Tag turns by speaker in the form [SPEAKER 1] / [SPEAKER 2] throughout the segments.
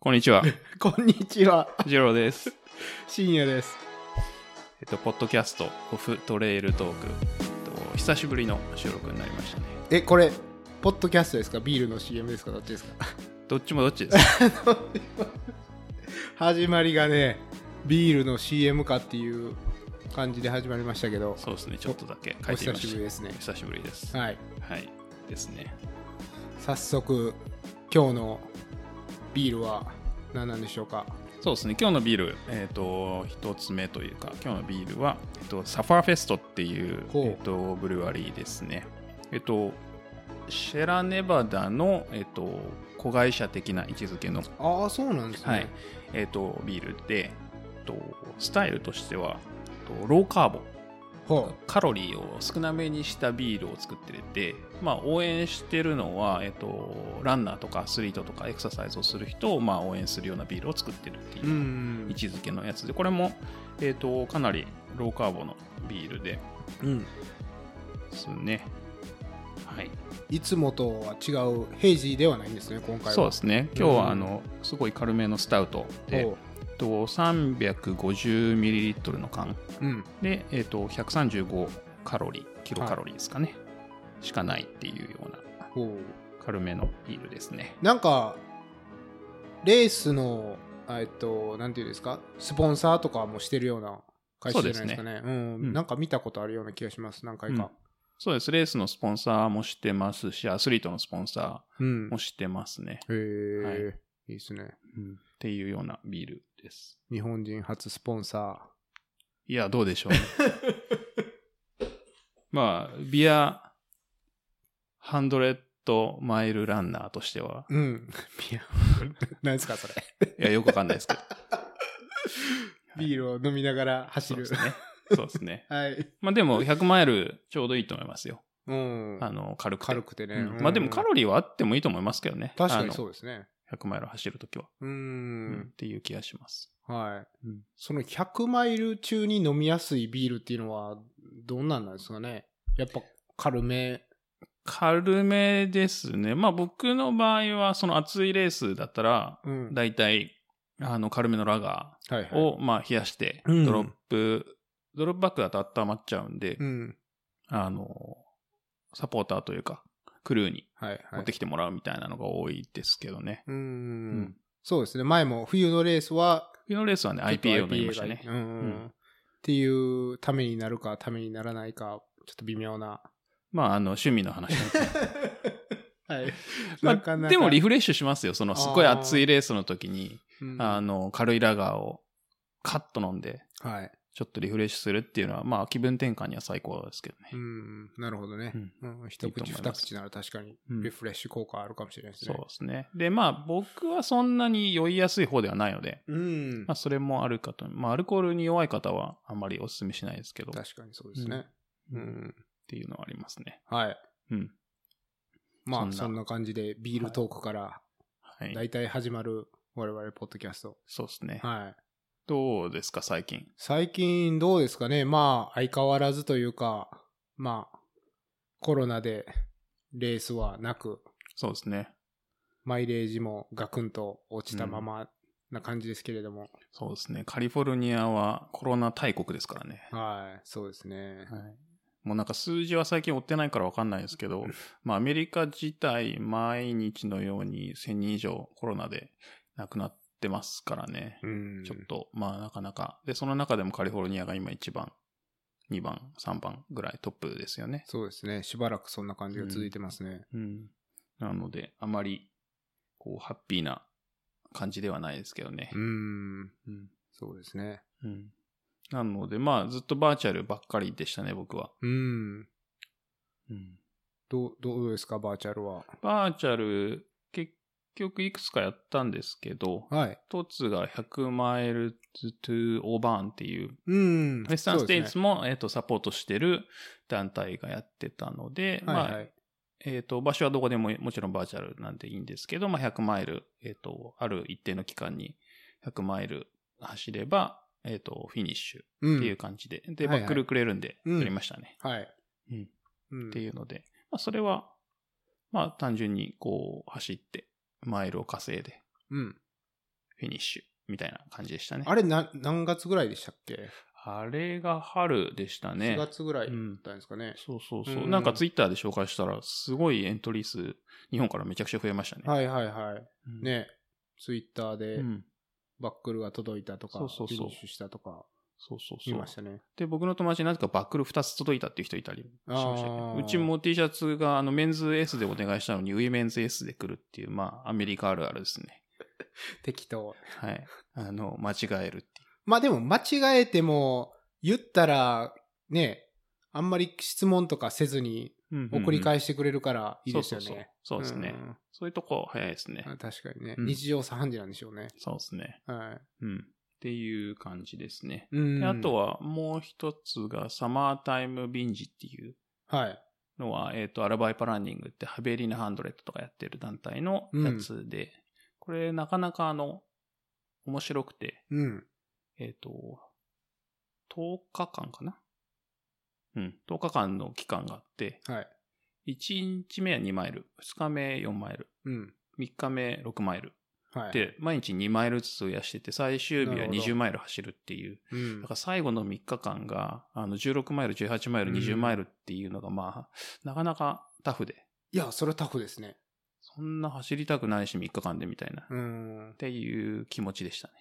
[SPEAKER 1] こんにちは。
[SPEAKER 2] こんにちは、
[SPEAKER 1] ジローです。
[SPEAKER 2] 深夜です。
[SPEAKER 1] えっと、ポッドキャスト、オフトレイルトーク、えっと、久しぶりの収録になりましたね。
[SPEAKER 2] え、これ、ポッドキャストですかビールの CM ですかどっちですか
[SPEAKER 1] どっちもどっち です。
[SPEAKER 2] 始まりがね、ビールの CM かっていう感じで始まりましたけど、
[SPEAKER 1] そうですね、ちょっとだけ書いてみました。
[SPEAKER 2] お久しぶりですね
[SPEAKER 1] お久しぶりです。
[SPEAKER 2] はい、
[SPEAKER 1] はい。ですね。
[SPEAKER 2] 早速、今日のビールは何なんでしょうか
[SPEAKER 1] そうですね、今日のビール、えっ、と、一つ目というか、今日のビールは、えっと、サファーフェストっていう、
[SPEAKER 2] ほう
[SPEAKER 1] えっと、ブルワリーですね。えっと、シェラネバダの、えっと、子会社的な位置づけの
[SPEAKER 2] ああ、そうなんですね。
[SPEAKER 1] はいえー、とビールで、えーとスタイルとしては、えーとローカーボン
[SPEAKER 2] ほ。
[SPEAKER 1] カロリーを少なめにしたビールを作ってて、まあ、応援してるのは、えー、とランナーとかアスリートとかエクササイズをする人を、まあ、応援するようなビールを作ってるっていう
[SPEAKER 2] う
[SPEAKER 1] ううん位。置づけのやつでこれも、えー、とかなりローカーボンのビールで
[SPEAKER 2] うん、
[SPEAKER 1] すね。はい、
[SPEAKER 2] いつもとは違うヘイジーではないんですね、今回は。
[SPEAKER 1] そうですね今日
[SPEAKER 2] うん
[SPEAKER 1] はあの、すごい軽めのスタウトで、え
[SPEAKER 2] ほ
[SPEAKER 1] ーと 350ml の缶
[SPEAKER 2] ううん。
[SPEAKER 1] で、えー、と135カロリーキロカロリーですかね、しかないっていうような
[SPEAKER 2] ほう
[SPEAKER 1] 軽めのビールですね
[SPEAKER 2] なんかレースのえっとなんていうんですかスポンサーとかもしてるような会社じゃないですかねう
[SPEAKER 1] うん
[SPEAKER 2] ん、なんか見たことあるような気がします何回か
[SPEAKER 1] そうですレースのスポンサーもしてますしアスリートのスポンサ
[SPEAKER 2] うん、
[SPEAKER 1] ーもしてますね、
[SPEAKER 2] へえ、
[SPEAKER 1] はい
[SPEAKER 2] い、いですね
[SPEAKER 1] っていうようなビールです
[SPEAKER 2] 日本人初スポンサ
[SPEAKER 1] いやどうでしょう、 ね、まあビアハンドレッドマイルランナーとしては
[SPEAKER 2] ーうんビア 何ですかそれ
[SPEAKER 1] いやよくわかんないですけど
[SPEAKER 2] ビールを飲みながら 走
[SPEAKER 1] そうで
[SPEAKER 2] る
[SPEAKER 1] すねそうですね
[SPEAKER 2] はい
[SPEAKER 1] まあでも100マイルちょうどいいと思いますよ
[SPEAKER 2] うん
[SPEAKER 1] あの軽くて
[SPEAKER 2] 軽くてね、
[SPEAKER 1] うんまあでもカロリーはあってもいいと思いますけどね。
[SPEAKER 2] 確かに
[SPEAKER 1] あの
[SPEAKER 2] そうですね
[SPEAKER 1] 100マイル走るときは、
[SPEAKER 2] う
[SPEAKER 1] うん
[SPEAKER 2] ん
[SPEAKER 1] っていう気がします。
[SPEAKER 2] はい、
[SPEAKER 1] うん
[SPEAKER 2] その100マイル中に飲みやすいビールっていうのはどんなんなんですかねやっぱ軽め
[SPEAKER 1] 軽めですね。まあ僕の場合は、その暑いレースだったら、
[SPEAKER 2] うん
[SPEAKER 1] だいたいあの軽めのラガ
[SPEAKER 2] はいはい
[SPEAKER 1] ーをまあ冷やして、
[SPEAKER 2] うん
[SPEAKER 1] ドロップ、ドロップバッグだと温まっちゃうんで、
[SPEAKER 2] うん
[SPEAKER 1] あの、サポーターというか、クルーに
[SPEAKER 2] はいはい
[SPEAKER 1] 持ってきてもらうみたいなのが多いですけどね。
[SPEAKER 2] うーん、
[SPEAKER 1] うん
[SPEAKER 2] そうですね前も冬のレースは
[SPEAKER 1] 冬のレースはね、
[SPEAKER 2] ちょっと
[SPEAKER 1] IPA を飲みましたね
[SPEAKER 2] IPA が。うん
[SPEAKER 1] うん
[SPEAKER 2] っていうためになるかためにならないかちょっと微 妙な
[SPEAKER 1] まあ、あの、趣味の話なんですけど
[SPEAKER 2] はい
[SPEAKER 1] まあ
[SPEAKER 2] なかなか
[SPEAKER 1] でもリフレッシュしますよ。そのすごい熱いレースの時に、
[SPEAKER 2] うん
[SPEAKER 1] あ
[SPEAKER 2] は
[SPEAKER 1] の、軽いラガーをカッと飲んで、
[SPEAKER 2] い
[SPEAKER 1] ちょっとリフレッシュするっていうのは、まあ気分転換には最高ですけど
[SPEAKER 2] う
[SPEAKER 1] ね。
[SPEAKER 2] んなるほどね、
[SPEAKER 1] うん
[SPEAKER 2] うん
[SPEAKER 1] い
[SPEAKER 2] 一口
[SPEAKER 1] いと思い
[SPEAKER 2] 二
[SPEAKER 1] ます
[SPEAKER 2] 口なら確かに
[SPEAKER 1] うん
[SPEAKER 2] リフレッシュ効果あるかもしれないです
[SPEAKER 1] そう
[SPEAKER 2] ね、
[SPEAKER 1] ですね。で、まあ僕はそんなに酔いやすい方ではないので、
[SPEAKER 2] うん
[SPEAKER 1] まあそれもあるかと。まあアルコールに弱い方はあんまりお勧めしないですけど、っ
[SPEAKER 2] 確かにそうですね。
[SPEAKER 1] う
[SPEAKER 2] うんん。
[SPEAKER 1] ていうのはありますね。
[SPEAKER 2] はい。
[SPEAKER 1] うん。
[SPEAKER 2] まあ
[SPEAKER 1] そ
[SPEAKER 2] そ
[SPEAKER 1] ん
[SPEAKER 2] ん
[SPEAKER 1] な
[SPEAKER 2] な感じでビールトークから
[SPEAKER 1] はい。
[SPEAKER 2] 大体始まる我々ポッドキャスト。
[SPEAKER 1] そうですね。
[SPEAKER 2] はい。
[SPEAKER 1] どうですか、最近。
[SPEAKER 2] 最近どうですかねまあ相変わらずというか、まあコロナでレースはなく、
[SPEAKER 1] そうですね。
[SPEAKER 2] マイレージもガクンと落ちたままな感じですけれども。
[SPEAKER 1] そうですね。カリフォルニアはコロナ大国ですからね。
[SPEAKER 2] はい。そうですね。
[SPEAKER 1] はい、もうなんか数字は最近追ってないからわかんないですけ ど、まあアメリカ自体毎日のように1000人以上コロナで亡くなってますからね。
[SPEAKER 2] うん。
[SPEAKER 1] ちょっと、まあなかなか。で、その中でもカリフォルニアが今1番、2番、3番ぐらいトップですよね。
[SPEAKER 2] そうですね。しばらくそんな感じが続いてますね。
[SPEAKER 1] うん。なので、あまり、こう、ハッピーな感じではないですけどね。
[SPEAKER 2] うん。
[SPEAKER 1] うん。
[SPEAKER 2] そうですね。
[SPEAKER 1] うん。なので、まあずっとバーチャルばっかりでしたね、僕は。
[SPEAKER 2] うん。
[SPEAKER 1] うん。
[SPEAKER 2] どう、どうですか、バーチャルは。
[SPEAKER 1] バーチャル、結局いくつかやったんですけど、
[SPEAKER 2] はい。
[SPEAKER 1] 一つが100マイルズ・トゥ・オーバーンっていう、
[SPEAKER 2] うん。
[SPEAKER 1] ウェスタン・ステイツ
[SPEAKER 2] も。
[SPEAKER 1] も、えっとサポートしてる団体がやってたので、
[SPEAKER 2] はい
[SPEAKER 1] ま
[SPEAKER 2] は
[SPEAKER 1] あ
[SPEAKER 2] い。
[SPEAKER 1] えっと場所はどこでももちろんバーチャルなんでいいんですけど、まあ、100マイル、えっとある一定の期間に100マイル走れば、えっとフィニッシュ
[SPEAKER 2] うん
[SPEAKER 1] っていう感じで、でバ
[SPEAKER 2] はいはい
[SPEAKER 1] ックルくれるんで
[SPEAKER 2] うん
[SPEAKER 1] やりましたね。
[SPEAKER 2] はい。
[SPEAKER 1] うん
[SPEAKER 2] うん。
[SPEAKER 1] っていうので、まあ、それは、まあ、単純にこう、走って、マイルを稼いで、
[SPEAKER 2] うん。
[SPEAKER 1] フィニッシュみたいな感じでしたね。
[SPEAKER 2] あれな、何月ぐらいでしたっけ
[SPEAKER 1] あれが春でしたね。
[SPEAKER 2] ?4 月ぐらいだ
[SPEAKER 1] う
[SPEAKER 2] っ
[SPEAKER 1] ん
[SPEAKER 2] たんですかね。
[SPEAKER 1] そうそうそう。
[SPEAKER 2] うん
[SPEAKER 1] なんかツイッターで紹介したら、すごいエントリー数、日本からめちゃくちゃ増えましたね。
[SPEAKER 2] はいはいはい。
[SPEAKER 1] うん。
[SPEAKER 2] ね、ツイッター
[SPEAKER 1] う
[SPEAKER 2] で
[SPEAKER 1] ん。
[SPEAKER 2] バックルが届いたとか、
[SPEAKER 1] そうそうそう
[SPEAKER 2] フィニッシュしたとか、
[SPEAKER 1] そうそう
[SPEAKER 2] 見
[SPEAKER 1] そう
[SPEAKER 2] ま。したね。
[SPEAKER 1] で、僕の友達なぜかバックル2つ届いたっていう人いたりしました
[SPEAKER 2] あ
[SPEAKER 1] ね。う
[SPEAKER 2] ー
[SPEAKER 1] ちも T シャツが、あの、メンズ S でお願いしたのに、ウィメンズ S で来るっていう、まあ、アメリカあるあるですね。
[SPEAKER 2] 適当。
[SPEAKER 1] はい。あの、間違えるっていう。
[SPEAKER 2] まあでも間違えても、言ったら、ね、あんまり質問とかせずに送り
[SPEAKER 1] え
[SPEAKER 2] 返してくれるからいい
[SPEAKER 1] そ
[SPEAKER 2] で
[SPEAKER 1] う
[SPEAKER 2] す
[SPEAKER 1] そ
[SPEAKER 2] よ
[SPEAKER 1] うそう
[SPEAKER 2] ね。。
[SPEAKER 1] そうですね。
[SPEAKER 2] ん
[SPEAKER 1] そういうとこ早いですね。
[SPEAKER 2] あ確かにね。
[SPEAKER 1] うん
[SPEAKER 2] 日常茶飯事なんでしょうね。
[SPEAKER 1] そうですね。
[SPEAKER 2] は
[SPEAKER 1] うん。っていう感じですね。
[SPEAKER 2] い。うん
[SPEAKER 1] であとはもう一つがサマータイムビンジっていう
[SPEAKER 2] は、はい。
[SPEAKER 1] のは、えっ、と、アルバイパランニングってハベリーナハンドレットとかやってる団体のやつで、これなかなかあの、面白くて、
[SPEAKER 2] うん。
[SPEAKER 1] えっ、と、10日間かなうん、10日間の期間があって、
[SPEAKER 2] はい。
[SPEAKER 1] 1日目は2マイル、2日目4マイル、
[SPEAKER 2] うん。
[SPEAKER 1] 3日目6マイル。
[SPEAKER 2] はい。、
[SPEAKER 1] で、毎日2マイルずつ増やしてて、最終日
[SPEAKER 2] な
[SPEAKER 1] は
[SPEAKER 2] るほど
[SPEAKER 1] 20マイル走るっていう。
[SPEAKER 2] うん
[SPEAKER 1] だか。ら最後の3日間が、あの、16マイル、18マイル、
[SPEAKER 2] う
[SPEAKER 1] 20
[SPEAKER 2] ん
[SPEAKER 1] マイルっていうのが、まあ、なかなかタフで、
[SPEAKER 2] いや、それはタフですね。
[SPEAKER 1] そんな走りたくないし、3日間でみたいな、っ
[SPEAKER 2] うん。
[SPEAKER 1] ていう気持ちでしたね。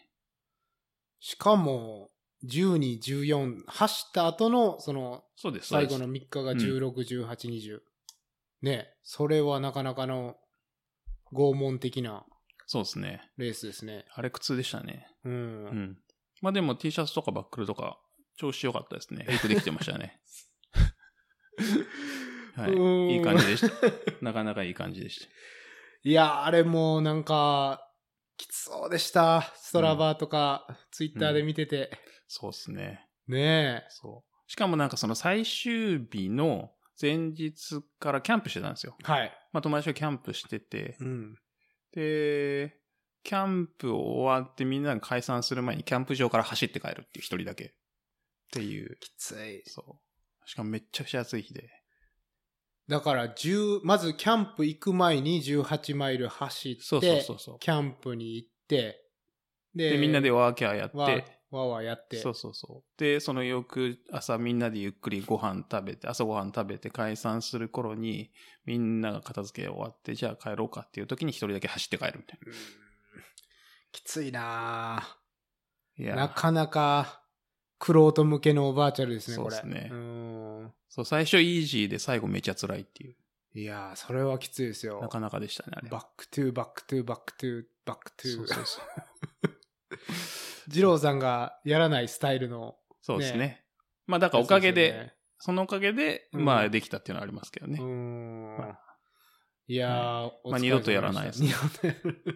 [SPEAKER 2] しかも、12、14、走った後の、その、
[SPEAKER 1] そうです、そう
[SPEAKER 2] 最
[SPEAKER 1] です
[SPEAKER 2] 後の3日が16、18、20。ね、それはなかなかの拷問的な
[SPEAKER 1] そうですね。
[SPEAKER 2] レースですね。
[SPEAKER 1] あれ苦痛でしたね。
[SPEAKER 2] う。
[SPEAKER 1] うんん。まあでも T シャツとかバックルとか、調子良かったですね。よくできてました ね。は
[SPEAKER 2] うーん
[SPEAKER 1] い。いい感じでした。なかなかいい感じでした。
[SPEAKER 2] いや、あれもうなんか、きつそうでした。ストラバーとか、ツイッターで見てて。
[SPEAKER 1] そうですね。
[SPEAKER 2] ねえ。
[SPEAKER 1] そう。しかもなんかその最終日の前日からキャンプしてたんですよ。
[SPEAKER 2] はい。
[SPEAKER 1] まあ友達がキャンプしてて、
[SPEAKER 2] うん。
[SPEAKER 1] で、キャンプを終わってみんなが解散する前にキャンプ場から走って帰るっていう一人だけ。っていう。
[SPEAKER 2] きつい。
[SPEAKER 1] そう。しかもめっちゃくちゃ暑い日で。
[SPEAKER 2] だから、10、まずキャンプ行く前に18マイル走って、
[SPEAKER 1] そうそうそうそう。
[SPEAKER 2] キャンプに行って、で
[SPEAKER 1] で、みんなでワーキャーや
[SPEAKER 2] わ
[SPEAKER 1] って、
[SPEAKER 2] わわやって。
[SPEAKER 1] そうそうそう。で、その翌朝みんなでゆっくりご飯食べて、朝ご飯食べて解散する頃に、みんなが片付け終わって、じゃあ帰ろうかっていう時に一人だけ走って帰るみたい
[SPEAKER 2] うんきついな
[SPEAKER 1] な。い
[SPEAKER 2] ぁ
[SPEAKER 1] やー
[SPEAKER 2] なかなか、クロート向けのバーチャルですね、
[SPEAKER 1] そう
[SPEAKER 2] こ
[SPEAKER 1] っ
[SPEAKER 2] れ。
[SPEAKER 1] すね
[SPEAKER 2] うん
[SPEAKER 1] そう、最初イージーで最後めちゃ辛いっていう。
[SPEAKER 2] いやーそれはきついですよ。
[SPEAKER 1] なかなかでしたね、あれ。
[SPEAKER 2] バックトゥー、バックトゥー、バックトゥー、バック
[SPEAKER 1] そ
[SPEAKER 2] トゥ
[SPEAKER 1] うそ
[SPEAKER 2] ー。
[SPEAKER 1] うそう。
[SPEAKER 2] 二郎さんがやらないスタイルの。
[SPEAKER 1] そうですね。
[SPEAKER 2] ね
[SPEAKER 1] まあ、だからおかげで、そ
[SPEAKER 2] や
[SPEAKER 1] のおかげで、
[SPEAKER 2] うん
[SPEAKER 1] まあ、できたっていうのはありますけど
[SPEAKER 2] つで
[SPEAKER 1] ね。
[SPEAKER 2] すよね。うん
[SPEAKER 1] まあ
[SPEAKER 2] いやーお疲れ様でした
[SPEAKER 1] まあ二度とやらないですね
[SPEAKER 2] 二度とやらない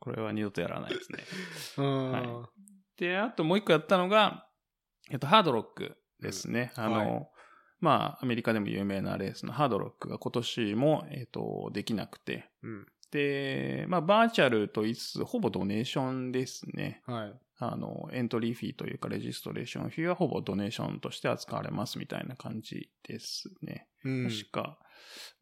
[SPEAKER 1] これは二度とやらないですね。
[SPEAKER 2] うん
[SPEAKER 1] はで、あともう一個やったのが、えっと、ハードロックですね。
[SPEAKER 2] うん
[SPEAKER 1] あの、
[SPEAKER 2] は
[SPEAKER 1] まあ、アメリカでも有名なレースのハードロックが今年も、えっと、できなくて。
[SPEAKER 2] うん
[SPEAKER 1] で、まあ、バーチャルと言いつつ、ほぼドネーションですね。
[SPEAKER 2] はい。
[SPEAKER 1] あの、エントリーフィーというか、レジストレーションフィーはほぼドネーションとして扱われますみたいな感じですね。
[SPEAKER 2] うん
[SPEAKER 1] 確か、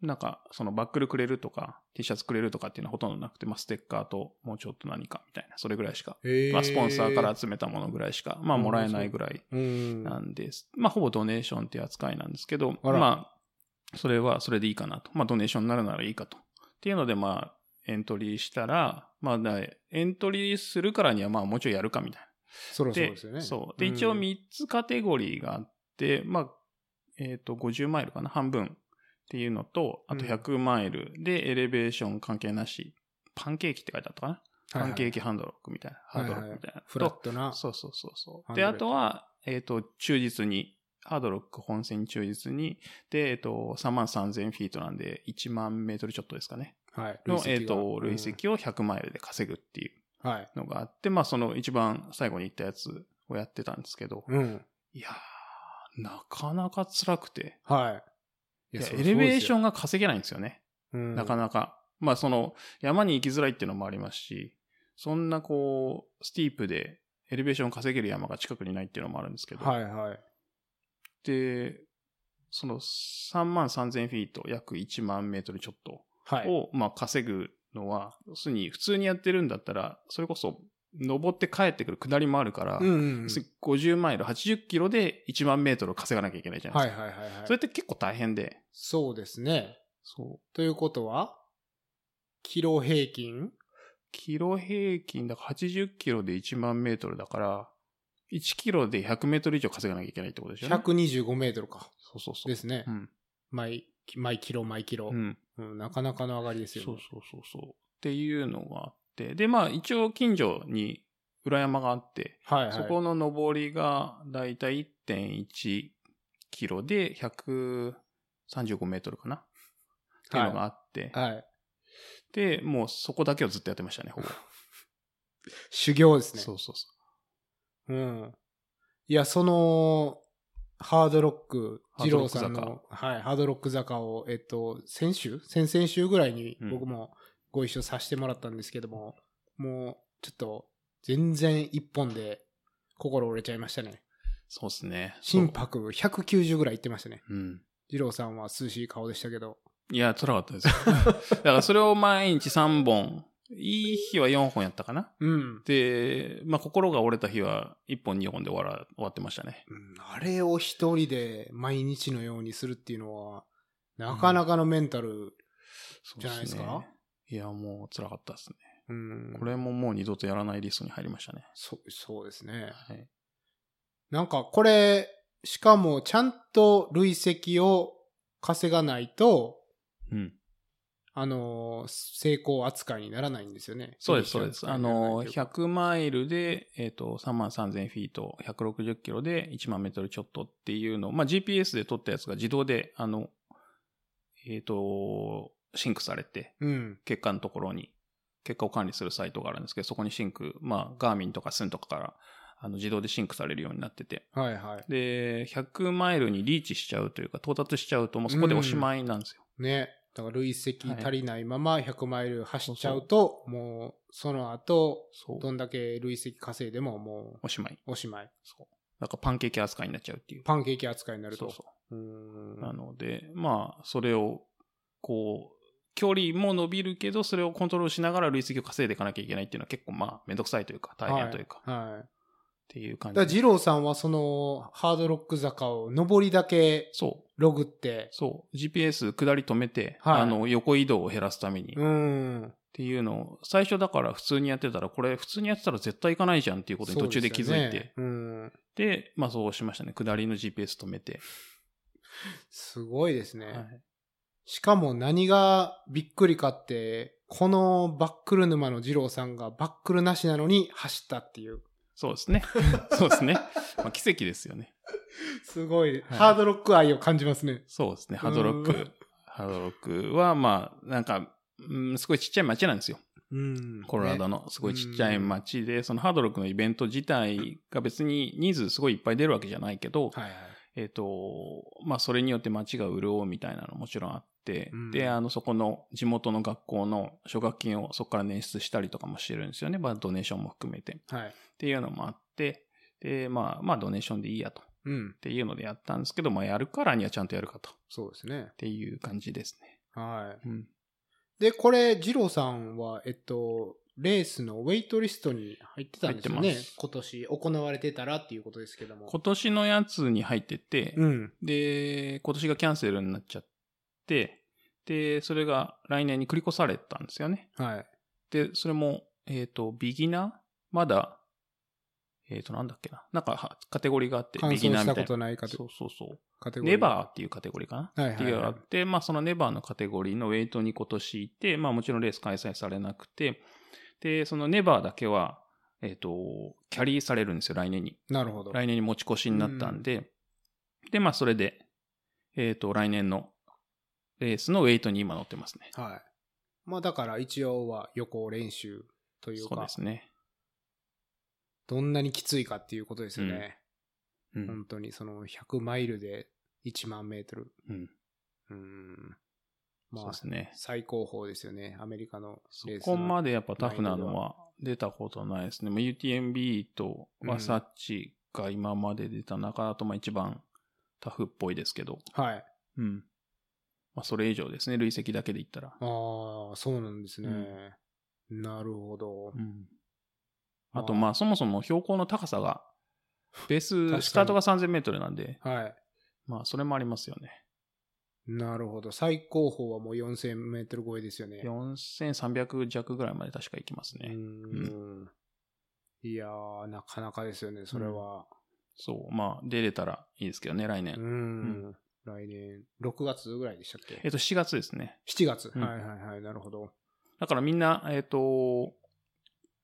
[SPEAKER 1] なんか、そのバックルくれるとか、T シャツくれるとかっていうのはほとんどなくて、まあ、ステッカーともうちょっと何かみたいな、それぐらいしか、まあ、スポンサーから集めたものぐらいしか、まあ、もらえないぐらい
[SPEAKER 2] うん。
[SPEAKER 1] なんです。まあ、ほぼドネーションっていう扱いなんですけど、
[SPEAKER 2] あら
[SPEAKER 1] まあ、それはそれでいいかなと。まあ、ドネーションになるならいいかと。っていうので、まあ、エントリーしたら、まあ、だエントリーするからには、まあ、もうちょいやるかみたいな。
[SPEAKER 2] そろそろ
[SPEAKER 1] で
[SPEAKER 2] ですよね。
[SPEAKER 1] そう。で、一応
[SPEAKER 2] ん
[SPEAKER 1] 3つカテゴリーがあって、まあ、えっ、と、50マイルかな、半分っていうのと、あと
[SPEAKER 2] うん
[SPEAKER 1] 100マイルでエレベーション関係なし、パンケーキって書いてあったかな、
[SPEAKER 2] はいはい
[SPEAKER 1] パンケーキハンドロックみたいな、ハードロックみたいな。
[SPEAKER 2] フラットな
[SPEAKER 1] と。そうそうそうそう。
[SPEAKER 2] ハンド
[SPEAKER 1] で、
[SPEAKER 2] ロッ
[SPEAKER 1] あ
[SPEAKER 2] ク
[SPEAKER 1] とは、えっ、と、忠実に、ハードロック本線に忠実に、で、えっ、と、3万3000フィートなんで、1万メートルちょっとですかね。
[SPEAKER 2] はい。
[SPEAKER 1] の、
[SPEAKER 2] 累
[SPEAKER 1] えっ、
[SPEAKER 2] 積が
[SPEAKER 1] と、累。積を100マイルで稼ぐっていう
[SPEAKER 2] うんはい。
[SPEAKER 1] のがあって、まあその一番最後に言ったやつをやってたんですけど、
[SPEAKER 2] うん。
[SPEAKER 1] いやー、なかなか辛くて、
[SPEAKER 2] はい。
[SPEAKER 1] い
[SPEAKER 2] い
[SPEAKER 1] や
[SPEAKER 2] や
[SPEAKER 1] エレベーショ
[SPEAKER 2] ン、
[SPEAKER 1] ンが稼げないんですよね、なか
[SPEAKER 2] か。
[SPEAKER 1] なか。まあその山に行きづらいっていうのもありますし、そんなこう、スティープでエレベーションを稼げる山が近くにないっていうのもあるんですけど、
[SPEAKER 2] はいはい。
[SPEAKER 1] で、その3万3000フィート、約1万メートルちょっと
[SPEAKER 2] はい。
[SPEAKER 1] を、まあ稼ぐのは、要するに普通にやってるんだったら、それこそ登って帰ってくる下りもあるから、
[SPEAKER 2] うんうんうん。
[SPEAKER 1] す50マイル、80キロで1万メートルを稼がなきゃいけないじゃないで
[SPEAKER 2] はい
[SPEAKER 1] すか。
[SPEAKER 2] はいはいはい。
[SPEAKER 1] それって結構大変で、
[SPEAKER 2] そうですね。
[SPEAKER 1] そう。
[SPEAKER 2] ということは、キロ平均
[SPEAKER 1] キロ平均だから80キロで1万メートルだから、1キロで100メートル以上稼がなきゃいけないってことでしょ、ね、
[SPEAKER 2] 125メートルか。
[SPEAKER 1] そうそうそう。
[SPEAKER 2] ですね
[SPEAKER 1] う。ん。
[SPEAKER 2] 毎、毎キロ毎キロ
[SPEAKER 1] う。ん。
[SPEAKER 2] うんなかなかの上がりですよ
[SPEAKER 1] そう
[SPEAKER 2] ね。
[SPEAKER 1] そうそうそう。っていうのがあって、で、まあ一応近所に裏山があって、
[SPEAKER 2] はいはい。
[SPEAKER 1] そこの上りがだいたい1.1キロで135メートルかなっていうのがあって、
[SPEAKER 2] はい。
[SPEAKER 1] で、もうそこだけをずっとやってましたね、ほ ぼ。
[SPEAKER 2] 修行ですね。
[SPEAKER 1] そうそうそ
[SPEAKER 2] うん。いや、その、ハードロック、
[SPEAKER 1] ハ
[SPEAKER 2] 二
[SPEAKER 1] ードロ
[SPEAKER 2] 郎
[SPEAKER 1] ック
[SPEAKER 2] さ
[SPEAKER 1] 坂
[SPEAKER 2] んの、はい、ハードロック坂を、えっと、先週先々週ぐらいに
[SPEAKER 1] うん
[SPEAKER 2] 僕もご一緒させてもらったんですけども、もう、ちょっと、全然一本で心折れちゃいましたね。
[SPEAKER 1] う。そうですね。
[SPEAKER 2] 心拍190ぐらいいってましたね。
[SPEAKER 1] そう。うん。
[SPEAKER 2] 二郎さんは涼しい顔でしたけど。
[SPEAKER 1] いや、辛かったですよ。 だからそれを毎日3本、いい日は4本やったかな。
[SPEAKER 2] うん。
[SPEAKER 1] で、まあ、心が折れた日は1本2本で終わら終わってましたね。
[SPEAKER 2] うんあれを一人で毎日のようにするっていうのは、なかなかのメンタル、
[SPEAKER 1] そう
[SPEAKER 2] じゃないですか
[SPEAKER 1] いや、もう辛かったですね。
[SPEAKER 2] うん、
[SPEAKER 1] これももう二度とやらないリストに入りましたね。
[SPEAKER 2] そう、そうですね。
[SPEAKER 1] はい。
[SPEAKER 2] なんかこれ、しかもちゃんと累積を稼がないと、
[SPEAKER 1] うん。
[SPEAKER 2] あのー、成功扱いにならないんですよね。
[SPEAKER 1] そうです、そうです。
[SPEAKER 2] フィ
[SPEAKER 1] あ
[SPEAKER 2] ニッシュ
[SPEAKER 1] の、
[SPEAKER 2] 扱いにならないというか
[SPEAKER 1] 100マイルで、えっ、と、3万3000フィート、160キロで1万メートルちょっとっていうのを、まあ、GPS で撮ったやつが自動で、あの、えっ、と、シンクされて、
[SPEAKER 2] うん。
[SPEAKER 1] 結果のところに、結果を管理するサイトがあるんですけど、そこにシンク、まあ、ガーミンとかスンとかから、あの、自動でシンクされるようになってて。
[SPEAKER 2] はいはい。
[SPEAKER 1] で、100マイルにリーチしちゃうというか、到達しちゃうと、もうそこでおしまいなんですよ。
[SPEAKER 2] ね。だから累積足りないまま100マイル走っちゃうと、もうその後、
[SPEAKER 1] そ
[SPEAKER 2] ど
[SPEAKER 1] う。
[SPEAKER 2] んだけ累積稼いでもも
[SPEAKER 1] おしまい。
[SPEAKER 2] うおしまい。
[SPEAKER 1] そう。なんかパンケーキ扱いになっちゃうっていう。
[SPEAKER 2] パンケーキ扱いになると。
[SPEAKER 1] そうそうう。
[SPEAKER 2] ーん
[SPEAKER 1] なので、まあ、それを、こう、距離も伸びるけど、それをコントロールしながら累積を稼いでいかなきゃいけないっていうのは結構まあ、めんどくさいというか、大変というか、っ
[SPEAKER 2] はい。はい、
[SPEAKER 1] ていう
[SPEAKER 2] だ
[SPEAKER 1] 感
[SPEAKER 2] か
[SPEAKER 1] じ
[SPEAKER 2] ら
[SPEAKER 1] で。
[SPEAKER 2] 二郎さんはそのハードロック坂を上りだけ
[SPEAKER 1] そう。
[SPEAKER 2] ログって、
[SPEAKER 1] そう。GPS 下り止めて、
[SPEAKER 2] はい
[SPEAKER 1] あの、横移動を減らすために、
[SPEAKER 2] う
[SPEAKER 1] っ
[SPEAKER 2] ん。
[SPEAKER 1] ていうのを、最初だから普通にやってたら、これ普通にやってたら絶対行かないじゃんっていうことに途中で気づいて、
[SPEAKER 2] そうです
[SPEAKER 1] で
[SPEAKER 2] よねうん。
[SPEAKER 1] まあそうしましたね。下りの GPS 止めて、
[SPEAKER 2] すごいですね。
[SPEAKER 1] はい
[SPEAKER 2] しかも何がびっくりかって、このバックル沼の二郎さんがバックルなしなのに走ったっていう。
[SPEAKER 1] そうですね。そうですね。まあ奇跡ですよね。
[SPEAKER 2] すごい、
[SPEAKER 1] はい
[SPEAKER 2] ハードロック愛を感じますね。
[SPEAKER 1] そうですね。ハードロッ
[SPEAKER 2] う
[SPEAKER 1] ク
[SPEAKER 2] ん。
[SPEAKER 1] ハードロックは、まあ、なんか、うん、すごいちっちゃい町なんですよ。
[SPEAKER 2] うん
[SPEAKER 1] コロラ
[SPEAKER 2] ね
[SPEAKER 1] ドの。すごいちっちゃい町で、そのハードロックのイベント自体が別に人数すごいいっぱい出るわけじゃないけど、
[SPEAKER 2] はいはい。
[SPEAKER 1] えっ、と、まあ、それによって街が潤うみたいなのもちろんあって、
[SPEAKER 2] うん
[SPEAKER 1] で、あの、そこの地元の学校の奨学金をそこから捻出したりとかもしてるんですよね。まあ、ドネーションも含めて。っ
[SPEAKER 2] はい。
[SPEAKER 1] ていうのもあって、で、まあ、まあ、ドネーションでいいやと。っ
[SPEAKER 2] うん。
[SPEAKER 1] ていうのでやったんですけど、まあ、やるからにはちゃんとやるかと。っ
[SPEAKER 2] そうですね。
[SPEAKER 1] ていう感じですね。
[SPEAKER 2] は
[SPEAKER 1] うん。
[SPEAKER 2] い。で、これ、二郎さんは、えっと、レースのウェイトリストに入ってたんですよ
[SPEAKER 1] 入
[SPEAKER 2] ね
[SPEAKER 1] ってます。
[SPEAKER 2] 今年行われてたらっていうことですけども。
[SPEAKER 1] 今年のやつに入ってて、
[SPEAKER 2] うん。
[SPEAKER 1] で、今年がキャンセルになっちゃって、で、それが来年に繰り越されたんですよね。
[SPEAKER 2] はい。
[SPEAKER 1] で、それも、えっ、と、ビギナーまだ、えっ、と、なんだっけな。なんかは、カテゴリーがあって、
[SPEAKER 2] 完
[SPEAKER 1] ビギ
[SPEAKER 2] 走
[SPEAKER 1] ナー
[SPEAKER 2] し
[SPEAKER 1] みた
[SPEAKER 2] たこ
[SPEAKER 1] いな。
[SPEAKER 2] とないか
[SPEAKER 1] そうそうそう。
[SPEAKER 2] カテゴリー。
[SPEAKER 1] ネバーっていうカテゴリーかな。
[SPEAKER 2] はいはいはい
[SPEAKER 1] っていうのがあって、まあ、そのネバーのカテゴリーのウェイトに今年いて、まあ、もちろんレース開催されなくて、で、そのネバーだけは、えっ、と、キャリーされるんですよ、来年に。
[SPEAKER 2] なるほど。
[SPEAKER 1] 来年に持ち越しになったんで、で、まあ、それで、えっ、と、来年のレースのウェイトに今乗ってますね。
[SPEAKER 2] はい。まあだから一応は予行練習という
[SPEAKER 1] そう
[SPEAKER 2] か
[SPEAKER 1] で、すね。
[SPEAKER 2] どんなにきついかっていうことですよね。
[SPEAKER 1] うん。
[SPEAKER 2] 本当にその100マイルで1万メートル。
[SPEAKER 1] うん
[SPEAKER 2] うん。
[SPEAKER 1] そう
[SPEAKER 2] まあ
[SPEAKER 1] で、すね。
[SPEAKER 2] 最高峰ですよね。アメリカの
[SPEAKER 1] そ
[SPEAKER 2] レースの。
[SPEAKER 1] こまでやっぱタフなのは出たことないですね。まあ UTMB とワサッチが今まで出た中だとまあ一番タフっぽいですけど、
[SPEAKER 2] はい。
[SPEAKER 1] うん。まあそれ以上ですね、累積だけで言ったら。
[SPEAKER 2] ああ、そうなんですね。なるほど。
[SPEAKER 1] うん。あと、まあ、そもそも標高の高さが、ベー
[SPEAKER 2] 確か
[SPEAKER 1] ス、
[SPEAKER 2] に
[SPEAKER 1] スタートが3000メートルなんで、
[SPEAKER 2] はい。
[SPEAKER 1] まあ、それもありますよね。
[SPEAKER 2] なるほど。最高峰はもう4000メートル超えですよね。
[SPEAKER 1] 4300弱ぐらいまで確か行きます
[SPEAKER 2] う
[SPEAKER 1] ね。
[SPEAKER 2] ん。いやー、なかなかですよね、それは。
[SPEAKER 1] そう。まあ、出れたらいいですけどね、来
[SPEAKER 2] う
[SPEAKER 1] 年。
[SPEAKER 2] ん。来年、6月ぐらいでしたっ
[SPEAKER 1] えっ
[SPEAKER 2] け
[SPEAKER 1] と、7月ですね。
[SPEAKER 2] ?7 月。
[SPEAKER 1] うん
[SPEAKER 2] はいはいはい、なるほど。
[SPEAKER 1] だからみんな、えっと、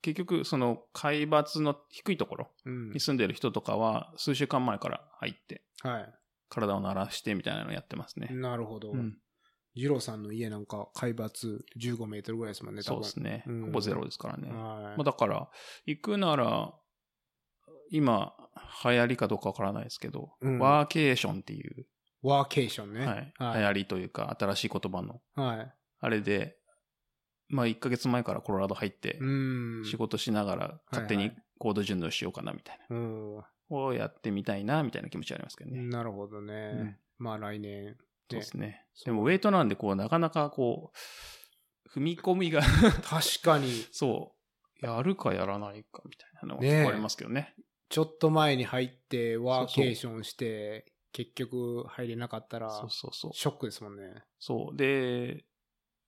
[SPEAKER 1] 結局、その、海抜の低いところ
[SPEAKER 2] うん
[SPEAKER 1] に。住んでる人とかは、数週間前から入って、
[SPEAKER 2] は
[SPEAKER 1] 体を慣らしてみたいなのやってます
[SPEAKER 2] い。
[SPEAKER 1] ね。
[SPEAKER 2] なるほど
[SPEAKER 1] う。ん。
[SPEAKER 2] ジローさんの家なんか、海抜15メートルぐらいですもんね、多
[SPEAKER 1] そう
[SPEAKER 2] 分。
[SPEAKER 1] ですね。
[SPEAKER 2] うん
[SPEAKER 1] ほぼゼロですからね。
[SPEAKER 2] はい。
[SPEAKER 1] まあ、だから、行くなら、今、流行りかどうかわからないですけど、
[SPEAKER 2] うん
[SPEAKER 1] ワーケーションっていう、
[SPEAKER 2] ワーケーションね。
[SPEAKER 1] はい、
[SPEAKER 2] は
[SPEAKER 1] 流
[SPEAKER 2] い。
[SPEAKER 1] 行りというか、新しい言葉の、
[SPEAKER 2] はい。
[SPEAKER 1] あれで、まあ、1ヶ月前からコロラド入って
[SPEAKER 2] う、ん。
[SPEAKER 1] 仕事しながら勝手
[SPEAKER 2] はい
[SPEAKER 1] に
[SPEAKER 2] は
[SPEAKER 1] 行動順応しようかな、みたいな。
[SPEAKER 2] うん。
[SPEAKER 1] をやってみたいな、みたいな気持ちはありますけどね。
[SPEAKER 2] なるほど
[SPEAKER 1] うん
[SPEAKER 2] ね。まあ来年。
[SPEAKER 1] そうですね。でも、ウェイトなんで、こう、なかなか、こう、踏み込みが、
[SPEAKER 2] 確かに、
[SPEAKER 1] そう、やるかやらないか、みたいなのは
[SPEAKER 2] ねえ
[SPEAKER 1] 結構ありますけどね。
[SPEAKER 2] ちょっと前に入って、ワーケーションして、結局入れなかったら、
[SPEAKER 1] そうそうそう。
[SPEAKER 2] ショックですもんね。
[SPEAKER 1] そう。で、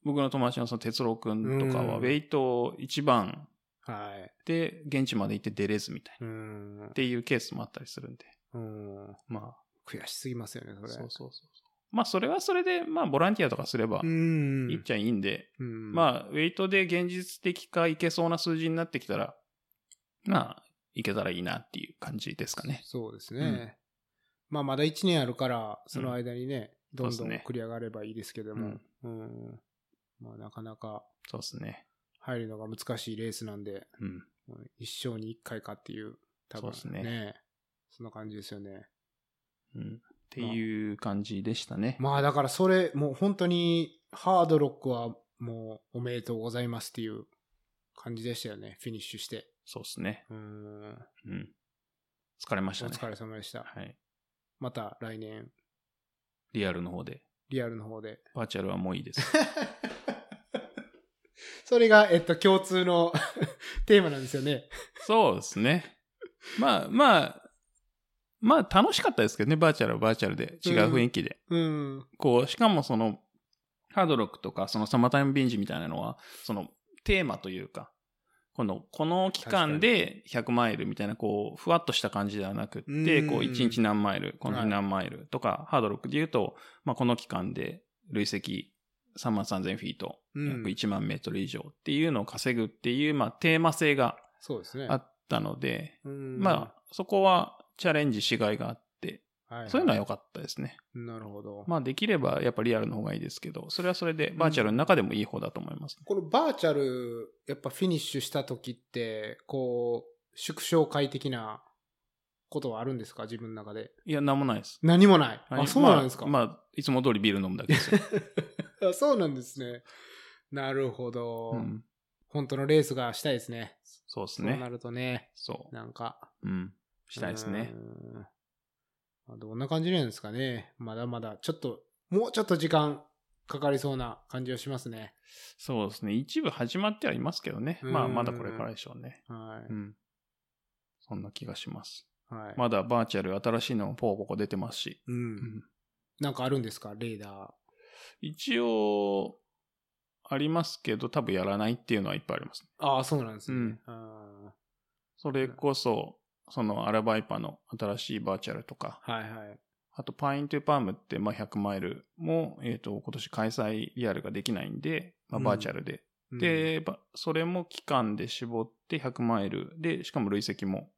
[SPEAKER 1] 僕の友達のその哲郎くんとかは、
[SPEAKER 2] う
[SPEAKER 1] ウ
[SPEAKER 2] ん
[SPEAKER 1] ェイト一番
[SPEAKER 2] はい。
[SPEAKER 1] で、現地まで行って出れずみたいな、
[SPEAKER 2] う
[SPEAKER 1] っ
[SPEAKER 2] ん。
[SPEAKER 1] ていうケースもあったりするんで。
[SPEAKER 2] うん。
[SPEAKER 1] ま
[SPEAKER 2] 悔しすぎますよね、そ
[SPEAKER 1] あ、
[SPEAKER 2] れ。
[SPEAKER 1] そうそうそうそう。まあ、それはそれで、まあ、ボランティアとかすれば
[SPEAKER 2] う、ん。
[SPEAKER 1] いいっちゃいいんで、
[SPEAKER 2] うん、あ、
[SPEAKER 1] まあ、ウェイトで現実的かいけそうな数字になってきたら、まあ、いけたらいいなっていう感じですかね。
[SPEAKER 2] そうです
[SPEAKER 1] うん
[SPEAKER 2] ね。まあ、まだ1年あるから、その間にね、
[SPEAKER 1] ん
[SPEAKER 2] どん
[SPEAKER 1] そ
[SPEAKER 2] ど
[SPEAKER 1] うんですね
[SPEAKER 2] 繰り上がればいいですけども、うん。まあ、なかなか
[SPEAKER 1] そうですね。
[SPEAKER 2] 入るのが難しいレースなんで、
[SPEAKER 1] うん。
[SPEAKER 2] 一生に一回かっていう、多分
[SPEAKER 1] そうですね
[SPEAKER 2] そんな感じですよね。
[SPEAKER 1] うん。っていう感じでしたね。
[SPEAKER 2] まあだからそれ、もう本当に、ハードロックはもうおめでとうございますっていう感じでしたよね、フィニッシュして。
[SPEAKER 1] そうですね。
[SPEAKER 2] うーん。
[SPEAKER 1] うん。疲れま
[SPEAKER 2] お
[SPEAKER 1] したね。
[SPEAKER 2] 疲れ様でした。
[SPEAKER 1] はい。
[SPEAKER 2] また来年、
[SPEAKER 1] リアルの方で。
[SPEAKER 2] リアルの方 で。
[SPEAKER 1] バーチャルはもういいです。
[SPEAKER 2] それが、えっと、共通の テーマなんですよね。
[SPEAKER 1] そうですね。まあまあ、まあ楽しかったですけどね、バーチャルはバーチャルで。違う雰囲気で。
[SPEAKER 2] うん。
[SPEAKER 1] こう、しかもその、ハードロックとか、そのサマータイムビンジみたいなのは、そのテーマというか、この、この期間で100マイルみたいな、こう、ふわっとした感じではなくって、
[SPEAKER 2] うん
[SPEAKER 1] こう、1日何マイル、この
[SPEAKER 2] は
[SPEAKER 1] 日
[SPEAKER 2] い
[SPEAKER 1] 何マイルとか、ハードロックで言うと、まあ、この期間で累積3万3000フィート、
[SPEAKER 2] うん
[SPEAKER 1] 約1万メートル以上っていうのを稼ぐっていう、まあ、テーマ性が
[SPEAKER 2] そうですね。
[SPEAKER 1] あったので、
[SPEAKER 2] うん
[SPEAKER 1] まあ、そこはチャレンジしがいがあって、
[SPEAKER 2] あ、はい
[SPEAKER 1] そういうのは良かったですね。
[SPEAKER 2] なるほど。
[SPEAKER 1] まあ、できればやっぱリアルの方がいいですけど、それはそれでバーチャルの中でもいい方だと思います。
[SPEAKER 2] このバーチャル、やっぱフィニッシュした時って、こう、縮小会的なことはあるんですか自分の中で。
[SPEAKER 1] いや、なんもないです。
[SPEAKER 2] 何もない。
[SPEAKER 1] はい
[SPEAKER 2] あ、そうなんですか、
[SPEAKER 1] まあ、まあいつも通りビール飲むだけ ですよ。
[SPEAKER 2] あそうなんですね。なるほど、
[SPEAKER 1] うん、
[SPEAKER 2] 本当のレースがしたいですね。
[SPEAKER 1] そうです
[SPEAKER 2] そうな
[SPEAKER 1] ね。
[SPEAKER 2] るとね、
[SPEAKER 1] そ
[SPEAKER 2] なんか。
[SPEAKER 1] う。うん。したいですね
[SPEAKER 2] う。ーん。まあどんな感じなんですかね。まだまだ、ちょっと、もうちょっと時間かかりそうな感じがしますね。
[SPEAKER 1] そうですね。一部始まってはいますけどね。まあ、
[SPEAKER 2] うん
[SPEAKER 1] まだこれからでしょうね。
[SPEAKER 2] は
[SPEAKER 1] うん。そんな気がします。
[SPEAKER 2] い。はい。
[SPEAKER 1] まだバーチャル新しいのもポコポコ出てますし。
[SPEAKER 2] う。
[SPEAKER 1] うんん
[SPEAKER 2] なんかあるんですかレーダ
[SPEAKER 1] 一応、ありますけど、多分やらないっていうのはいっぱいあります。
[SPEAKER 2] ー。ああ、そうなんですね。
[SPEAKER 1] うん
[SPEAKER 2] あー
[SPEAKER 1] それこそ、そのアラバイパの新しいバーチャルとか、
[SPEAKER 2] はいはい。
[SPEAKER 1] あとパイントゥパームって、まあ、100マイルも、えっ、と、今年開催リアルができないんで、まあ、
[SPEAKER 2] うん
[SPEAKER 1] バーチャルで。で、ばそれも期間で絞って100マイルで、しかも累積も、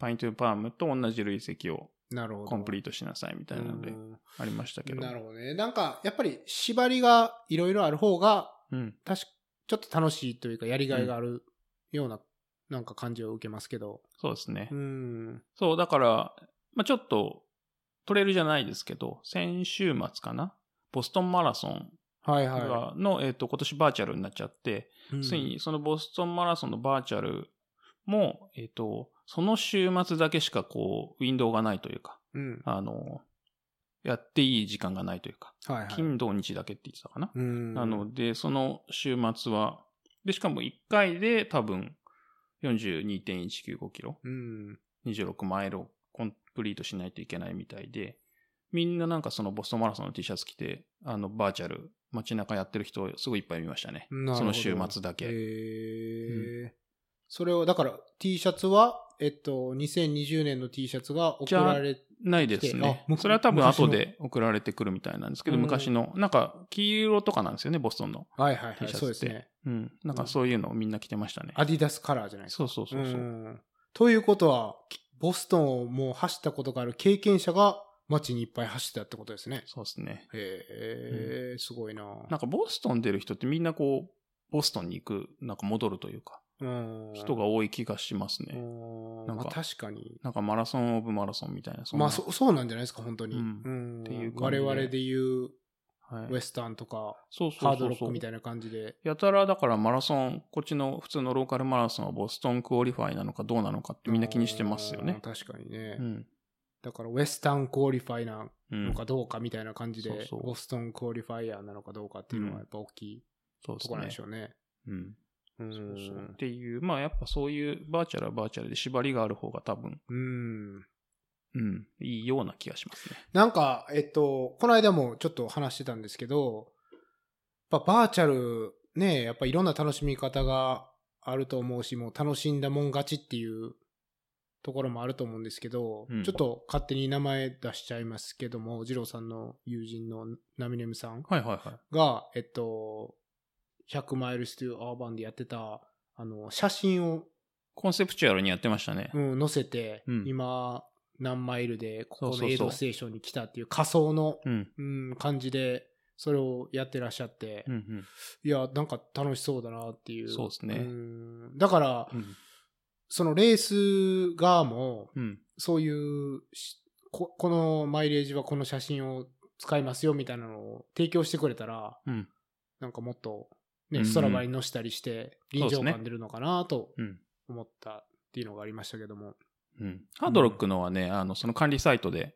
[SPEAKER 1] パイントゥパームと同じ累積を
[SPEAKER 2] うん、なるほど。
[SPEAKER 1] コンプリー
[SPEAKER 2] ー
[SPEAKER 1] トしなさいみたいなので、ありましたけど。
[SPEAKER 2] なるほどね。なんか、やっぱり縛りがいろいろある方が、
[SPEAKER 1] うん。
[SPEAKER 2] 確か、ちょっと楽しいというか、やりがいがあるような、なんか感じを受けますけど。
[SPEAKER 1] そうですね
[SPEAKER 2] う。ん。
[SPEAKER 1] そう、だから、まあ、ちょっと、トレイルじゃないですけど、先週末かなボストンマラソン
[SPEAKER 2] はいは
[SPEAKER 1] がの、えっ、と、今年バーチャルになっちゃって、
[SPEAKER 2] い。
[SPEAKER 1] ついにそのボストンマラソンのバーチャルも、えっ、と、その週末だけしかこう、ウィンドウがないというか、
[SPEAKER 2] うん。
[SPEAKER 1] あの、やっていい時間がないというか、
[SPEAKER 2] うん。はいはい。
[SPEAKER 1] 金土日だけって言ってたかな。
[SPEAKER 2] うん
[SPEAKER 1] なので、その週末は、で、しかも1回で多分、 42.195キロ、
[SPEAKER 2] うん。
[SPEAKER 1] 26マイルをコンプリートしないといけないみたいで、みんななんかそのボストンマラソンの T シャツ着て、あの、バーチャル、街中やってる人、すごいいっぱい見ましたね。
[SPEAKER 2] なるほど
[SPEAKER 1] その週末だけ。
[SPEAKER 2] へーそれを、だから T シャツは、えっと、2020年の T シャツが送られ、
[SPEAKER 1] ないですね
[SPEAKER 2] あむ。
[SPEAKER 1] それは多分
[SPEAKER 2] 昔の
[SPEAKER 1] 後で送られてくるみたいなんですけど、
[SPEAKER 2] うん
[SPEAKER 1] 昔の、なんか黄色とかなんですよね、ボストンの。
[SPEAKER 2] はいはい
[SPEAKER 1] T
[SPEAKER 2] は
[SPEAKER 1] シャツって
[SPEAKER 2] い、そうですね。
[SPEAKER 1] うん。なんかそういうのをみんな着てましたね。
[SPEAKER 2] アディダスカラーじゃないですか。
[SPEAKER 1] そうそうそうそう。
[SPEAKER 2] んということは、ボストンをもう走ったことがある経験者が街にいっぱい走ってたってことですね。
[SPEAKER 1] そうですね。
[SPEAKER 2] へえ、すごいな
[SPEAKER 1] なんかボストン出る人ってみんなこう、ボストンに行く、なんか戻るというか、人
[SPEAKER 2] 人
[SPEAKER 1] が多い気がしますね。なん
[SPEAKER 2] ま
[SPEAKER 1] か
[SPEAKER 2] あ確かに。
[SPEAKER 1] なんかマラソンオブマラソンみたいな。んな
[SPEAKER 2] まあそそうなんじゃないですか、本当に。
[SPEAKER 1] うん
[SPEAKER 2] うん
[SPEAKER 1] っていう感じ
[SPEAKER 2] 我
[SPEAKER 1] で
[SPEAKER 2] 々で言う
[SPEAKER 1] はい
[SPEAKER 2] ウエスタンとか
[SPEAKER 1] そうそうそうそう
[SPEAKER 2] ハードロックみたいな感じで。
[SPEAKER 1] やたらだからマラソン、こっちの普通のローカルマラソンはボストンクオリファイなのかどうなのかってみんな気にしてますよ
[SPEAKER 2] うん
[SPEAKER 1] ね。
[SPEAKER 2] 確かにね
[SPEAKER 1] う。ん。
[SPEAKER 2] だからウエスタンクオリファイな
[SPEAKER 1] うん
[SPEAKER 2] の。かどうかみたいな感じ
[SPEAKER 1] そう
[SPEAKER 2] で、
[SPEAKER 1] そう
[SPEAKER 2] ボストンクオリファイヤーなのかどうかっていうのはやっぱ大きい
[SPEAKER 1] そうで
[SPEAKER 2] と
[SPEAKER 1] す
[SPEAKER 2] こ
[SPEAKER 1] ね。
[SPEAKER 2] なんでしょうね。
[SPEAKER 1] うん。
[SPEAKER 2] う
[SPEAKER 1] そうそうんっ。ていう、まあやっぱそういうバーチャルはバーチャルで縛りがある方が多分、
[SPEAKER 2] うん。
[SPEAKER 1] うん、いいような気がしますね。
[SPEAKER 2] なんか、えっと、この間もちょっと話してたんですけど、やっぱバーチャル、ね、やっぱいろんな楽しみ方があると思うし、もう楽しんだもん勝ちっていうところもあると思うんですけど、
[SPEAKER 1] うん
[SPEAKER 2] ちょっと勝手に名前出しちゃいますけども、二郎さんの友人のナミネムさん
[SPEAKER 1] はいはいはい。
[SPEAKER 2] が、えっと、100マイルスというアーバンでやってた、あの、写真を、
[SPEAKER 1] コンセプチュアルにやってましたね。
[SPEAKER 2] うん、載せて、
[SPEAKER 1] うん
[SPEAKER 2] 今、何マイルで、こ
[SPEAKER 1] そ
[SPEAKER 2] こ
[SPEAKER 1] うそ
[SPEAKER 2] の
[SPEAKER 1] うそう
[SPEAKER 2] エイドステーションに来たっていう仮想の
[SPEAKER 1] うん。
[SPEAKER 2] うん、感じで、それをやってらっしゃって、
[SPEAKER 1] うんうん。
[SPEAKER 2] いや、なんか楽しそうだなっていう。
[SPEAKER 1] そうですね
[SPEAKER 2] んだから、
[SPEAKER 1] うん。
[SPEAKER 2] そのレース側も、
[SPEAKER 1] うん。
[SPEAKER 2] そういうしこ、このマイレージはこの写真を使いますよみたいなのを提供してくれたら、
[SPEAKER 1] うん
[SPEAKER 2] なんかもっと、
[SPEAKER 1] うんう
[SPEAKER 2] ね、
[SPEAKER 1] ん
[SPEAKER 2] ストラバに載せたりして、臨場
[SPEAKER 1] そうです
[SPEAKER 2] 感
[SPEAKER 1] ね
[SPEAKER 2] 出るのかなと
[SPEAKER 1] うん。
[SPEAKER 2] 思ったっていうのがありましたけども。
[SPEAKER 1] うん。ハードロックのはね、あの、その管理サイトで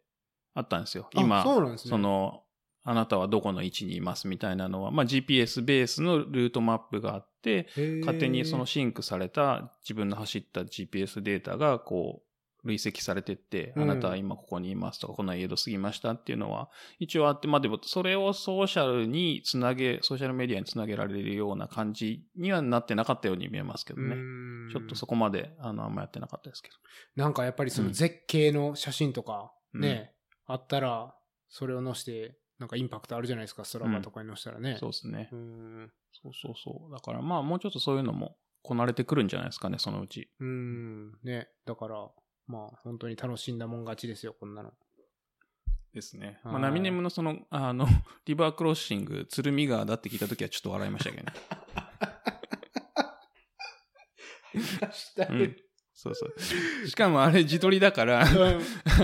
[SPEAKER 1] あったんですよ。
[SPEAKER 2] あ
[SPEAKER 1] 今、
[SPEAKER 2] そうなんですね。
[SPEAKER 1] その、あなたはどこの位置にいますみたいなのは、まあ、GPS ベースのルートマップがあって、
[SPEAKER 2] へー、
[SPEAKER 1] 勝手にそのシンクされた自分の走った GPS データがこう、累積されてって、
[SPEAKER 2] うん
[SPEAKER 1] あなたは今ここにいますとか、このエイド過ぎましたっていうのは、一応あって、まあでも、それをソーシャルにつなげ、ソーシャルメディアにつなげられるような感じにはなってなかったように見えますけど
[SPEAKER 2] う
[SPEAKER 1] ね。
[SPEAKER 2] ん
[SPEAKER 1] ちょっとそこまで、あの、あんまやってなかったですけど。
[SPEAKER 2] なんかやっぱりその絶景の写真とか
[SPEAKER 1] うん
[SPEAKER 2] ね、あったら、それを載して、なんかインパクトあるじゃないですか、ストラバとかに載せたらね。
[SPEAKER 1] そうですね
[SPEAKER 2] う。ん。
[SPEAKER 1] そうそうそう。だからまあ、もうちょっとそういうのも、こなれてくるんじゃないですかね、そのうち。
[SPEAKER 2] うん。ね。だから、まあ本当に楽しんだもん勝ちですよ、こんなの。
[SPEAKER 1] ですね。まあ、
[SPEAKER 2] はい
[SPEAKER 1] ナミネムのその、あの、 リバークロッシング、鶴見川だって聞いたときはちょっと笑いましたけどね。 うんそうそう。しかもあれ自撮りだから、 あ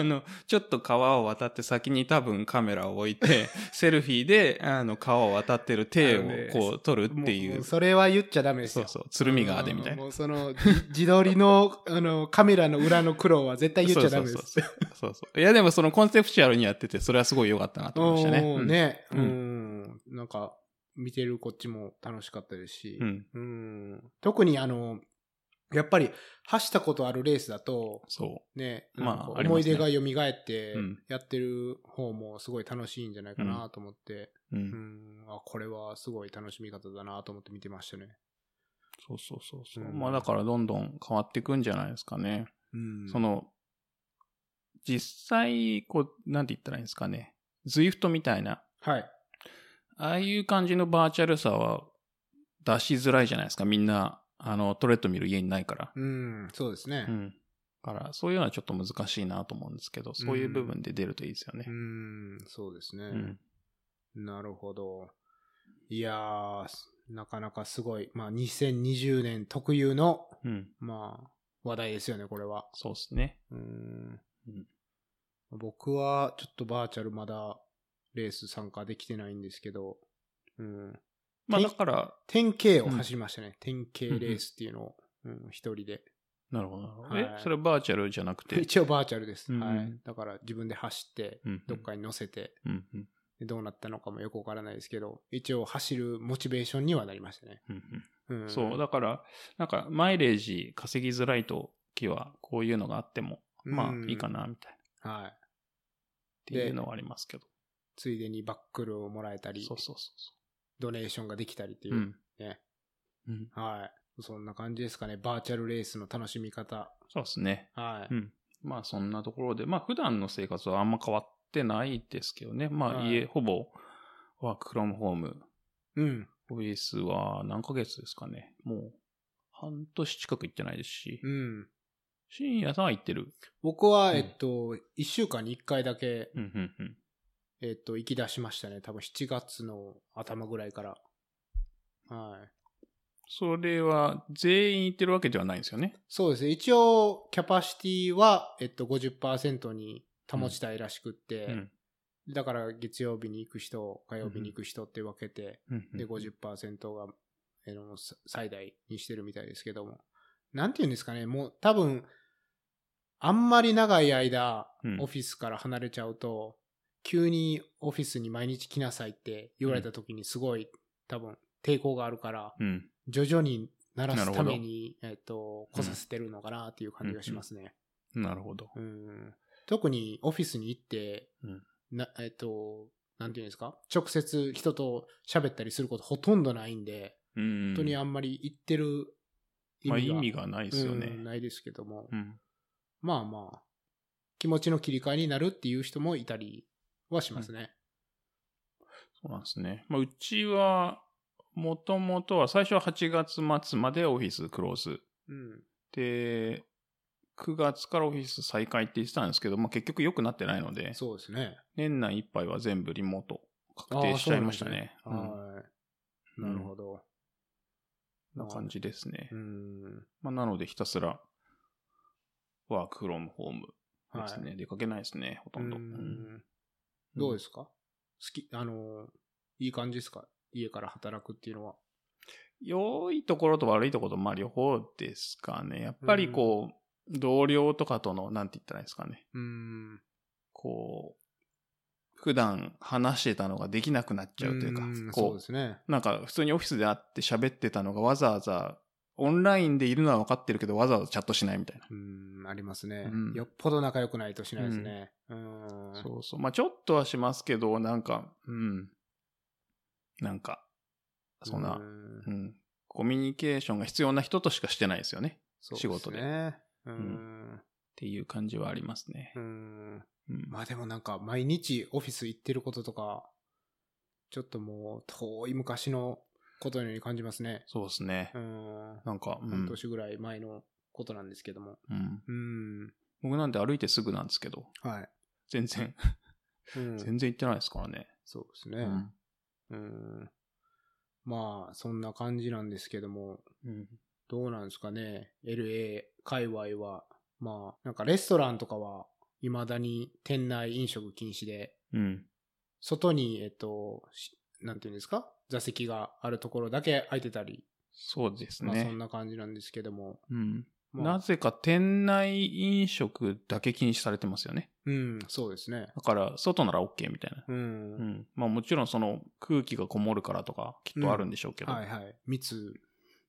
[SPEAKER 1] の、ちょっと川を渡って先に多分カメラを置い て、セルフィーで、あの、川を渡ってる手をこう撮るってい
[SPEAKER 2] も
[SPEAKER 1] う。
[SPEAKER 2] それは言っちゃダメです
[SPEAKER 1] そ
[SPEAKER 2] よ。
[SPEAKER 1] うそう。鶴見川でみたい
[SPEAKER 2] うん
[SPEAKER 1] な。
[SPEAKER 2] もうその、じ自撮りの、 あの、カメラの裏の苦労は絶対言っちゃダメです。
[SPEAKER 1] そうそうそうそうそう。いや、でもそのコンセプチュアルにやってて、それはすごい良かったなと思いましたね。
[SPEAKER 2] う
[SPEAKER 1] うんん。
[SPEAKER 2] ね。
[SPEAKER 1] う
[SPEAKER 2] うんん。なんか、見てるこっちも楽しかったですし。
[SPEAKER 1] うん。
[SPEAKER 2] うん特にあの、やっぱり走ったことあるレースだと、
[SPEAKER 1] そ
[SPEAKER 2] ね、
[SPEAKER 1] まあ
[SPEAKER 2] なんか
[SPEAKER 1] あり
[SPEAKER 2] 思
[SPEAKER 1] ま
[SPEAKER 2] い
[SPEAKER 1] すね
[SPEAKER 2] 出が蘇って
[SPEAKER 1] うん
[SPEAKER 2] やってる方もすごい楽しいんじゃないかなと思って、
[SPEAKER 1] う。う。
[SPEAKER 2] うんん、あ、これはすごい楽しみ方だなと思って見てましたね。
[SPEAKER 1] そうそうそうそう。
[SPEAKER 2] うん
[SPEAKER 1] まあだからどんどん変わっていくんじゃないですかね。
[SPEAKER 2] うん
[SPEAKER 1] そ、の、実際、こう、なんて言ったらいいんですかね。Zwift みたいな、
[SPEAKER 2] はい。
[SPEAKER 1] ああいう感じのバーチャルさは出しづらいじゃないですか。みんな、あの、トレッドミル家にないから。
[SPEAKER 2] うん、そうですね
[SPEAKER 1] う。ん。だから、そういうのはちょっと難しいなと思うんですけど、そういう部分で出るといいですよね
[SPEAKER 2] う。ん、そうですね。
[SPEAKER 1] うん。
[SPEAKER 2] なるほど。いやー、なかなかすごい。まあ、2020年特有の、
[SPEAKER 1] うん。
[SPEAKER 2] まあ、話題ですよね、これは。
[SPEAKER 1] そうですね。
[SPEAKER 2] うーん
[SPEAKER 1] うん
[SPEAKER 2] 僕はちょっとバーチャルまだレース参加できてないんですけど、うん、
[SPEAKER 1] まあ、
[SPEAKER 2] て
[SPEAKER 1] だから、
[SPEAKER 2] 10 k を走りましたね。10 k レースっていうのを、うん、一人で。
[SPEAKER 1] なるほどなるほど。
[SPEAKER 2] は
[SPEAKER 1] え、
[SPEAKER 2] い
[SPEAKER 1] それバーチャルじ ゃなくて、
[SPEAKER 2] 一応バーチャルです。
[SPEAKER 1] うん
[SPEAKER 2] はい。だから自分で走って、
[SPEAKER 1] うん
[SPEAKER 2] どっかに乗せて、
[SPEAKER 1] うんうん。
[SPEAKER 2] でどうなったのかもよくわからないですけど、一応走るモチベーションにはなりましたね。
[SPEAKER 1] うんうん
[SPEAKER 2] うん、
[SPEAKER 1] そう、だから、なんか、マイレージ稼ぎづらい時は、こういうのがあっても、ま
[SPEAKER 2] うん
[SPEAKER 1] あ、いいかな、みたいな、っ
[SPEAKER 2] はい。
[SPEAKER 1] ていうのはありますけど。
[SPEAKER 2] ついでにバックルをもらえたり
[SPEAKER 1] そ、うそうそうそ。
[SPEAKER 2] ドネーションができたりっていう
[SPEAKER 1] う
[SPEAKER 2] う。
[SPEAKER 1] ん。
[SPEAKER 2] ね
[SPEAKER 1] うん。
[SPEAKER 2] はい。そんな感じですかね。バーチャルレースの楽しみ方。
[SPEAKER 1] そうですね。
[SPEAKER 2] はい。
[SPEAKER 1] うん。まあ、そんなところで、まあ、普段の生活はあんま変わってないですけどね。まあ、
[SPEAKER 2] はい
[SPEAKER 1] 家、ほぼ、ワークフロムホーム。
[SPEAKER 2] うん。
[SPEAKER 1] OS は何ヶ月ですかね。もう、半年近く行ってないですし
[SPEAKER 2] う。ん。
[SPEAKER 1] 深夜さんは行ってる。
[SPEAKER 2] 僕は、
[SPEAKER 1] うん
[SPEAKER 2] えっと、1週間に1回だけ、
[SPEAKER 1] うん、うん、うん。
[SPEAKER 2] えっと、行き出しましたね。多分7月の頭ぐらいから。はい。
[SPEAKER 1] それは、全員行ってるわけではないんですよね。
[SPEAKER 2] そうですね。一応、キャパシティは、えっと、50%に保ちたいらしくって、
[SPEAKER 1] うん。
[SPEAKER 2] だから月曜日に行く人、火曜日に行く人って分けて、
[SPEAKER 1] うんうん
[SPEAKER 2] で、50%が、あの、さ最大にしてるみたいですけども。なんて言うんですかね、もう多分、あんまり長い間
[SPEAKER 1] う、ん
[SPEAKER 2] オフィスから離れちゃうと、急にオフィスに毎日来なさいって言われた時にすごい、多分、抵抗があるから、
[SPEAKER 1] うん。
[SPEAKER 2] 徐々に鳴ら
[SPEAKER 1] な
[SPEAKER 2] す
[SPEAKER 1] るほ
[SPEAKER 2] た
[SPEAKER 1] ど
[SPEAKER 2] めに、えっと、
[SPEAKER 1] う
[SPEAKER 2] 来
[SPEAKER 1] ん
[SPEAKER 2] させてるのかなっていう感じがしますね。
[SPEAKER 1] なるほど。
[SPEAKER 2] うん特にオフィスに行って、
[SPEAKER 1] うん
[SPEAKER 2] なえっと、なんていうんですか、直接人と喋ったりすることほとんどないんで、
[SPEAKER 1] うん。
[SPEAKER 2] 本当にあんまり行ってる意
[SPEAKER 1] まあ、
[SPEAKER 2] 味
[SPEAKER 1] 意
[SPEAKER 2] が,、
[SPEAKER 1] 味がないですよね。
[SPEAKER 2] うんないですけども、
[SPEAKER 1] うん。
[SPEAKER 2] まあまあ、気持ちの切り替えになるっていう人もいたりはしますね。
[SPEAKER 1] そうなんですね。まあ、うちは、もともとは、最初は8月末までオフィスクローズ。
[SPEAKER 2] うん。
[SPEAKER 1] で、9月からオフィス再開って言ってたんですけど、まあ、結局良くなってないので、
[SPEAKER 2] そうですね。
[SPEAKER 1] 年内いっぱいは全部リモート確定しちゃいましたね。
[SPEAKER 2] あーそうなんです
[SPEAKER 1] うん
[SPEAKER 2] ねはい。なるほど。
[SPEAKER 1] な感じですね。
[SPEAKER 2] うん。
[SPEAKER 1] まあ、なので、ひたすら、ワークフロムホーム
[SPEAKER 2] はい
[SPEAKER 1] ですね。出かけないですね、ほと
[SPEAKER 2] うん
[SPEAKER 1] ど。うん
[SPEAKER 2] んどうですか好き、あの、いい感じですか家から働くっていうのは。
[SPEAKER 1] 良いところと悪いところと、まあ両方ですかね。やっぱりこう、同僚とかとの、なんて言ったらいいですかね。
[SPEAKER 2] うん。
[SPEAKER 1] こう、普段話してたのができなくなっちゃうというか、
[SPEAKER 2] んそう
[SPEAKER 1] こ
[SPEAKER 2] ですね。
[SPEAKER 1] う、なんか普通にオフィスで会って喋ってたのがわざわざ、オンラインでいるのは分かってるけど、わざわざチャットしないみたいな。
[SPEAKER 2] うん、ありますね、
[SPEAKER 1] うん
[SPEAKER 2] よっぽど仲良くないとしないですね。うん。
[SPEAKER 1] そうそう。まあちょっとはしますけど、なんか、うん。なんか、そんな、
[SPEAKER 2] ん
[SPEAKER 1] うん。コミュニケーションが必要な人としかしてないですよね。
[SPEAKER 2] そう
[SPEAKER 1] 仕事
[SPEAKER 2] で
[SPEAKER 1] です
[SPEAKER 2] ね。うん。
[SPEAKER 1] っていう感じはありますね
[SPEAKER 2] う。ん。
[SPEAKER 1] うん
[SPEAKER 2] まあでもなんか、毎日オフィス行ってることとか、ちょっともう、遠い昔のことのように感じますね。
[SPEAKER 1] そうですね
[SPEAKER 2] う。ん。
[SPEAKER 1] なんか、うん
[SPEAKER 2] 半年ぐらい前のことなんですけども。
[SPEAKER 1] うん
[SPEAKER 2] うん。
[SPEAKER 1] 僕なんて歩いてすぐなんですけど、
[SPEAKER 2] はい。
[SPEAKER 1] 全然、
[SPEAKER 2] うん、
[SPEAKER 1] 全然行ってないですからね。
[SPEAKER 2] そうです
[SPEAKER 1] う
[SPEAKER 2] ね。
[SPEAKER 1] ん。
[SPEAKER 2] うん。まあ、そんな感じなんですけども、
[SPEAKER 1] うん
[SPEAKER 2] どうなんですかね、LA 界隈は。まあ、なんかレストランとかは、未だに店内飲食禁止で、
[SPEAKER 1] うん。
[SPEAKER 2] 外に、えっと、しなんていうんですか、座席があるところだけ空いてたり、
[SPEAKER 1] そうです
[SPEAKER 2] まあそ
[SPEAKER 1] ね
[SPEAKER 2] ん。な感じなんですけども、
[SPEAKER 1] うん。
[SPEAKER 2] ま
[SPEAKER 1] な
[SPEAKER 2] あ、
[SPEAKER 1] ぜか店内飲食だけ禁止されてますよね。
[SPEAKER 2] うん、そうですね。
[SPEAKER 1] だから、外なら OK みたいな。
[SPEAKER 2] うん。
[SPEAKER 1] うん。まあもちろんその空気がこもるからとか、きっとあるんでしょうけど。
[SPEAKER 2] はいはい。密
[SPEAKER 1] う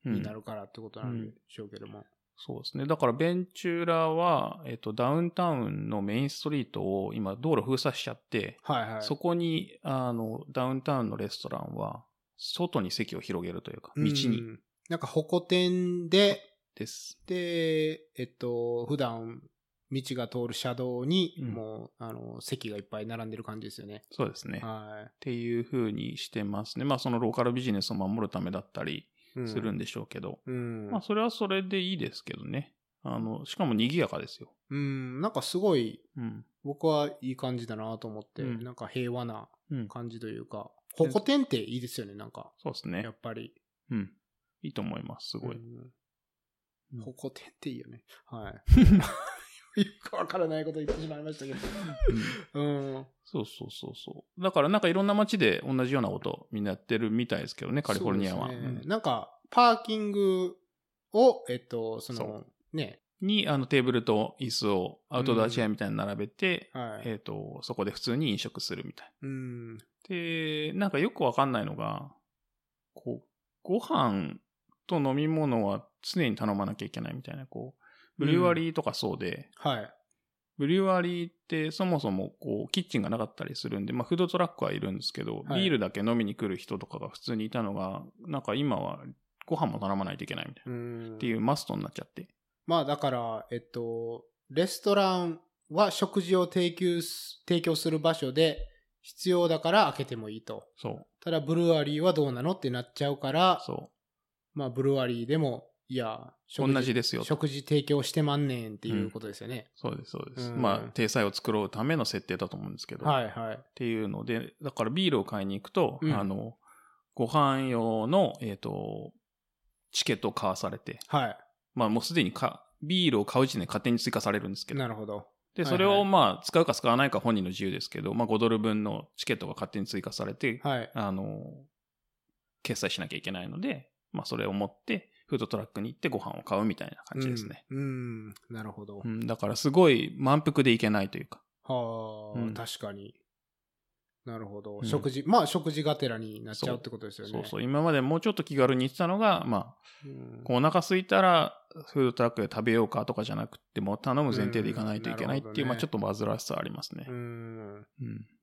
[SPEAKER 1] ん
[SPEAKER 2] になるからってことなんでしょうけども。
[SPEAKER 1] そうですね。だからベンチューラは、えっと、ダウンタウンのメインストリートを今道路封鎖しちゃって、
[SPEAKER 2] はいはい。
[SPEAKER 1] そこに、あの、ダウンタウンのレストランは、外に席を広げるというか、道
[SPEAKER 2] うん
[SPEAKER 1] に。。
[SPEAKER 2] なんか、保護店で、
[SPEAKER 1] です。
[SPEAKER 2] で、えっと、普段、道が通る車道に、
[SPEAKER 1] うん
[SPEAKER 2] もう、あの、席がいっぱい並んでる感じですよね。
[SPEAKER 1] そうですね。っ
[SPEAKER 2] は
[SPEAKER 1] ていう風にしてますね。まあ、そのローカルビジネスを守るためだったり
[SPEAKER 2] い。うん
[SPEAKER 1] するんでしょうけど、
[SPEAKER 2] うん。
[SPEAKER 1] まあ、それはそれでいいですけどね。あの、しかも賑やかですよ。
[SPEAKER 2] うん、なんかすごい、
[SPEAKER 1] うん。
[SPEAKER 2] 僕はいい感じだなと思って、
[SPEAKER 1] うん
[SPEAKER 2] なんか平和な
[SPEAKER 1] うん。
[SPEAKER 2] 感じというか、ホコ天っていいですよね、なんか。
[SPEAKER 1] そうです
[SPEAKER 2] や
[SPEAKER 1] ね
[SPEAKER 2] っ。ぱり。
[SPEAKER 1] うん。いいと思います。すごい。
[SPEAKER 2] うん。
[SPEAKER 1] ん
[SPEAKER 2] ホコ天っていいよね。 はい。よくわからないこと言ってしまいましたけ
[SPEAKER 1] うん
[SPEAKER 2] ど。うん。
[SPEAKER 1] そうそうそうそう。だからなんかいろんな街で同じようなことみんなやってるみたいですけどね、カリフォルニアは。
[SPEAKER 2] そうです
[SPEAKER 1] う
[SPEAKER 2] ね
[SPEAKER 1] ん
[SPEAKER 2] なんか、パーキングを、えっと、そ
[SPEAKER 1] そ
[SPEAKER 2] の、ね、
[SPEAKER 1] に、あのテーブルと椅子をアウトドアチェアみたいに並べて、
[SPEAKER 2] はい。
[SPEAKER 1] えっ、と、そこで普通に飲食するみたい
[SPEAKER 2] うん。
[SPEAKER 1] で、なんかよくわかんないのが、こう、ご飯と飲み物は常に頼まなきゃいけないみたいな、こう、ブリュワリーとかそうで、
[SPEAKER 2] はい。
[SPEAKER 1] ブリュワリーってそもそもこう、キッチンがなかったりするんで、まあフードトラックはいるんですけど、
[SPEAKER 2] はい
[SPEAKER 1] ビールだけ飲みに来る人とかが普通にいたのが、なんか今はご飯も頼まないといけないみたいな、
[SPEAKER 2] うん
[SPEAKER 1] っていうマストになっちゃって。
[SPEAKER 2] まあだから、えっと、レストランは食事を提供す提供する場所で必要だから開けてもいいと。
[SPEAKER 1] そう、
[SPEAKER 2] ただブルワリーはどうなのってなっちゃうから、
[SPEAKER 1] そ
[SPEAKER 2] まあブルワリーでも、いや、
[SPEAKER 1] う。
[SPEAKER 2] 食事
[SPEAKER 1] 同じですよ。
[SPEAKER 2] 食事提供してまんねんっていうことですよね。
[SPEAKER 1] そうです、そうです。
[SPEAKER 2] うん
[SPEAKER 1] まあ、体裁を作ろうための設定だと思うんですけど、
[SPEAKER 2] はいはい。
[SPEAKER 1] っていうので、だからビールを買いに行くと、
[SPEAKER 2] うん
[SPEAKER 1] あの、ご飯用の、えっ、と、チケットを買わされて、
[SPEAKER 2] は
[SPEAKER 1] まあもうすでにか、ビールを買う時点で勝手に追加されるんですけ
[SPEAKER 2] い。
[SPEAKER 1] ど、
[SPEAKER 2] なるほど。
[SPEAKER 1] で、
[SPEAKER 2] はい
[SPEAKER 1] それをまあ使うか使わないか本人の自由ですけど、まあ5ドル分のチケットが勝手に追加されて、
[SPEAKER 2] はい。
[SPEAKER 1] あの、決済しなきゃいけないので、まあそれを持って、フードトラックに行ってご飯を買うみたいな感じですね。
[SPEAKER 2] うん。うんなるほど。
[SPEAKER 1] うん、だからすごい満腹でいけないというか、
[SPEAKER 2] はあ、
[SPEAKER 1] うん
[SPEAKER 2] 確かに。なるほど。
[SPEAKER 1] うん
[SPEAKER 2] 食事、まあ食事がてらになっちゃうってことですよね。
[SPEAKER 1] そうそう、今までもうちょっと気軽に行ってたのが、まあ、
[SPEAKER 2] うん
[SPEAKER 1] こうお腹空いたらフードトラックで食べようかとかじゃなくて、もう頼む前提で行かないといけないっていう、
[SPEAKER 2] うん
[SPEAKER 1] ま
[SPEAKER 2] な
[SPEAKER 1] あ
[SPEAKER 2] るほどね
[SPEAKER 1] ちょっと煩わしさありますね
[SPEAKER 2] う。ん。
[SPEAKER 1] うん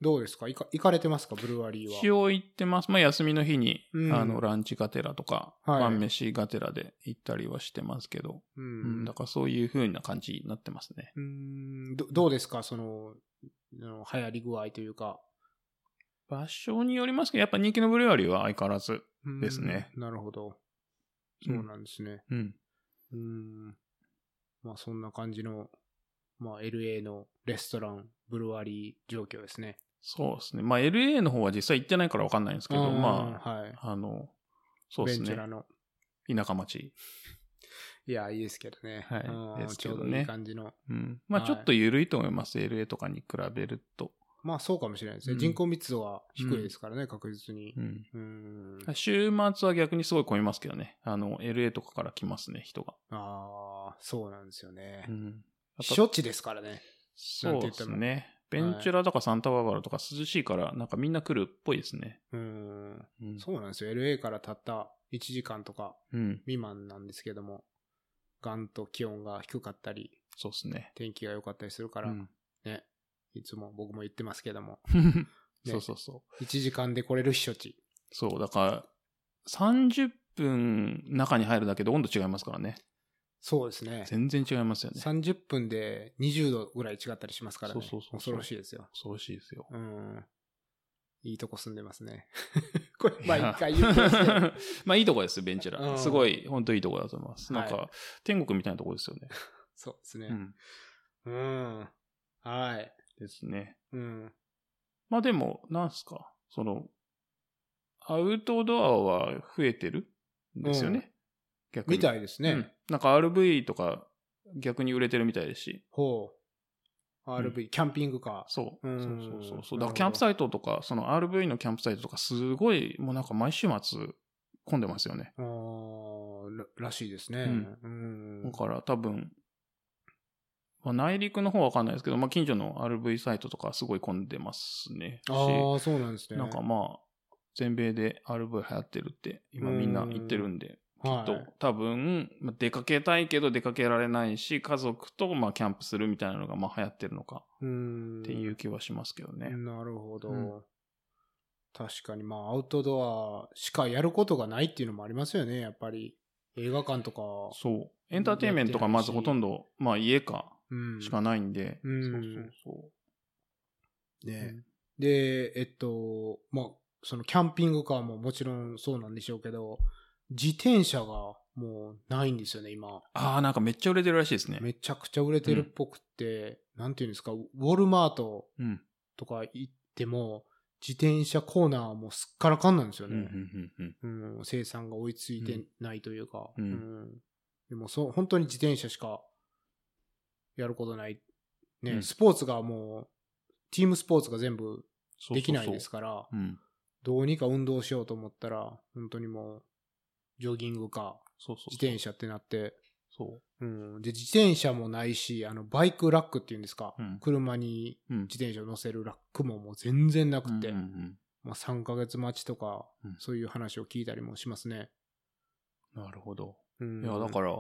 [SPEAKER 2] どうですかいか行かれてますかブルワリーは。
[SPEAKER 1] 一応行ってます。まあ休みの日に、
[SPEAKER 2] うん
[SPEAKER 1] あの、ランチがてらとか、
[SPEAKER 2] はい
[SPEAKER 1] 晩飯がてらで行ったりはしてますけど、
[SPEAKER 2] う
[SPEAKER 1] うん
[SPEAKER 2] ん
[SPEAKER 1] だ。からそういう風な感じになってますね。
[SPEAKER 2] うんどどうですかその、あの流行り具合というか。
[SPEAKER 1] 場所によりますけど、やっぱ人気のブレワリーは相変わらず。
[SPEAKER 2] うん
[SPEAKER 1] ですね。
[SPEAKER 2] なるほど。
[SPEAKER 1] う
[SPEAKER 2] そ
[SPEAKER 1] ん
[SPEAKER 2] うなんですね。
[SPEAKER 1] うん。
[SPEAKER 2] うん。まあそんな感じの、まあ LA のレストラン、ブルワリー状況ですね。
[SPEAKER 1] そうですね。まあ LA の方は実際行ってないからわかんないんですけど、ま
[SPEAKER 2] あ、はい。
[SPEAKER 1] あ、あの、そうで
[SPEAKER 2] ベ
[SPEAKER 1] す
[SPEAKER 2] ンチュ
[SPEAKER 1] ね
[SPEAKER 2] ラ。の。
[SPEAKER 1] 田舎町。
[SPEAKER 2] いや、いいですけどね。
[SPEAKER 1] はい
[SPEAKER 2] うん
[SPEAKER 1] ですけ
[SPEAKER 2] ちょ
[SPEAKER 1] ど
[SPEAKER 2] う
[SPEAKER 1] ね
[SPEAKER 2] どいい感じの。
[SPEAKER 1] うん。まあ
[SPEAKER 2] はい
[SPEAKER 1] ちょっと緩いと思います。LA とかに比べると。
[SPEAKER 2] まあそうかもしれないですね。
[SPEAKER 1] うん
[SPEAKER 2] 人口密度は低いですからね、確実に
[SPEAKER 1] う。ん。
[SPEAKER 2] うん。
[SPEAKER 1] 週末は逆にすごい混みますけどね。あの、LA とかから来ますね、人が。
[SPEAKER 2] ああ、そうなんですよね。
[SPEAKER 1] ん。あ
[SPEAKER 2] 避暑地ですからね。
[SPEAKER 1] そうです
[SPEAKER 2] なんて
[SPEAKER 1] ね。ベンチュラとかサンタバーバラとか涼しいから、なんかみんな来るっぽいですね。
[SPEAKER 2] うん。
[SPEAKER 1] うん
[SPEAKER 2] そうなんですよ。LA からたった1時間とか
[SPEAKER 1] うん。
[SPEAKER 2] 未満なんですけども、ガンと気温が低かったり、
[SPEAKER 1] そうですね。
[SPEAKER 2] 天気が良かったりするか
[SPEAKER 1] う
[SPEAKER 2] ら、
[SPEAKER 1] ん。
[SPEAKER 2] ね。いつも僕も言ってますけども、
[SPEAKER 1] そうそうそう。
[SPEAKER 2] 1時間で来れる避暑地。
[SPEAKER 1] そう、だから、30分中に入るだけで温度違いますからね。
[SPEAKER 2] そうですね。
[SPEAKER 1] 全然違いますよね。
[SPEAKER 2] 30分で20度ぐらい違ったりしますからね。
[SPEAKER 1] そうそうそうそう
[SPEAKER 2] 恐ろしいですよ。
[SPEAKER 1] 恐ろしいですよ。
[SPEAKER 2] うん。いいとこ住んでますね。 これ、まあ 一回
[SPEAKER 1] いや
[SPEAKER 2] 言ってますけど。
[SPEAKER 1] まあいいとこです、ベンチュ
[SPEAKER 2] う
[SPEAKER 1] ラ。
[SPEAKER 2] ん
[SPEAKER 1] すごい、本当いいとこだと思います。なん
[SPEAKER 2] は
[SPEAKER 1] か、天国みたいなとこですよね。
[SPEAKER 2] そうです
[SPEAKER 1] う
[SPEAKER 2] ね。
[SPEAKER 1] ん。
[SPEAKER 2] うん。はい。
[SPEAKER 1] ですね。
[SPEAKER 2] うん。
[SPEAKER 1] まあでも、なんすか、その、アウトドアは増えてるんですよね。逆に。
[SPEAKER 2] みたいですね。
[SPEAKER 1] うんなんか RV とか逆に売れてるみたいですし。
[SPEAKER 2] ほう。RV、キャンピングカ
[SPEAKER 1] そう。
[SPEAKER 2] うん
[SPEAKER 1] そうそうそうそう。だ
[SPEAKER 2] なるほど
[SPEAKER 1] からキャンプサイトとか、その RV のキャンプサイトとか、すごい、もうなんか毎週末混んでますよね。
[SPEAKER 2] ー。あーららしいですね。うん
[SPEAKER 1] だから多分、まあ、内陸の方はわかんないですけど、まあ近所の RV サイトとかすごい混んでますね。し
[SPEAKER 2] ああ、そうなんですね。
[SPEAKER 1] なんかまあ、全米で RV 流行ってるって、今みんな言ってるんで、き
[SPEAKER 2] はい
[SPEAKER 1] っと、多分、まあ出かけたいけど出かけられないし、家族とまあキャンプするみたいなのがまあ流行ってるのか
[SPEAKER 2] うん。
[SPEAKER 1] っていう気はしますけどね。
[SPEAKER 2] なるほど。
[SPEAKER 1] うん
[SPEAKER 2] 確かに、まあ、アウトドアしかやることがないっていうのもありますよね、やっぱり。映画館とか。
[SPEAKER 1] そう。エンターテインメントがまずほとんど、まあ家か
[SPEAKER 2] うん。
[SPEAKER 1] しかないんで、
[SPEAKER 2] うん
[SPEAKER 1] そうそうそう。
[SPEAKER 2] ね。で、えっと、まあ、そのキャンピングカーももちろんそうなんでしょうけど、自転車がもうないんですよね、今。
[SPEAKER 1] ああ、なんかめっちゃ売れてるらしいですね。
[SPEAKER 2] めちゃくちゃ売れてるっぽくって、なんていうんですか、ウォルマート
[SPEAKER 1] うん。
[SPEAKER 2] とか行っても、自転車コーナーはもうすっからかんなんですよ
[SPEAKER 1] うん、うん
[SPEAKER 2] ね。、
[SPEAKER 1] うん、
[SPEAKER 2] うん生産が追いついてないというか、
[SPEAKER 1] うん
[SPEAKER 2] うんでもそう本当に自転車しかやることない、ね
[SPEAKER 1] うん
[SPEAKER 2] スポーツがもうチームスポーツが全部
[SPEAKER 1] うん。
[SPEAKER 2] できないです
[SPEAKER 1] か
[SPEAKER 2] から
[SPEAKER 1] うん。
[SPEAKER 2] どうにか運動しようと思ったら本当にもうジョギングか
[SPEAKER 1] そうそうそう。
[SPEAKER 2] 自転車ってなって、
[SPEAKER 1] そう。
[SPEAKER 2] うん、で自転車もないしあのバイクラックっていうんですか、
[SPEAKER 1] うん
[SPEAKER 2] 車に
[SPEAKER 1] うん。
[SPEAKER 2] 自転車を乗せるラックももう全然なくて、
[SPEAKER 1] うんうんうん
[SPEAKER 2] まあ、3ヶ月待ちとか
[SPEAKER 1] うん、
[SPEAKER 2] そういう話を聞いたりもしますね。
[SPEAKER 1] なるほど。
[SPEAKER 2] うん
[SPEAKER 1] いや、だから、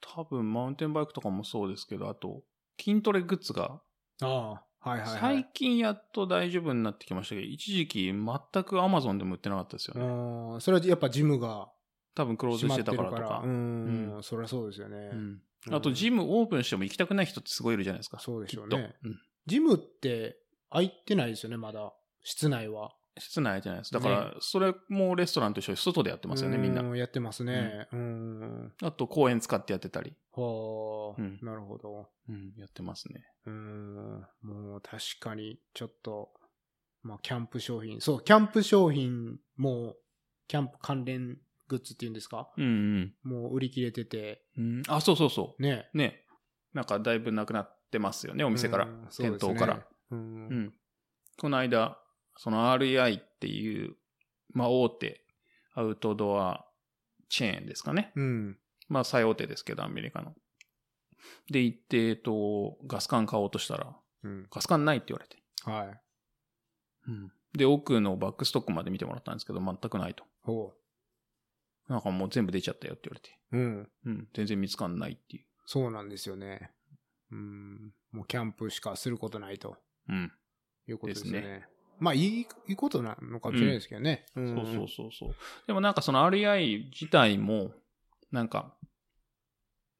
[SPEAKER 1] 多分マウンテンバイクとかもそうですけど、あと、筋トレグッズが、
[SPEAKER 2] ら、ああ、はいはい、はい。
[SPEAKER 1] 最近やっと大丈夫になってきましたけど、一時期全く Amazon でも売ってなかったですよね。
[SPEAKER 2] うんそれはやっぱジムが
[SPEAKER 1] 多分クローズ
[SPEAKER 2] 閉ま
[SPEAKER 1] し
[SPEAKER 2] ってて
[SPEAKER 1] た
[SPEAKER 2] る
[SPEAKER 1] か
[SPEAKER 2] から
[SPEAKER 1] と
[SPEAKER 2] ら。
[SPEAKER 1] か
[SPEAKER 2] う。ん、そりゃそうですよね。
[SPEAKER 1] うん
[SPEAKER 2] うん
[SPEAKER 1] あと、ジムオープンしても行きたくない人ってすごいいるじゃないですか。
[SPEAKER 2] そうでしょう
[SPEAKER 1] きっ
[SPEAKER 2] ね。
[SPEAKER 1] とうん
[SPEAKER 2] ジムって空いてないですよね、まだ。室内は。
[SPEAKER 1] 室内じゃないです。だから、それもレストランと一緒に外でやってますよね、みんな。
[SPEAKER 2] うやってますね。うん。
[SPEAKER 1] あと、公園使ってやってたり。
[SPEAKER 2] はあ、
[SPEAKER 1] うん
[SPEAKER 2] なるほど。
[SPEAKER 1] うん、やってますね。
[SPEAKER 2] うん。もう確かに、ちょっと、まあ、キャンプ商品。そう、キャンプ商品も、キャンプ関連グッズっていうんですか
[SPEAKER 1] うん
[SPEAKER 2] もう売り切れてて、
[SPEAKER 1] うん。うん、あ、そうそうそ
[SPEAKER 2] ね。
[SPEAKER 1] う。ね。なんか、だいぶなくなってますよね、お店から
[SPEAKER 2] うん。
[SPEAKER 1] 店頭から。。
[SPEAKER 2] そうですねう。
[SPEAKER 1] うんん。この間、その REI っていう、まあ、大手アウトドアチェーンですかね。
[SPEAKER 2] うん。
[SPEAKER 1] まあ、最大手ですけど、アメリカの。で、行って、えっと、ガス缶買おうとしたら、
[SPEAKER 2] うん。
[SPEAKER 1] ガス缶ないって言われて。
[SPEAKER 2] はい。
[SPEAKER 1] で、奥のバックストックまで見てもらったんですけど、全くないと。
[SPEAKER 2] ほ
[SPEAKER 1] なんかもう全部出ちゃったよって言われて。
[SPEAKER 2] う。うん。
[SPEAKER 1] うん、全然見つかんないっていう。
[SPEAKER 2] そうなんですよね。うん。もうキャンプしかすることないと
[SPEAKER 1] うん。
[SPEAKER 2] いうことですよ
[SPEAKER 1] で
[SPEAKER 2] ね。まあ、いい、いいことなのかもしれないですけどね。うん
[SPEAKER 1] そうそうそうそう。でもなんかその REI 自体も、なんか、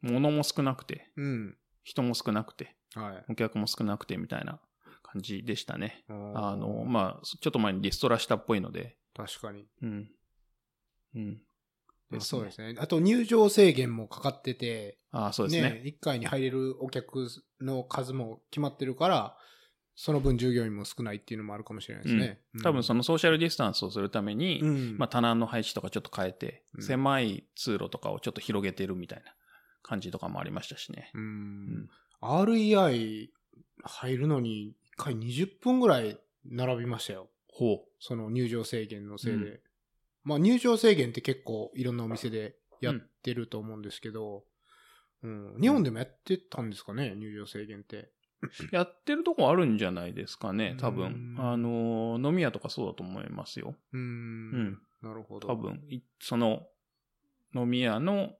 [SPEAKER 1] 物も少なくて、
[SPEAKER 2] うん。
[SPEAKER 1] 人も少なくて、
[SPEAKER 2] はい。
[SPEAKER 1] お客も少なくてみたいな感じでしたね。あ
[SPEAKER 2] あ
[SPEAKER 1] の、まあ、ちょっと前にリストラしたっぽいので、
[SPEAKER 2] 確かに。
[SPEAKER 1] うん。うん。
[SPEAKER 2] まあそうですね。あと入場制限もかかってて、
[SPEAKER 1] ああ、そうですね。
[SPEAKER 2] ね、一回に入れるお客の数も決まってるから、その分従業員も少ないっていうのもあるかもしれないですね。
[SPEAKER 1] 多分そ
[SPEAKER 2] の、
[SPEAKER 1] のソーシャルディスタンスをするために、
[SPEAKER 2] うん
[SPEAKER 1] まあ、棚の配置とかちょっと変えて、
[SPEAKER 2] うん
[SPEAKER 1] 狭い通路とかをちょっと広げてるみたいな感じとかもありましたしね。
[SPEAKER 2] う
[SPEAKER 1] うん
[SPEAKER 2] ん。REI 入るのに一回20分ぐらい並びましたよ。
[SPEAKER 1] ほう。
[SPEAKER 2] その入場制限のせいで。
[SPEAKER 1] うん
[SPEAKER 2] まあ入場制限って結構いろんなお店でやってると思うんですけど、うん日本でもやってたんですかね、入場制限って。
[SPEAKER 1] やってるとこあるんじゃないですかね、多分。
[SPEAKER 2] うん
[SPEAKER 1] あのー、飲み屋とかそうだと思いますよ。
[SPEAKER 2] うー。
[SPEAKER 1] うんん。
[SPEAKER 2] なるほど。
[SPEAKER 1] 多。分、いその、飲み屋の、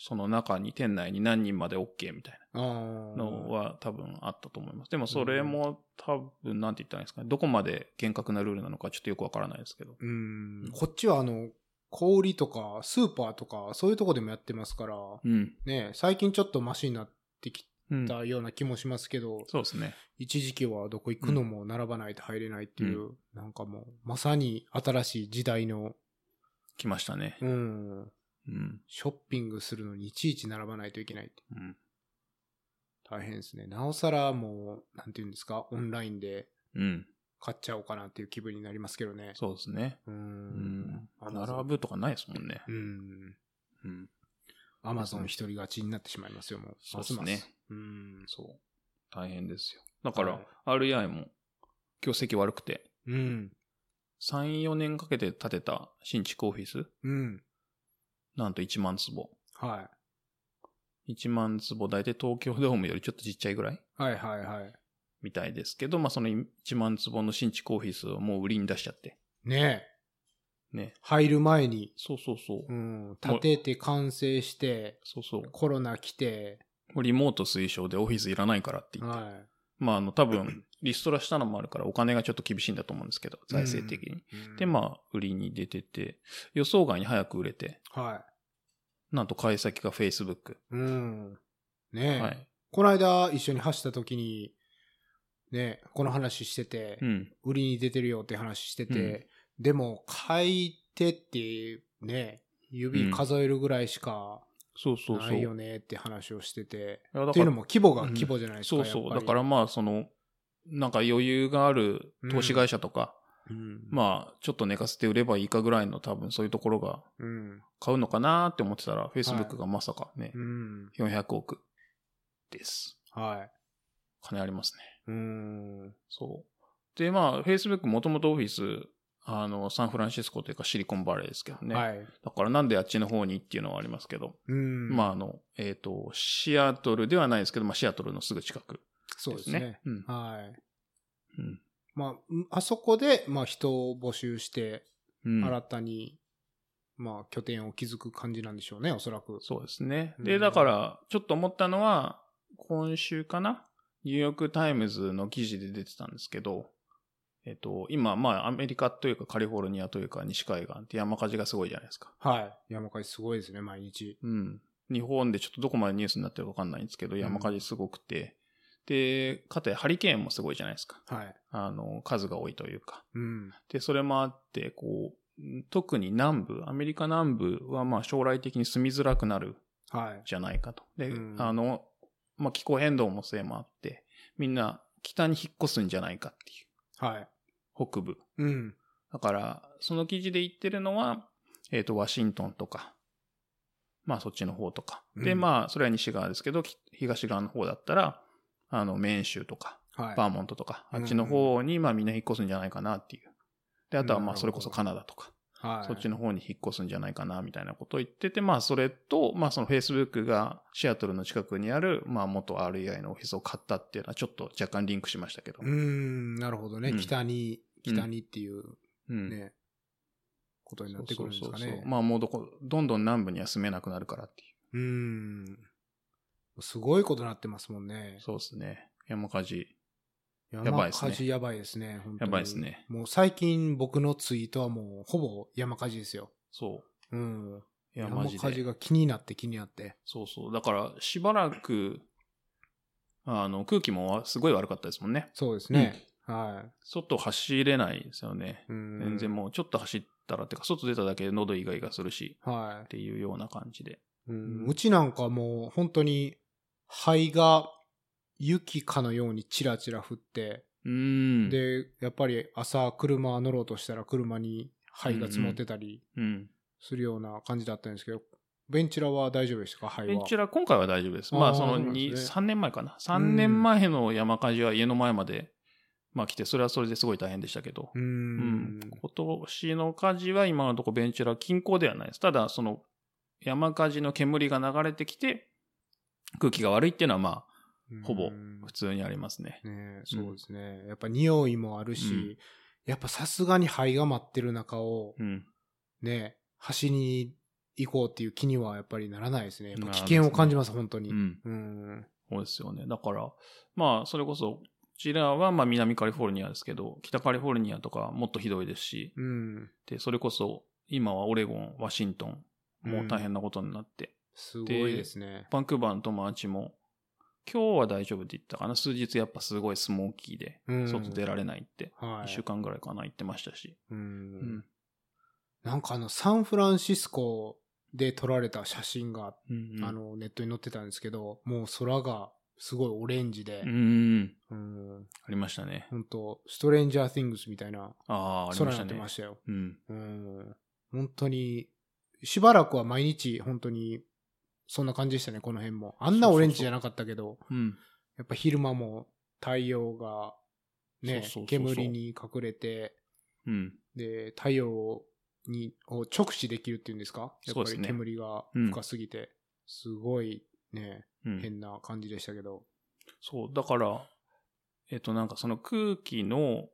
[SPEAKER 1] その中に、店内に何人まで OK みたい
[SPEAKER 2] あ
[SPEAKER 1] な
[SPEAKER 2] あ。
[SPEAKER 1] のは多分あったと思います。でもそれも多分、なんて言ったらいいんですかね。どこまで厳格なルールなのかちょっとよくわからないですけど。
[SPEAKER 2] うん。こっちはあの、小売とかスーパーとかそういうとこでもやってますから、
[SPEAKER 1] うん。
[SPEAKER 2] ね、最近ちょっとマシになってき
[SPEAKER 1] うん、
[SPEAKER 2] たような気もしますけど、
[SPEAKER 1] そうですね。
[SPEAKER 2] 一時期はどこ行くのも並ばないと入れないっていう、なんかもう、まさに新しい時代の、
[SPEAKER 1] 来ましたね。
[SPEAKER 2] うん、
[SPEAKER 1] うん。
[SPEAKER 2] ショッピングするのにいちいち並ばないといけないって。
[SPEAKER 1] うん。
[SPEAKER 2] 大変ですね。なおさらもう、なんていうんですか、オンラインで
[SPEAKER 1] うん。
[SPEAKER 2] 買っちゃおうかなっていう気分になりますけどね。
[SPEAKER 1] そうですね。
[SPEAKER 2] うー
[SPEAKER 1] うんん。。並ぶとかないですもんね。
[SPEAKER 2] ぶ。うん。
[SPEAKER 1] うん。
[SPEAKER 2] アマゾン一人勝ちになってしまいますよ、もう。
[SPEAKER 1] そうですね
[SPEAKER 2] ますます。うん。
[SPEAKER 1] そう。大変ですよ。だから、
[SPEAKER 2] はい
[SPEAKER 1] REI も、業績悪くて、
[SPEAKER 2] うん。
[SPEAKER 1] 3、4年かけて建てた新築オフィス、
[SPEAKER 2] うん。
[SPEAKER 1] なんと1万坪。
[SPEAKER 2] は
[SPEAKER 1] 1万坪、大体東京ドームよりちょっとちっちゃいぐらい
[SPEAKER 2] い。はいはいはい。
[SPEAKER 1] みたいですけど、まあその1万坪の新築オフィスをもう売りに出しちゃって。
[SPEAKER 2] ねえ。
[SPEAKER 1] ね。
[SPEAKER 2] 入る前に、
[SPEAKER 1] そうそうそう。
[SPEAKER 2] うん。建てて完成して、
[SPEAKER 1] そうそう。
[SPEAKER 2] コロナ来て、
[SPEAKER 1] もうリモート推奨でオフィスいらないからって言って。
[SPEAKER 2] は
[SPEAKER 1] まああの多分、リストラしたのもあるからお金がちょっと厳しいんだと思うんですけど、財政的に。
[SPEAKER 2] い。
[SPEAKER 1] で、まあ、売りに出てて、予想外に早く売れて、
[SPEAKER 2] あ。は
[SPEAKER 1] なんと買い先が Facebook。
[SPEAKER 2] い。うん。ねえ。
[SPEAKER 1] はい。
[SPEAKER 2] この間一緒に走った時に、ね、この話してて、
[SPEAKER 1] うん。
[SPEAKER 2] 売りに出てるよって話してて、でも、書いてって、ね、指数えるぐらいしか
[SPEAKER 1] そうそうそう。
[SPEAKER 2] ないよねって話をしてて、
[SPEAKER 1] いやだから
[SPEAKER 2] っていうのも規模が規模じゃないです
[SPEAKER 1] そ
[SPEAKER 2] か。
[SPEAKER 1] うそう。
[SPEAKER 2] やっ
[SPEAKER 1] だ
[SPEAKER 2] ぱり
[SPEAKER 1] から、まあ、その、なんか余裕がある投資会社とか、
[SPEAKER 2] うん、
[SPEAKER 1] まあ、ちょっと寝かせて売ればいいかぐらいの多分そういうところが
[SPEAKER 2] うん、
[SPEAKER 1] 買うのかなって思ってたら、Facebook がまさかね、
[SPEAKER 2] うん、
[SPEAKER 1] 400億です。
[SPEAKER 2] はい。
[SPEAKER 1] 金ありますね。
[SPEAKER 2] うん、
[SPEAKER 1] そう。で、まあ、Facebook もともとオフィス、あの、サンフランシスコというかシリコンバレーですけどね。
[SPEAKER 2] はい。
[SPEAKER 1] だからなんであっちの方にっていうのはありますけど、
[SPEAKER 2] うん、
[SPEAKER 1] まあ、あの、えっ、と、シアトルではないですけど、まあ、シアトルのすぐ近く
[SPEAKER 2] そう
[SPEAKER 1] で
[SPEAKER 2] ですす
[SPEAKER 1] ね。
[SPEAKER 2] ね。
[SPEAKER 1] うん。
[SPEAKER 2] はい。
[SPEAKER 1] うん
[SPEAKER 2] まあ、あそこで、まあ、人を募集して、
[SPEAKER 1] うん
[SPEAKER 2] 新たに、まあ、拠点を築く感じなんでしょうね、おそらく。
[SPEAKER 1] そうですね。
[SPEAKER 2] う
[SPEAKER 1] で、
[SPEAKER 2] ん
[SPEAKER 1] だから、ちょっと思ったのは、今週かなニューヨークタイムズの記事で出てたんですけど、えっと、今、まあ、アメリカというかカリフォルニアというか西海岸って山火事がすごいじゃないですか。
[SPEAKER 2] はい。山火事すごいですね、毎日。
[SPEAKER 1] うん。日本でちょっとどこまでニュースになってるかわかんないんですけど、山火事すごくて、で、かたやハリケーンもすごいじゃないですか。
[SPEAKER 2] はい。
[SPEAKER 1] あの、数が多いというか。
[SPEAKER 2] うん。
[SPEAKER 1] で、それもあって、こう、ん特に南部、アメリカ南部はまあ将来的に住みづらくなる
[SPEAKER 2] はい。
[SPEAKER 1] じゃないかと。で、
[SPEAKER 2] うん
[SPEAKER 1] あの、まあ、気候変動もせいもあって、みんな北に引っ越すんじゃないかっていう、
[SPEAKER 2] はい。
[SPEAKER 1] 北部。
[SPEAKER 2] うん。
[SPEAKER 1] だから、その記事で言ってるのは、えっ、と、ワシントンとか、まあそっちの方とか。で、
[SPEAKER 2] うん
[SPEAKER 1] まあ、それは西側ですけど、き東側の方だったら、あの、メーン州とか、
[SPEAKER 2] はい。
[SPEAKER 1] バーモントとか、
[SPEAKER 2] うん
[SPEAKER 1] あっちの方に、まあみんな引っ越すんじゃないかなっていう。で、あとは
[SPEAKER 2] なる
[SPEAKER 1] ま
[SPEAKER 2] ほ
[SPEAKER 1] あ
[SPEAKER 2] ど
[SPEAKER 1] それこそカナダとか。
[SPEAKER 2] はい。
[SPEAKER 1] そっちの方に引っ越すんじゃないかな、みたいなことを言ってて、まあ、それと、まあ、その Facebook がシアトルの近くにある、まあ、元 REI のオフィスを買ったっていうのは、ちょっと若干リンクしましたけど。
[SPEAKER 2] うーん、なるほどね。
[SPEAKER 1] うん
[SPEAKER 2] 北
[SPEAKER 1] う
[SPEAKER 2] に、
[SPEAKER 1] ん
[SPEAKER 2] 北にっていう
[SPEAKER 1] うん
[SPEAKER 2] ね、ことになってくるんですかね。う
[SPEAKER 1] そうそうそうまあ、もうどこ、どんどん南部には住めなくなるからっていう
[SPEAKER 2] ーん。すごいことになってますもんね。
[SPEAKER 1] う。そうですね。山火事。ば
[SPEAKER 2] 山
[SPEAKER 1] いですね
[SPEAKER 2] 火事やばいですね。本当に
[SPEAKER 1] やばいです。ね。
[SPEAKER 2] もう最近僕のツイートはもうほぼ山火事ですよ。
[SPEAKER 1] そ
[SPEAKER 2] うん。
[SPEAKER 1] う。
[SPEAKER 2] 山
[SPEAKER 1] 山火事で。
[SPEAKER 2] 火事が気になって気になって。
[SPEAKER 1] そうそう。だから、しばらく、あの、空気もわすごい悪かったですもんね。
[SPEAKER 2] そうですね。は
[SPEAKER 1] 外走れないですよね。
[SPEAKER 2] い。うん
[SPEAKER 1] 全然もう、ちょっと走ったら、てか、外出ただけで喉イガイガするし。
[SPEAKER 2] は
[SPEAKER 1] っていうような感じで。
[SPEAKER 2] い。うん
[SPEAKER 1] うん
[SPEAKER 2] うちなんかもう本当に灰が雪かのようにチラチラ降って、
[SPEAKER 1] うん、
[SPEAKER 2] で、やっぱり朝車乗ろうとしたら車に灰が積もってたり
[SPEAKER 1] うん。
[SPEAKER 2] するような感じだったんですけど、ベンチラは大丈夫でしたか灰は。
[SPEAKER 1] ベンチュラ、今回は大丈夫です。
[SPEAKER 2] あー
[SPEAKER 1] まあ、その
[SPEAKER 2] そうなん
[SPEAKER 1] に、
[SPEAKER 2] ですね
[SPEAKER 1] 3年前かな。3年前の山火事は家の前まで、まあ来て、それはそれですごい大変でしたけど
[SPEAKER 2] う、ー
[SPEAKER 1] うんん。今年の火事は今のところベンチュラ近郊ではないです。ただ、その、山火事の煙が流れてきて、空気が悪いっていうのは、まあ、
[SPEAKER 2] うん
[SPEAKER 1] ほぼ
[SPEAKER 2] ね
[SPEAKER 1] 普通にありますね。
[SPEAKER 2] そうですね。やっぱ匂いもあるし、
[SPEAKER 1] うん
[SPEAKER 2] やっぱさすがに灰が待ってる中を、
[SPEAKER 1] うん。
[SPEAKER 2] ね、走りに行こうっていう気にはやっぱりならないですね。やっぱ
[SPEAKER 1] なら
[SPEAKER 2] 危
[SPEAKER 1] ないですね
[SPEAKER 2] 険を感じます、本当に。
[SPEAKER 1] う
[SPEAKER 2] うん。
[SPEAKER 1] ん。そうですよね。だから、まあ、それこそ、こちらは、まあ、南カリフォルニアですけど、北カリフォルニアとかはもっとひどいですし、
[SPEAKER 2] うん。
[SPEAKER 1] で、それこそ、今はオレゴン、ワシントン、もう大変なことになって、
[SPEAKER 2] すごいですね。
[SPEAKER 1] バンクーバーの友達も、今日は大丈夫って言ったかな、数日やっぱすごいスモーキーで、
[SPEAKER 2] うん
[SPEAKER 1] 外出られないって、1
[SPEAKER 2] はい。
[SPEAKER 1] 週間ぐらいかな、言ってましたし。
[SPEAKER 2] う
[SPEAKER 1] うんん。
[SPEAKER 2] なんかあの、サンフランシスコで撮られた写真が、
[SPEAKER 1] うんうん
[SPEAKER 2] あ、の、ネットに載ってたんですけど、もう空がすごいオレンジで
[SPEAKER 1] うん、うん、
[SPEAKER 2] うん、
[SPEAKER 1] ありましたね。
[SPEAKER 2] 本当ストレンジャー・ティングスみたいな
[SPEAKER 1] ああ、あり
[SPEAKER 2] 空
[SPEAKER 1] ま
[SPEAKER 2] に
[SPEAKER 1] し
[SPEAKER 2] な
[SPEAKER 1] た
[SPEAKER 2] って
[SPEAKER 1] ね
[SPEAKER 2] ま。したよ。
[SPEAKER 1] うん。
[SPEAKER 2] うん、本当に、しばらくは毎日本当に、そんな感じでしたね、この辺も。あんなオレンジじゃなかったけど、
[SPEAKER 1] うん。
[SPEAKER 2] やっぱ昼間も太陽が
[SPEAKER 1] そ
[SPEAKER 2] ね、
[SPEAKER 1] うそうそうそう
[SPEAKER 2] 煙に隠れて、
[SPEAKER 1] うん。
[SPEAKER 2] で、太陽にを直視できるっていうんですかやっ
[SPEAKER 1] そう
[SPEAKER 2] ぱ
[SPEAKER 1] です
[SPEAKER 2] り
[SPEAKER 1] ね
[SPEAKER 2] 煙が深すぎて、すごいね、
[SPEAKER 1] うん
[SPEAKER 2] 変な感じでしたけど。
[SPEAKER 1] そう、だから、えっと、なんかその空気の、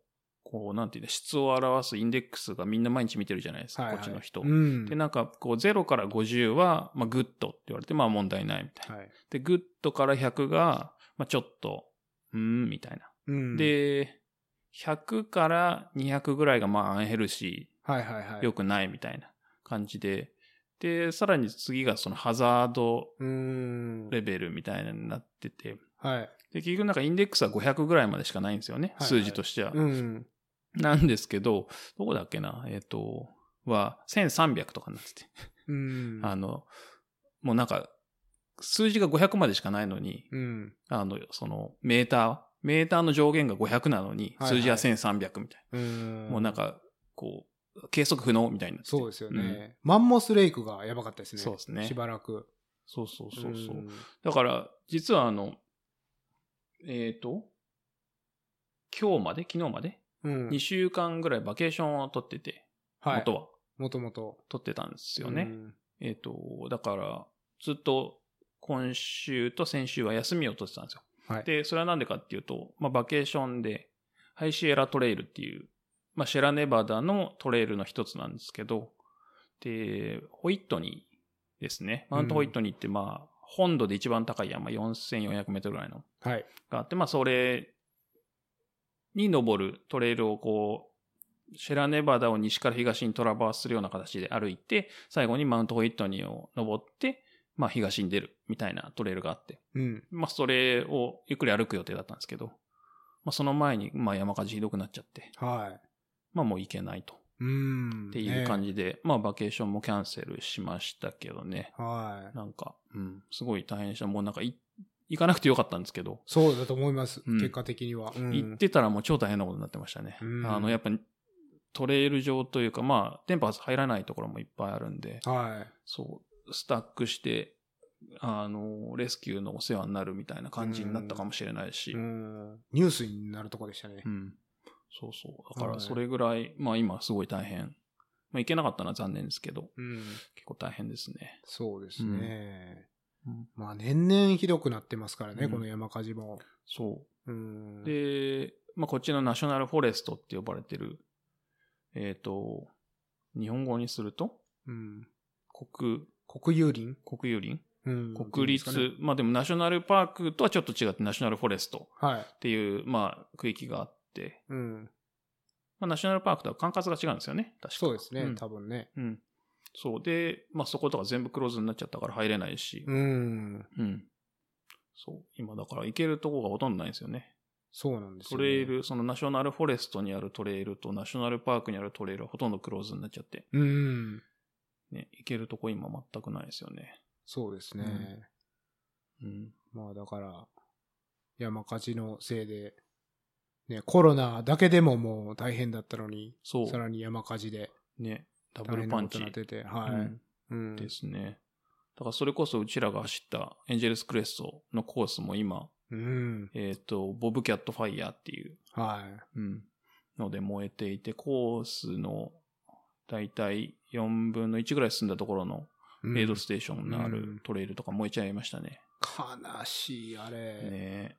[SPEAKER 1] こう、なんていうの、質を表すインデックスがみんな毎日見てるじゃないですか、こっちの人。
[SPEAKER 2] うん。
[SPEAKER 1] で、なんか、こう、0から50は、まあ、グッドって言われて、まあ、問題ないみたいな。
[SPEAKER 2] はい。
[SPEAKER 1] で、グッドから100が、まあ、ちょっと、うーん、みたいな。
[SPEAKER 2] うん、
[SPEAKER 1] で、100から200ぐらいが、まあ、アンヘルシ
[SPEAKER 2] はいはいは
[SPEAKER 1] ー、
[SPEAKER 2] い。
[SPEAKER 1] 良くないみたいな感じで、で、さらに次がそのハザード
[SPEAKER 2] うーん。
[SPEAKER 1] レベルみたいなのになってて、
[SPEAKER 2] はい。
[SPEAKER 1] で、結局なんかインデックスは500ぐらいまでしかないんですよね。
[SPEAKER 2] はい
[SPEAKER 1] 数字としては。
[SPEAKER 2] うん。
[SPEAKER 1] なんですけど、どこだっけなえっ、と、は、1300とかになってて。
[SPEAKER 2] うん。
[SPEAKER 1] あの、もうなんか、数字が500までしかないのに、
[SPEAKER 2] うん。
[SPEAKER 1] あの、その、メーター、メーターの上限が500なのに、
[SPEAKER 2] はいはい
[SPEAKER 1] 数字は1300みたい
[SPEAKER 2] うん
[SPEAKER 1] な。もうなん、か、こう、計測不能みたいになってて
[SPEAKER 2] そうですよね、マンモスレイクがやばかったですね。
[SPEAKER 1] そうですね
[SPEAKER 2] しばらく。
[SPEAKER 1] そうそうそうそう。
[SPEAKER 2] ん
[SPEAKER 1] だから、実はあの、えっ、と、今日まで昨日まで
[SPEAKER 2] うん。
[SPEAKER 1] 2週間ぐらいバケーションを取ってて、
[SPEAKER 2] はい。
[SPEAKER 1] 元は
[SPEAKER 2] もともと。
[SPEAKER 1] 取ってたんですよ
[SPEAKER 2] う
[SPEAKER 1] ね。
[SPEAKER 2] ん
[SPEAKER 1] えっ、と、だから、ずっと今週と先週は休みを取ってたんですよ。
[SPEAKER 2] はい。
[SPEAKER 1] で、それはなんでかっていうと、まあ、バケーションで、ハイシエラトレイルっていう、まあ、シェラネバダのトレイルの一つなんですけど、で、ホイットニーですね。マウントホイットニーって、まあ、本土で一番高い山、4400メートルぐらいの
[SPEAKER 2] はい。
[SPEAKER 1] があって、まあ、それに登るトレイルをこう、シェラネバダを西から東にトラバースするような形で歩いて、最後にマウントホイットニーを登って、まあ、東に出るみたいなトレイルがあって、
[SPEAKER 2] うん。
[SPEAKER 1] まあ、それをゆっくり歩く予定だったんですけど、まあ、その前に、まあ、山火事ひどくなっちゃって、
[SPEAKER 2] は
[SPEAKER 1] まあ、もう行けないと。
[SPEAKER 2] い。うん。
[SPEAKER 1] っていう感
[SPEAKER 2] じ。
[SPEAKER 1] じで、まあ、バケーションもキャンセルしましたけどね。
[SPEAKER 2] はい。
[SPEAKER 1] なんか、うん、すごい大変でした。もうなんかい、行かなくてよかったんですけど、
[SPEAKER 2] そうだと思います。
[SPEAKER 1] うん
[SPEAKER 2] 結果的には。うん
[SPEAKER 1] 行ってたらもう超大変なことになってましたね。
[SPEAKER 2] うん
[SPEAKER 1] あの、やっぱ、トレイル上というか、まあ、電波入らないところもいっぱいあるんで、
[SPEAKER 2] は
[SPEAKER 1] そう、スタックして、あの、レスキューのお世話になるみたいな感じになったかもしれないし、
[SPEAKER 2] い。うん。ニュースになるとこでしたね
[SPEAKER 1] う。ん。そうそう。だから、
[SPEAKER 2] はい
[SPEAKER 1] それぐらい、まあ今すごい大変。まあ行けなかったのは残念ですけど、
[SPEAKER 2] うん。
[SPEAKER 1] 結構大変ですね。
[SPEAKER 2] そうですね。
[SPEAKER 1] うん
[SPEAKER 2] まあ、年々ひどくなってますからね、
[SPEAKER 1] うん
[SPEAKER 2] この山火事も。
[SPEAKER 1] そうう。
[SPEAKER 2] ん。
[SPEAKER 1] で、まあこっちのナショナルフォレストって呼ばれてる、えっ、と、日本語にすると、
[SPEAKER 2] うん。
[SPEAKER 1] 国、
[SPEAKER 2] 国有林
[SPEAKER 1] 国有林
[SPEAKER 2] うん
[SPEAKER 1] 国立、
[SPEAKER 2] っていうんです
[SPEAKER 1] まあでもナショナルパークとはちょっと違ってナショナルフォレスト
[SPEAKER 2] かねはい。
[SPEAKER 1] っていう、まあ区域があって、
[SPEAKER 2] うん。
[SPEAKER 1] まあナショナルパークとは管轄が違うんですよね。確か
[SPEAKER 2] そうですね、
[SPEAKER 1] ん
[SPEAKER 2] 多分ね。
[SPEAKER 1] うん。そう。で、まあそことか全部クローズになっちゃったから入れないし。
[SPEAKER 2] うん。
[SPEAKER 1] うん。そう。今だから行けるとこがほとんどないんですよね。
[SPEAKER 2] そうなんです
[SPEAKER 1] ト
[SPEAKER 2] よ、
[SPEAKER 1] レイ。ル、そのナショナルフォレストにあるトレイルとナショナルパークにあるトレイルはほとんどクローズになっちゃって。
[SPEAKER 2] うん。
[SPEAKER 1] ね。行けるとこ今全くないですよね。
[SPEAKER 2] そうですね。
[SPEAKER 1] うん。
[SPEAKER 2] まあだから、山火事のせいで、ね、コロナだけでももう大変だったのに、
[SPEAKER 1] そ
[SPEAKER 2] さらに山火事で
[SPEAKER 1] う。ね。ダブ
[SPEAKER 2] 大
[SPEAKER 1] ル
[SPEAKER 2] 変
[SPEAKER 1] パ
[SPEAKER 2] な
[SPEAKER 1] ン
[SPEAKER 2] こ
[SPEAKER 1] チ。
[SPEAKER 2] とになってて、は
[SPEAKER 1] うん
[SPEAKER 2] い。うん。
[SPEAKER 1] ですね。だからそれこそうちらが走ったエンジェルスクレストのコースも今、
[SPEAKER 2] うん。
[SPEAKER 1] えっ、と、ボブキャットファイヤーっていう、
[SPEAKER 2] はい。
[SPEAKER 1] うん、ので燃えていて、コースのだいたい4分の1ぐらい進んだところの
[SPEAKER 2] うん
[SPEAKER 1] エイドステーションのあ
[SPEAKER 2] うん
[SPEAKER 1] るトレイルとか燃えちゃいましたね。
[SPEAKER 2] 悲しい、あれ。
[SPEAKER 1] ね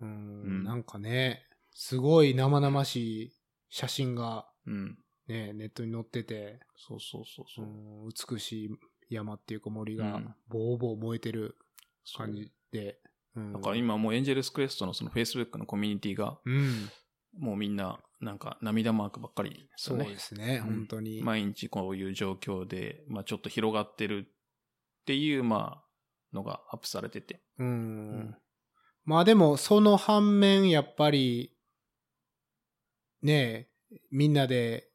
[SPEAKER 2] う
[SPEAKER 1] うん
[SPEAKER 2] ん。なんかね、すごい生々しい写真が、
[SPEAKER 1] うん。
[SPEAKER 2] ね、ネットに載ってて、
[SPEAKER 1] そうそうそう
[SPEAKER 2] う
[SPEAKER 1] そう。
[SPEAKER 2] ん美しい山っていうか森
[SPEAKER 1] う
[SPEAKER 2] が
[SPEAKER 1] ん
[SPEAKER 2] ボーボー燃えてる
[SPEAKER 1] そう
[SPEAKER 2] 感じで。うん
[SPEAKER 1] だから今もうエンジェルスクエストのその Facebook のコミュニティが
[SPEAKER 2] うん。
[SPEAKER 1] もうみんななんか涙マークばっかりです
[SPEAKER 2] そ
[SPEAKER 1] よ
[SPEAKER 2] う
[SPEAKER 1] ね。
[SPEAKER 2] ですね、
[SPEAKER 1] うん
[SPEAKER 2] 本当に。
[SPEAKER 1] 毎日こういう状況で、まあちょっと広がってるっていう、まあ、のがアップされてて。
[SPEAKER 2] う
[SPEAKER 1] うん
[SPEAKER 2] ん。まあでも、その反面、やっぱり、ねえ、みんなで、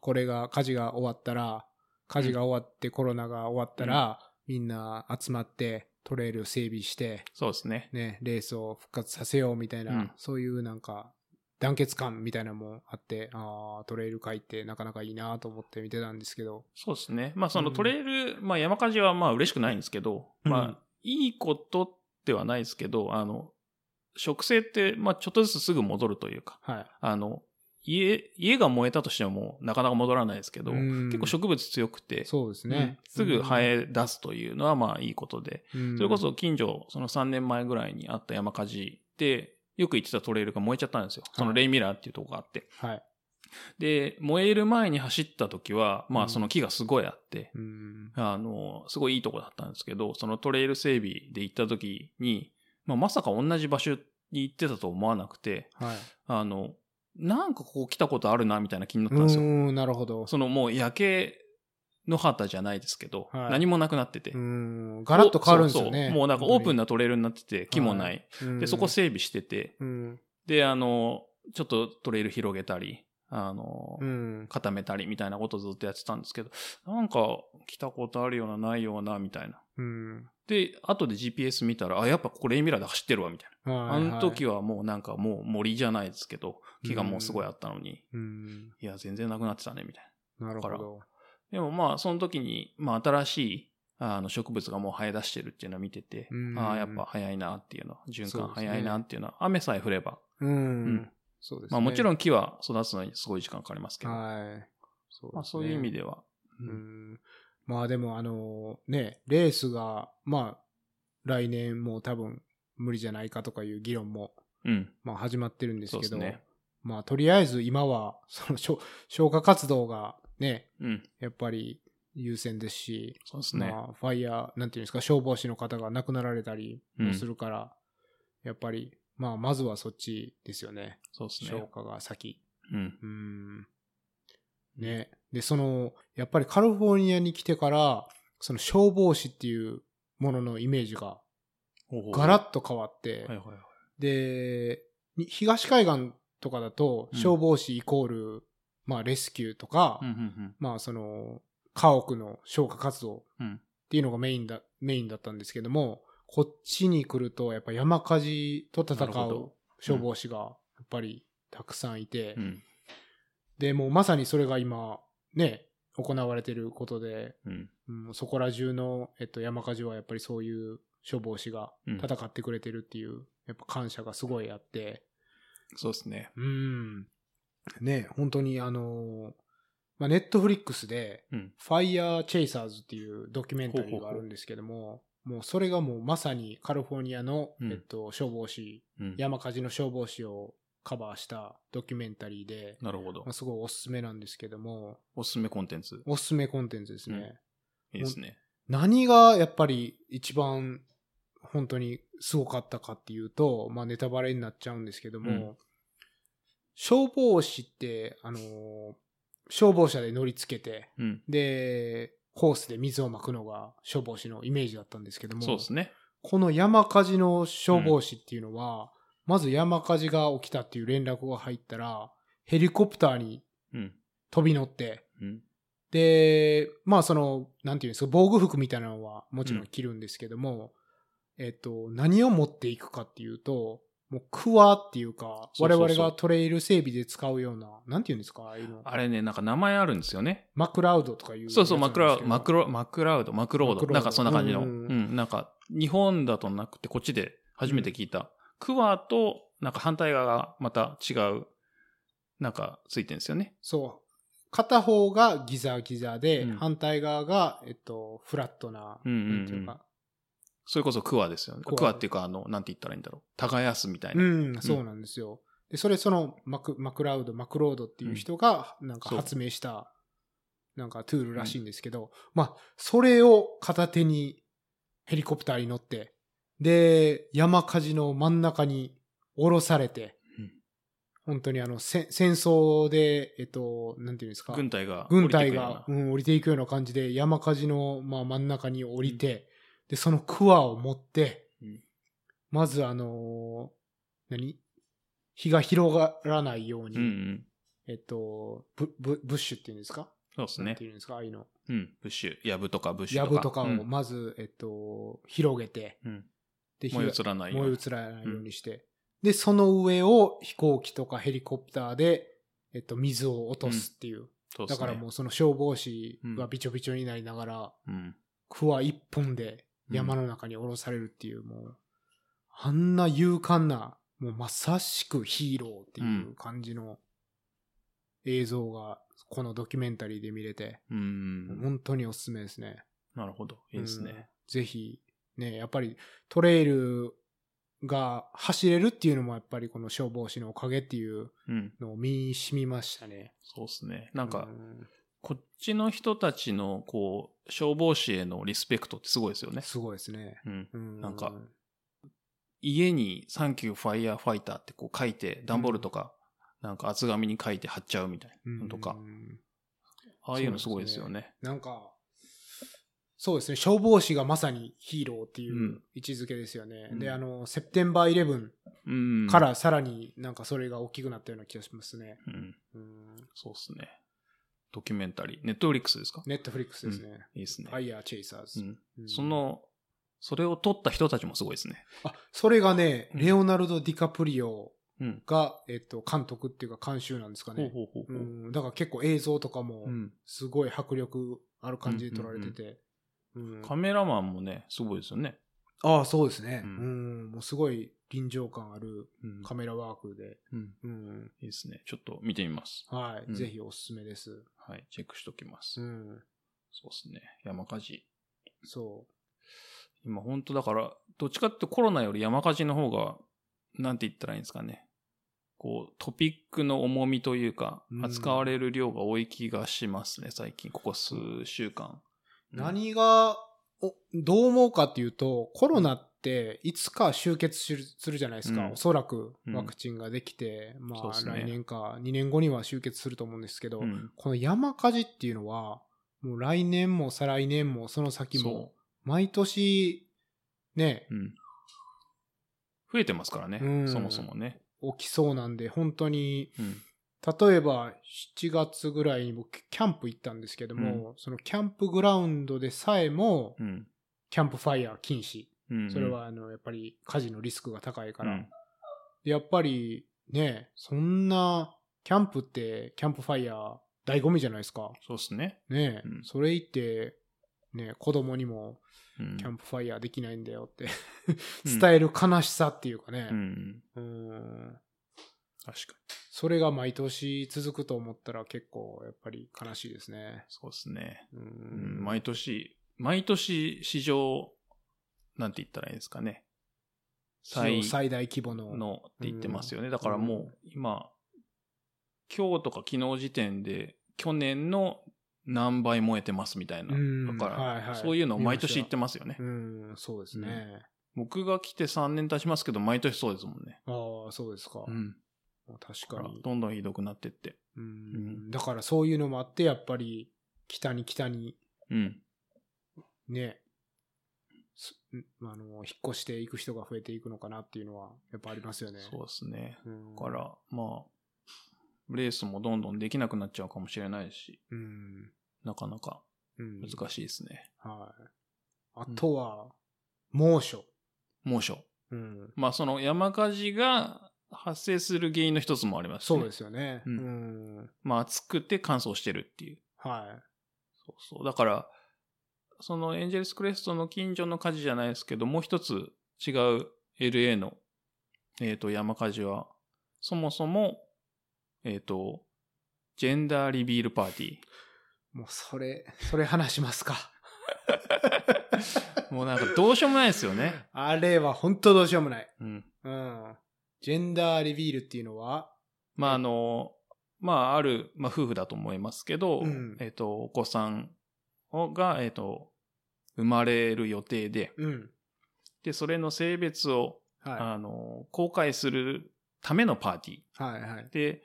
[SPEAKER 2] これが、火事が終わったら、火事が終わって、コロナが終わったら、みんな集まって、トレイル整備して、
[SPEAKER 1] そうですね。
[SPEAKER 2] ね、レースを復活させようみたいな、
[SPEAKER 1] うん
[SPEAKER 2] そういうなんか、団結感みたいなのもあって、ああ、トレイル界ってなかなかいいなと思って見てたんですけど、
[SPEAKER 1] そうですね。まあその
[SPEAKER 2] うん
[SPEAKER 1] トレイル、まあ山火事はまあ嬉しくないんですけど、
[SPEAKER 2] うん
[SPEAKER 1] まあいいことではないですけど、あの、植生ってまあちょっとずつすぐ戻るというか、
[SPEAKER 2] はい。
[SPEAKER 1] あの、家、家が燃えたとしてもなかなか戻らないですけど、
[SPEAKER 2] うん
[SPEAKER 1] 結構植物強くて、
[SPEAKER 2] そうです
[SPEAKER 1] うん
[SPEAKER 2] ね。
[SPEAKER 1] すぐ生え出すというのはまあいいことで、
[SPEAKER 2] うん
[SPEAKER 1] それこ、そ近所、その3年前ぐらいにあった山火事で、よく行ってたトレイルが燃えちゃったんですよ。そのレイミラーっていうとこがあって。
[SPEAKER 2] はい。
[SPEAKER 1] で、燃える前に走った時は、ま
[SPEAKER 2] う
[SPEAKER 1] あ
[SPEAKER 2] ん
[SPEAKER 1] その木がすごいあって、
[SPEAKER 2] うん。
[SPEAKER 1] あの、すごいいいとこだったんですけど、そのトレイル整備で行った時に、まあまさか同じ場所に行ってたと思わなくて、
[SPEAKER 2] はい。
[SPEAKER 1] あの、なんかここ来たことあるなみたいな気になったんです
[SPEAKER 2] う
[SPEAKER 1] よ。
[SPEAKER 2] ーん、なるほど。
[SPEAKER 1] そのもう夜景の旗じゃないですけど、
[SPEAKER 2] はい
[SPEAKER 1] 何もなくなってて。
[SPEAKER 2] うーん、ガラッと変わるんですよ
[SPEAKER 1] そう
[SPEAKER 2] ね。
[SPEAKER 1] そうもうなんかオープンなトレイルになってて、木もな
[SPEAKER 2] はいうん
[SPEAKER 1] で、そこ整備してて、
[SPEAKER 2] うん。
[SPEAKER 1] で、あの、ちょっとトレイル広げたり、あの、
[SPEAKER 2] うん。
[SPEAKER 1] 固めたりみたいなことずっとやってたんですけど、なんか来たことあるような、ないような、みたいな。
[SPEAKER 2] うん。
[SPEAKER 1] で、後で GPS 見たら、あ、やっぱこれミラーで走ってるわ、みたいな。
[SPEAKER 2] あ
[SPEAKER 1] あの時はもうなんかもう森じゃないですけど、木がもうすごいあったのに、
[SPEAKER 2] うん。
[SPEAKER 1] いや、全然なくなってたね、みたいな。
[SPEAKER 2] なるほ
[SPEAKER 1] だ
[SPEAKER 2] ど。
[SPEAKER 1] でもまあ、その時に、まあ、新しい、あの、植物がもう生え出してるっていうのを見てて
[SPEAKER 2] う、ん
[SPEAKER 1] ああ、やっぱ早いなっていうのは、循
[SPEAKER 2] そ
[SPEAKER 1] 環
[SPEAKER 2] うですね
[SPEAKER 1] 早いなっていうのは、雨さえ降れば。
[SPEAKER 2] う
[SPEAKER 1] うん
[SPEAKER 2] ん。そうですね。
[SPEAKER 1] まあ、もちろ
[SPEAKER 2] ん。
[SPEAKER 1] ん木は育つのにすごい時間かかりますけど、
[SPEAKER 2] はい。そ
[SPEAKER 1] まあ、そういう意味
[SPEAKER 2] で
[SPEAKER 1] では。
[SPEAKER 2] すね。
[SPEAKER 1] う
[SPEAKER 2] うんん。まあでも、あの、ね、レースが、まあ、来年も多分無理じゃないかとかいう議論も、
[SPEAKER 1] うん。
[SPEAKER 2] まあ始まってるんですけ
[SPEAKER 1] そう
[SPEAKER 2] ど
[SPEAKER 1] ですね、
[SPEAKER 2] まあ、とりあえず今は、その消、消火活動がね、
[SPEAKER 1] うん。
[SPEAKER 2] やっぱり優先ですし、
[SPEAKER 1] そうですね。
[SPEAKER 2] まあ、ファイヤー、なんていうんですか、消防士の方が亡くなられたりもするから、やっぱり、まあ、まずはそっちですよね。
[SPEAKER 1] そうです
[SPEAKER 2] 消
[SPEAKER 1] ね。
[SPEAKER 2] 火が先。
[SPEAKER 1] うん。
[SPEAKER 2] うーん。ね。で、その、やっぱりカリフォルニアに来てから、その消防士っていうもののイメージがガラ
[SPEAKER 1] ッ
[SPEAKER 2] ッと変わって、
[SPEAKER 1] はいはいはい。
[SPEAKER 2] で、に東海岸とかだと、
[SPEAKER 1] うん
[SPEAKER 2] 消防士イコール、まあ、レスキューとか、
[SPEAKER 1] うんうん
[SPEAKER 2] まあ、その、家屋の消火活動
[SPEAKER 1] うん
[SPEAKER 2] っていうのがメインだ、メインだったんですけども、こっちに来ると、やっぱ山火事と戦
[SPEAKER 1] なるほ
[SPEAKER 2] う
[SPEAKER 1] ど
[SPEAKER 2] 消防士が、やっぱりたくさんいて、
[SPEAKER 1] うん。うん。
[SPEAKER 2] で、もうまさにそれが今、ね、行われてることで、
[SPEAKER 1] うん。
[SPEAKER 2] うん、そこら中の、えっと、山火事はやっぱりそういう消防士が
[SPEAKER 1] うん
[SPEAKER 2] 戦ってくれてるっていう、やっぱ感謝がすごいあって、
[SPEAKER 1] そうですね。
[SPEAKER 2] うん。ね、本当にあの、まあ、ネットフリックスで、
[SPEAKER 1] うん。
[SPEAKER 2] ファイヤーチェイサーズっていうドキュメンタリーがあるんですけども、もうそれがもうまさにカリフォルニアの、
[SPEAKER 1] うん
[SPEAKER 2] えっと、消防士、
[SPEAKER 1] うん。
[SPEAKER 2] 山火事の消防士をカバーしたドキュメンタリーで、
[SPEAKER 1] なるほど
[SPEAKER 2] まあ、。すごいおすすめなんですけども、
[SPEAKER 1] おすすめコンテンツ。
[SPEAKER 2] おすすめコンテンツですね。
[SPEAKER 1] いいですね。
[SPEAKER 2] 何がやっぱり一番本当にすごかったかっていうと、まあネタバレになっちゃうんですけども、
[SPEAKER 1] うん
[SPEAKER 2] 消防士って、あのー消防車で乗り付けて、
[SPEAKER 1] うん。
[SPEAKER 2] で、ホースで水をまくのが消防士のイメージだったんですけども、
[SPEAKER 1] そうですね。
[SPEAKER 2] この山火事の消防士っていうのは、まず山火事が起きたっていう連絡が入ったら、ヘリコプターに
[SPEAKER 1] うん。
[SPEAKER 2] 飛び乗って、
[SPEAKER 1] うん。
[SPEAKER 2] で、まあその、なんていうんですか、防具服みたいなのはもちろん着るんですけども、えっと、何を持っていくかっていうと、もうクワっていうか、
[SPEAKER 1] そうそうそう
[SPEAKER 2] 我々がトレイル整備で使うような、なんていうんですか、ああいうの。
[SPEAKER 1] あれね、なんか名前あるんですよね。
[SPEAKER 2] マクラウドとかいうやつ
[SPEAKER 1] そ
[SPEAKER 2] なん
[SPEAKER 1] う
[SPEAKER 2] ですけ
[SPEAKER 1] そう、マクラ
[SPEAKER 2] ど。
[SPEAKER 1] ウマクロ、マクラウド、マクロー
[SPEAKER 2] マクロード
[SPEAKER 1] ド。なんかそんな感じの。
[SPEAKER 2] う
[SPEAKER 1] うんん、
[SPEAKER 2] うん
[SPEAKER 1] なんか、日本だとなくて、こっちで初めて聞いた。クワと、なんか反対側がまた違う、なんかついてるんですよね。
[SPEAKER 2] そう。片方がギザギザで、
[SPEAKER 1] うん
[SPEAKER 2] 反対側が、えっと、フラットな、
[SPEAKER 1] うんうんうん
[SPEAKER 2] なんていうか。
[SPEAKER 1] それこそクワですよね。
[SPEAKER 2] クワ
[SPEAKER 1] クワっていうか、あの、なんて言ったらいいんだろう。耕すみたいな。
[SPEAKER 2] うん、そうなんですよ。で、それそのマク、マクラウド、マクロードっていう人が、なんか
[SPEAKER 1] そう
[SPEAKER 2] 発明した、なんかトゥールらしいんですけど、まあ、それを片手にヘリコプターに乗って、で、山火事の真ん中に降ろされて、
[SPEAKER 1] うん
[SPEAKER 2] 本当にあの、せ戦争で、えっと、なんていうんですか、
[SPEAKER 1] 軍隊が。
[SPEAKER 2] 軍隊が
[SPEAKER 1] 降
[SPEAKER 2] う
[SPEAKER 1] りてくるよ
[SPEAKER 2] ん降りていくような感じで山火事の、まあ、真ん中に降りて、でそのクワを持って、
[SPEAKER 1] うん
[SPEAKER 2] まずあのー何火が広がらないように、
[SPEAKER 1] うな。うんうん。
[SPEAKER 2] えっとブブブッシュっていうんですか
[SPEAKER 1] そうです
[SPEAKER 2] なん
[SPEAKER 1] ね
[SPEAKER 2] て。いうんですかああいうの
[SPEAKER 1] うん。ブッシュ。ヤブとかブッシュ
[SPEAKER 2] や
[SPEAKER 1] とか。
[SPEAKER 2] ぶとかを
[SPEAKER 1] うん
[SPEAKER 2] まず、えっと広げて
[SPEAKER 1] うん。
[SPEAKER 2] で火が
[SPEAKER 1] 燃え移らないよう
[SPEAKER 2] 燃
[SPEAKER 1] に。
[SPEAKER 2] え移らないようにして、でその上を飛行機とかヘリコプターで、えっと、水を落とすっていう、
[SPEAKER 1] そうで
[SPEAKER 2] だ
[SPEAKER 1] すね。
[SPEAKER 2] からもうその消防士が
[SPEAKER 1] うん
[SPEAKER 2] びちょびちょになりながら、
[SPEAKER 1] うん。
[SPEAKER 2] クワ一本で山の中に降ろされるっていう、もう、あんな勇敢な、もうまさしくヒーローっていう感じの映像が、このドキュメンタリーで見れて、
[SPEAKER 1] うんうん。
[SPEAKER 2] 本当におすすめですね。
[SPEAKER 1] なるほど。いいです
[SPEAKER 2] うん
[SPEAKER 1] ね。
[SPEAKER 2] ぜひ、ね、やっぱりトレイルが走れるっていうのもやっぱりこの消防士のおかげっていう
[SPEAKER 1] うん。
[SPEAKER 2] のを身に染みましたね。
[SPEAKER 1] そうですね。なんか
[SPEAKER 2] う、ん
[SPEAKER 1] こっちの人たちの、こう、消防士へのリスペクトってすごいですよね。
[SPEAKER 2] すごいですね。
[SPEAKER 1] うん。
[SPEAKER 2] う
[SPEAKER 1] なんか家に、サンキューファイヤーファイターってこう書いて、段ボールとか、なんか厚紙に書いて貼っちゃうみたいなのとか
[SPEAKER 2] う、ん
[SPEAKER 1] ああいうのすごいですよね。
[SPEAKER 2] なんか、そうですね、消防士がまさにヒーローっていううん位置づけですよね。
[SPEAKER 1] うん
[SPEAKER 2] で、あの、セプテンバー11
[SPEAKER 1] うん。
[SPEAKER 2] からさらになんかそれが大きくなったような気がしますね。
[SPEAKER 1] うん。
[SPEAKER 2] うん。
[SPEAKER 1] そうですね。ドキュメンタリー。ネットフリックスですか
[SPEAKER 2] ネットフリックスですね。
[SPEAKER 1] いいですね
[SPEAKER 2] フ。ァイヤーチェイサー
[SPEAKER 1] う
[SPEAKER 2] ズ。
[SPEAKER 1] ん。そ、の、それを撮った人たちもすごいですね。
[SPEAKER 2] あ、それがね、
[SPEAKER 1] うん
[SPEAKER 2] レオナルド・ディカプリオ
[SPEAKER 1] うん。
[SPEAKER 2] が、えっと、監督っていうか監修なんですか
[SPEAKER 1] ほう
[SPEAKER 2] ね。
[SPEAKER 1] ほうほう
[SPEAKER 2] う
[SPEAKER 1] ほう。
[SPEAKER 2] ん。だから結構映像とかも
[SPEAKER 1] う、ん。
[SPEAKER 2] すごい迫力ある感じで撮られてて。うん
[SPEAKER 1] カメラマンもね、すごいですよね。
[SPEAKER 2] ああ、そうですね。う
[SPEAKER 1] うん
[SPEAKER 2] ん。もうすごい臨場感ある
[SPEAKER 1] うん
[SPEAKER 2] カメラワークで、
[SPEAKER 1] うん。
[SPEAKER 2] うん、
[SPEAKER 1] いいですね。ちょっと見てみます。
[SPEAKER 2] はい、
[SPEAKER 1] うん
[SPEAKER 2] ぜひおすすめです。
[SPEAKER 1] はい。チェックしときます。
[SPEAKER 2] うん、
[SPEAKER 1] そうですね。山火事。
[SPEAKER 2] そ
[SPEAKER 1] 今本当だから、どっちかってコロナより山火事の方が、なんて言ったらいいんですかね。こう、トピックの重みというか
[SPEAKER 2] う、ん
[SPEAKER 1] 扱われる量が多い気がしますね、最近、ここ数週間。うん
[SPEAKER 2] 何が、おどう思うかっていうと、コロナっていつか終結するするじゃないですか、
[SPEAKER 1] うん
[SPEAKER 2] おそらく
[SPEAKER 1] うん
[SPEAKER 2] ワクチンができて、ま
[SPEAKER 1] そうっ
[SPEAKER 2] あ
[SPEAKER 1] すね
[SPEAKER 2] 来年か2年後には終結すると思うんですけど、
[SPEAKER 1] うん
[SPEAKER 2] この山火事っていうのは、もう来年も再来年もその先も、
[SPEAKER 1] そ
[SPEAKER 2] 毎年ね、
[SPEAKER 1] う。うん。増えてますからね、
[SPEAKER 2] うん
[SPEAKER 1] そもそもね。
[SPEAKER 2] 起きそうなんで、本当に
[SPEAKER 1] うん。
[SPEAKER 2] 例えば7月ぐらいに僕キャンプ行ったんですけども、そのキャンプグラウンドでさえも
[SPEAKER 1] うん。
[SPEAKER 2] キャンプファイヤー禁止、
[SPEAKER 1] うん、
[SPEAKER 2] それはあのやっぱり火事のリスクが高いか
[SPEAKER 1] うん、
[SPEAKER 2] ら、でやっぱりねそんなキャンプってキャンプファイヤー醍醐味じゃないですか
[SPEAKER 1] そうですね。
[SPEAKER 2] ね、
[SPEAKER 1] うん
[SPEAKER 2] それ言ってね子供にも
[SPEAKER 1] うん
[SPEAKER 2] キャンプファイヤーできないんだよって
[SPEAKER 1] うん
[SPEAKER 2] 伝える悲しさっていうかね
[SPEAKER 1] う、ん。
[SPEAKER 2] うん
[SPEAKER 1] 確かに。
[SPEAKER 2] それが毎年続くと思ったら結構やっぱり悲しいですね
[SPEAKER 1] そうですね。
[SPEAKER 2] う
[SPEAKER 1] うんん、毎年、毎年市場、なんて言ったらいいですかね。
[SPEAKER 2] 最
[SPEAKER 1] 最
[SPEAKER 2] 最大規模の。
[SPEAKER 1] のって言ってますよね。だからもう今、今日とか昨日時点で去年の何倍燃えてますみたいな。
[SPEAKER 2] うん
[SPEAKER 1] だから、
[SPEAKER 2] はいはい
[SPEAKER 1] そういうのを毎年言ってますよね
[SPEAKER 2] う。ん、そうですね。
[SPEAKER 1] 僕が来て3年経ちますけど、毎年そうですもんね。
[SPEAKER 2] ああ、そうですか。
[SPEAKER 1] うん。だ
[SPEAKER 2] 確
[SPEAKER 1] か
[SPEAKER 2] からに、
[SPEAKER 1] どんどんひどくなってって。
[SPEAKER 2] うん
[SPEAKER 1] う
[SPEAKER 2] だからそういうのもあって、やっぱり、北に北に
[SPEAKER 1] うん。
[SPEAKER 2] ね、すんあの、引っ越していく人が増えていくのかなっていうのは、やっぱありますよね。
[SPEAKER 1] そうですね。
[SPEAKER 2] うん。
[SPEAKER 1] だから、まあ、レースもどんどんできなくなっちゃうかもしれないし、
[SPEAKER 2] うん。
[SPEAKER 1] なかなか
[SPEAKER 2] うん。
[SPEAKER 1] 難しいですね。
[SPEAKER 2] はい。あとは、猛暑。
[SPEAKER 1] 猛暑。
[SPEAKER 2] うん。
[SPEAKER 1] まあ、その山火事が発生する原因の一つもあります、。
[SPEAKER 2] そうですすよね。
[SPEAKER 1] う
[SPEAKER 2] うん。
[SPEAKER 1] まあ、暑くて乾燥してるっていう。
[SPEAKER 2] は
[SPEAKER 1] そうそう。だから、そのエンジェルスクレストの近所の火事じゃないですけど、もう一つ違う LA の、えっ、と、山火事は、そもそも、えっ、と、ジェンダーリビールパーティー。
[SPEAKER 2] い。もう、それ、それ話しますか。
[SPEAKER 1] もうなんかどうしようもないですよね。
[SPEAKER 2] あれは本当どうしようもない。
[SPEAKER 1] うん。
[SPEAKER 2] うん。ジェンダーリビールっていうのは、
[SPEAKER 1] まああの、まあある、まあ夫婦だと思いますけど、
[SPEAKER 2] うん
[SPEAKER 1] えっ、と、お子さんをが、えっ、と、生まれる予定で、
[SPEAKER 2] うん。
[SPEAKER 1] で、それの性別を、
[SPEAKER 2] は
[SPEAKER 1] あの、公開するためのパーティ
[SPEAKER 2] い。はいはい。
[SPEAKER 1] ー。で、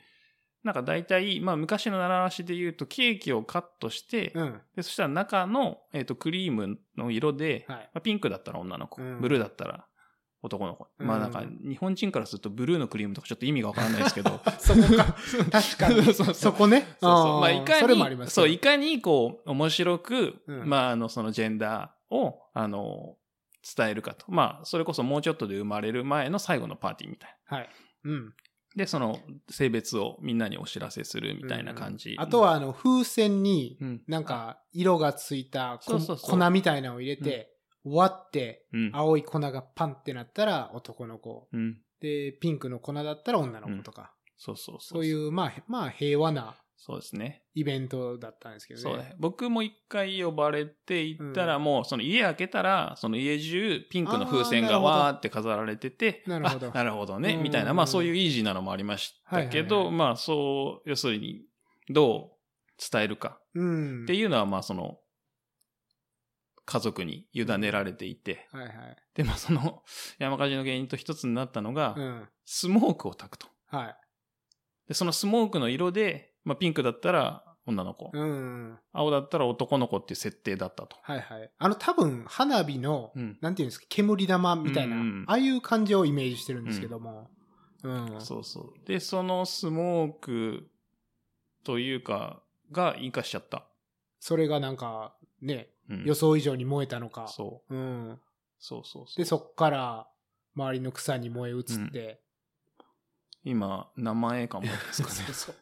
[SPEAKER 1] なんか大体、まあ昔の習わしで言うとケーキをカットして、
[SPEAKER 2] うん。
[SPEAKER 1] でそしたら中の、えっとクリームの色で、
[SPEAKER 2] はい。
[SPEAKER 1] まあ、ピンクだったら女の子、
[SPEAKER 2] うん
[SPEAKER 1] ブルーだったら男の子。
[SPEAKER 2] うん
[SPEAKER 1] まあなんか、日本人からするとブルーのクリームとかちょっと意味がわからないですけ ど。
[SPEAKER 2] そこ か。確かに。
[SPEAKER 1] そうそう
[SPEAKER 2] そこね。
[SPEAKER 1] そうそう。まあ
[SPEAKER 2] ー
[SPEAKER 1] いかに、
[SPEAKER 2] それもありますね。
[SPEAKER 1] そう、いかにこう、面白く、
[SPEAKER 2] うん
[SPEAKER 1] まああの、そのジェンダーを、あの、伝えるかと。まあ、それこそもうちょっとで生まれる前の最後のパーティーみたいな。
[SPEAKER 2] はい。うん。
[SPEAKER 1] で、その性別をみんなにお知らせするみたいな感じ。
[SPEAKER 2] あと、は、あの、風船に
[SPEAKER 1] う、ん。
[SPEAKER 2] なんか、色がついたこ
[SPEAKER 1] そうそうそう
[SPEAKER 2] 粉みたいなのを入れて、割って、
[SPEAKER 1] うん。
[SPEAKER 2] 青い粉がパンってなったら男の子。
[SPEAKER 1] うん。
[SPEAKER 2] で、ピンクの粉だったら女の子とか。
[SPEAKER 1] そうそうそう。。
[SPEAKER 2] そういうう、まあ、へまあ、平和な
[SPEAKER 1] そうですね。
[SPEAKER 2] イベントだったんですけどね。
[SPEAKER 1] そうね。僕も一回呼ばれて行ったら、もうその家開けたら、その家中ピンクの風船
[SPEAKER 2] あーなる
[SPEAKER 1] が
[SPEAKER 2] ほど
[SPEAKER 1] わーって飾られてて、
[SPEAKER 2] なるほど
[SPEAKER 1] あなるほど
[SPEAKER 2] うんうん
[SPEAKER 1] ね、
[SPEAKER 2] うん
[SPEAKER 1] みたいな、まあそういうイージーなのもありましたけ
[SPEAKER 2] はい
[SPEAKER 1] ど、
[SPEAKER 2] はい
[SPEAKER 1] まあそう、要するに、どう伝えるか
[SPEAKER 2] うん。
[SPEAKER 1] っていうのは、まあその、家族に委ねられていて、
[SPEAKER 2] はいはい。
[SPEAKER 1] で、まあその 山火事の原因と一つになったのが、
[SPEAKER 2] うん。
[SPEAKER 1] スモークを焚くと。
[SPEAKER 2] はい。
[SPEAKER 1] で、そのスモークの色で、まあピンクだったら女の子、
[SPEAKER 2] うん。
[SPEAKER 1] 青だったら男の子っていう設定だったと。
[SPEAKER 2] はいはい。あの、多分、花火の、
[SPEAKER 1] うん。
[SPEAKER 2] なんていうんですか、煙玉みたいな、
[SPEAKER 1] うんうん
[SPEAKER 2] ああいう感じをイメージしてるんですけども。うん。
[SPEAKER 1] そうそう。で、そのスモークというか、が引火しちゃった。
[SPEAKER 2] それがなんか、ね、
[SPEAKER 1] うん
[SPEAKER 2] 予想以上に燃えたのか。
[SPEAKER 1] そう。
[SPEAKER 2] うん。
[SPEAKER 1] そうそうそう。
[SPEAKER 2] で、そっから、周りの草に燃え移って、
[SPEAKER 1] 今、名前かもですかね。
[SPEAKER 2] そうそう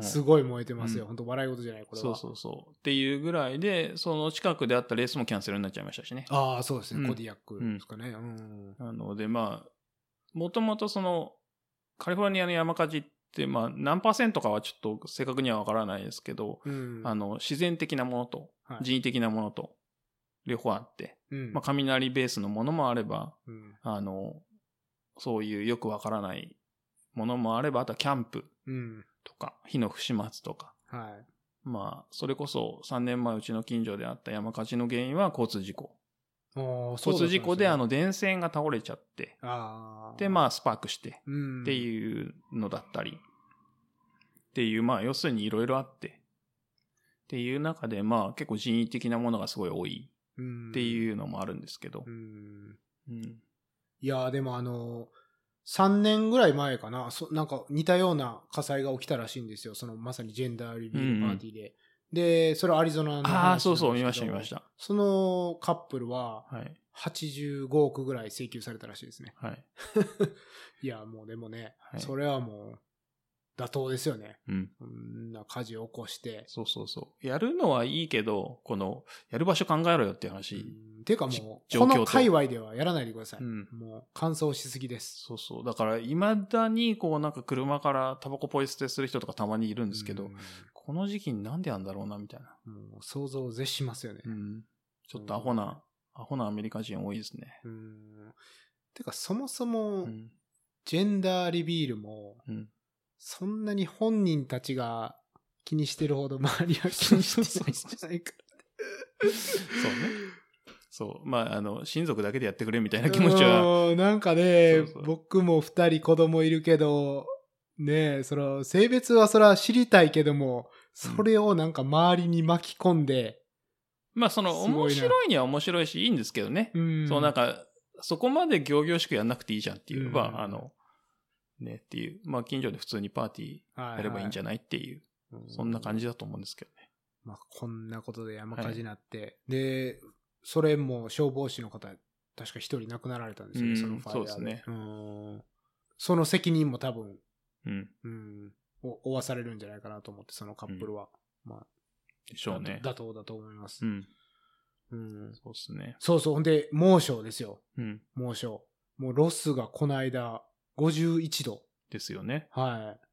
[SPEAKER 1] うん
[SPEAKER 2] すごい燃えてますよ。
[SPEAKER 1] うん
[SPEAKER 2] ほん、本当笑い事じゃない、これ
[SPEAKER 1] そ
[SPEAKER 2] は。
[SPEAKER 1] うそうそう。っていうぐらいで、その近くであったレースもキャンセルになっちゃいましたしね。
[SPEAKER 2] ああ、そうですね、
[SPEAKER 1] うん
[SPEAKER 2] コディアックですかね。うん。
[SPEAKER 1] なので、まあ、もともとその、カリフォルニアの山火事って、まあ、何パーセントかはちょっと正確にはわからないですけど、
[SPEAKER 2] うん。
[SPEAKER 1] あの、自然的なものと、
[SPEAKER 2] はい
[SPEAKER 1] 人為的なものと、両方あって、
[SPEAKER 2] うん、
[SPEAKER 1] まあ、雷ベースのものもあれば、
[SPEAKER 2] うん
[SPEAKER 1] あの、そういうよくわからないものもあれば、あとはキャンプ
[SPEAKER 2] うん。
[SPEAKER 1] とか、火の不始末とか。
[SPEAKER 2] はい。
[SPEAKER 1] まあ、それこそ3年前うちの近所であった山火事の原因は交通事故。
[SPEAKER 2] おーそう
[SPEAKER 1] 交通
[SPEAKER 2] だったんすね
[SPEAKER 1] 事故であ、の電線が倒れちゃって、
[SPEAKER 2] ああ。
[SPEAKER 1] で、まあスパークして
[SPEAKER 2] うん、
[SPEAKER 1] って
[SPEAKER 2] う。
[SPEAKER 1] いうのだったり、っていう、まあ要するにいろいろあって、っていう中で、まあ結構人為的なものがすごい多い
[SPEAKER 2] ん、
[SPEAKER 1] って
[SPEAKER 2] う。
[SPEAKER 1] いうのもあるんですけど
[SPEAKER 2] う、ん。
[SPEAKER 1] うん。
[SPEAKER 2] いやー、でもあのー、3年ぐらい前かな、そなんか似たような火災が起きたらしいんですよ。そのまさにジェンダーリビルパーティーで。で、それはアリゾナの話なんですけど。
[SPEAKER 1] ああ、そうそう、見ました見ました。
[SPEAKER 2] そのカップルは
[SPEAKER 1] はい。
[SPEAKER 2] 85億ぐらい請求されたらしいですね。
[SPEAKER 1] はい。
[SPEAKER 2] いや、もうでもね、
[SPEAKER 1] はい
[SPEAKER 2] それはもう妥当ですよね。
[SPEAKER 1] うん。
[SPEAKER 2] こんな火事を起こして。
[SPEAKER 1] そうそうそう。やるのはいいけど、この、やる場所考えろよっていう話。
[SPEAKER 2] うんていうかもう、
[SPEAKER 1] じ
[SPEAKER 2] こ
[SPEAKER 1] 状況と
[SPEAKER 2] の界隈ではやらないでください。
[SPEAKER 1] うん
[SPEAKER 2] もう、乾燥しすぎです。
[SPEAKER 1] そうそう。だから、未だに、こう、なんか車からタバコポイ捨てする人とかたまにいるんですけど、
[SPEAKER 2] うん
[SPEAKER 1] この時期になんでやんだろうな、みたいな。
[SPEAKER 2] もう想像を絶しますよね。
[SPEAKER 1] うん。ちょっとアホな、アホなアメリカ人多いですね。
[SPEAKER 2] うんてか、そもそうも、
[SPEAKER 1] ん。
[SPEAKER 2] ジェンダーリビールも、
[SPEAKER 1] うん
[SPEAKER 2] そんなに本人たちが気にしてるほど周りは気にしてないんじゃないか。
[SPEAKER 1] そうね。そう。まあ、あの、親族だけでやってくれみたいな 気持ちは。
[SPEAKER 2] うんなんかね
[SPEAKER 1] そうそう
[SPEAKER 2] 僕も二人子供いるけど、ねえ、その、性別はそれは知りたいけども、それをなんか周りに巻き込んで、
[SPEAKER 1] まあ、その、
[SPEAKER 2] すご
[SPEAKER 1] 面
[SPEAKER 2] いな
[SPEAKER 1] 白いには面白いし、いいんですけどね。
[SPEAKER 2] うん
[SPEAKER 1] そう、なんか、そこまで行々しくやんなくていいじゃんっていう、
[SPEAKER 2] うん
[SPEAKER 1] まあ、あの、ね、っていう。まあ、近所で普通にパーティー
[SPEAKER 2] や
[SPEAKER 1] やればいいんじ
[SPEAKER 2] ゃ
[SPEAKER 1] ゃないっていう、
[SPEAKER 2] ない
[SPEAKER 1] そんな感
[SPEAKER 2] じ。
[SPEAKER 1] じだと思うんですけどね。
[SPEAKER 2] まあ、こんなことで山火事になって、で、それも消防士の方、確か一人亡くなられたんですよね、
[SPEAKER 1] うん
[SPEAKER 2] そのファイヤー
[SPEAKER 1] そうですね
[SPEAKER 2] うんその責任も多分、
[SPEAKER 1] うん。
[SPEAKER 2] うん、お負わされるんじゃないかなと思って、そのカップルは。まあ、
[SPEAKER 1] でしょうね。
[SPEAKER 2] 妥当だと思います
[SPEAKER 1] う。ん。
[SPEAKER 2] うん
[SPEAKER 1] そうですね。
[SPEAKER 2] そうそう。ほんで、猛暑ですよ。
[SPEAKER 1] うん。
[SPEAKER 2] 猛暑。もうロスがこの間、51度。
[SPEAKER 1] ですよね。
[SPEAKER 2] はい。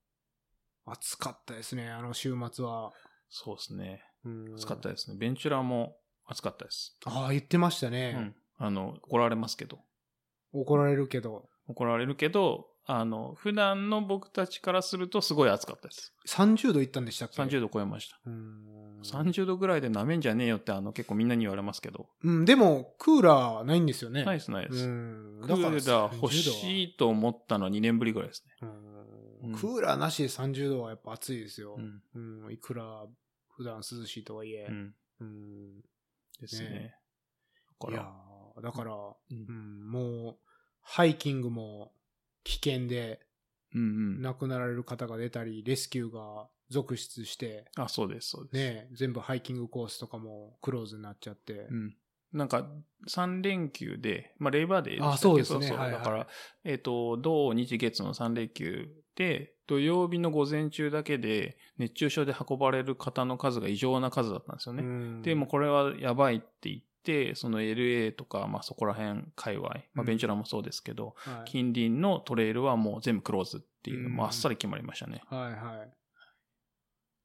[SPEAKER 2] 暑かったですね、あの週末は。
[SPEAKER 1] そうですね。
[SPEAKER 2] うん
[SPEAKER 1] 暑かったですね。ベンチュラも暑かったです。
[SPEAKER 2] ああ、言ってました
[SPEAKER 1] う
[SPEAKER 2] ね、
[SPEAKER 1] ん。あの、怒られますけど。
[SPEAKER 2] 怒られるけど。
[SPEAKER 1] 怒られるけど、あの、普段の僕たちからするとすごい暑かったです。
[SPEAKER 2] 30度いったんでしたっけ
[SPEAKER 1] 30度超えました。
[SPEAKER 2] うん
[SPEAKER 1] 30度ぐらいで舐めんじゃねえよって、あの、結構みんなに言われますけど。
[SPEAKER 2] うん、でも、クーラーないんですよね。
[SPEAKER 1] ないです、ないです。
[SPEAKER 2] うん。
[SPEAKER 1] クーラー欲
[SPEAKER 2] い。
[SPEAKER 1] しいと思ったのは2年ぶりぐらいですね。
[SPEAKER 2] うん
[SPEAKER 1] うん
[SPEAKER 2] クーラーなしで30度はやっぱ暑いですよ。
[SPEAKER 1] うん。
[SPEAKER 2] うん、いくら普段涼しいとはいえ。
[SPEAKER 1] うん。
[SPEAKER 2] うん
[SPEAKER 1] ですね。
[SPEAKER 2] ね
[SPEAKER 1] だか
[SPEAKER 2] い
[SPEAKER 1] ら
[SPEAKER 2] やーだから、
[SPEAKER 1] う
[SPEAKER 2] うんん、もう、ハイキングも危険で、
[SPEAKER 1] うんうん。
[SPEAKER 2] 亡くなられる方が出たり、レスキューが続出して、
[SPEAKER 1] あ、そうです、そうです。
[SPEAKER 2] ね、全部ハイキングコースとかもクローズになっちゃって
[SPEAKER 1] う、ん。なんか、3連休で、まあ、レイバーデーしたっけ
[SPEAKER 2] あそうですね
[SPEAKER 1] そうそう
[SPEAKER 2] はいは
[SPEAKER 1] だ
[SPEAKER 2] い
[SPEAKER 1] から、えっ、と、土、日、月の3連休で、土曜日の午前中だけで、熱中症で運ばれる方の数が異常な数だったんですよね。
[SPEAKER 2] うん
[SPEAKER 1] で、もうこれはやばいって言って、その LA とか、まあ、そこら辺、界隈、ま
[SPEAKER 2] う
[SPEAKER 1] あ、
[SPEAKER 2] ん
[SPEAKER 1] ベンチュラもそうですけど、
[SPEAKER 2] はい
[SPEAKER 1] 近隣のトレイルはもう全部クローズっていうの
[SPEAKER 2] うん
[SPEAKER 1] もあっさり決まりましたね。
[SPEAKER 2] はいはい。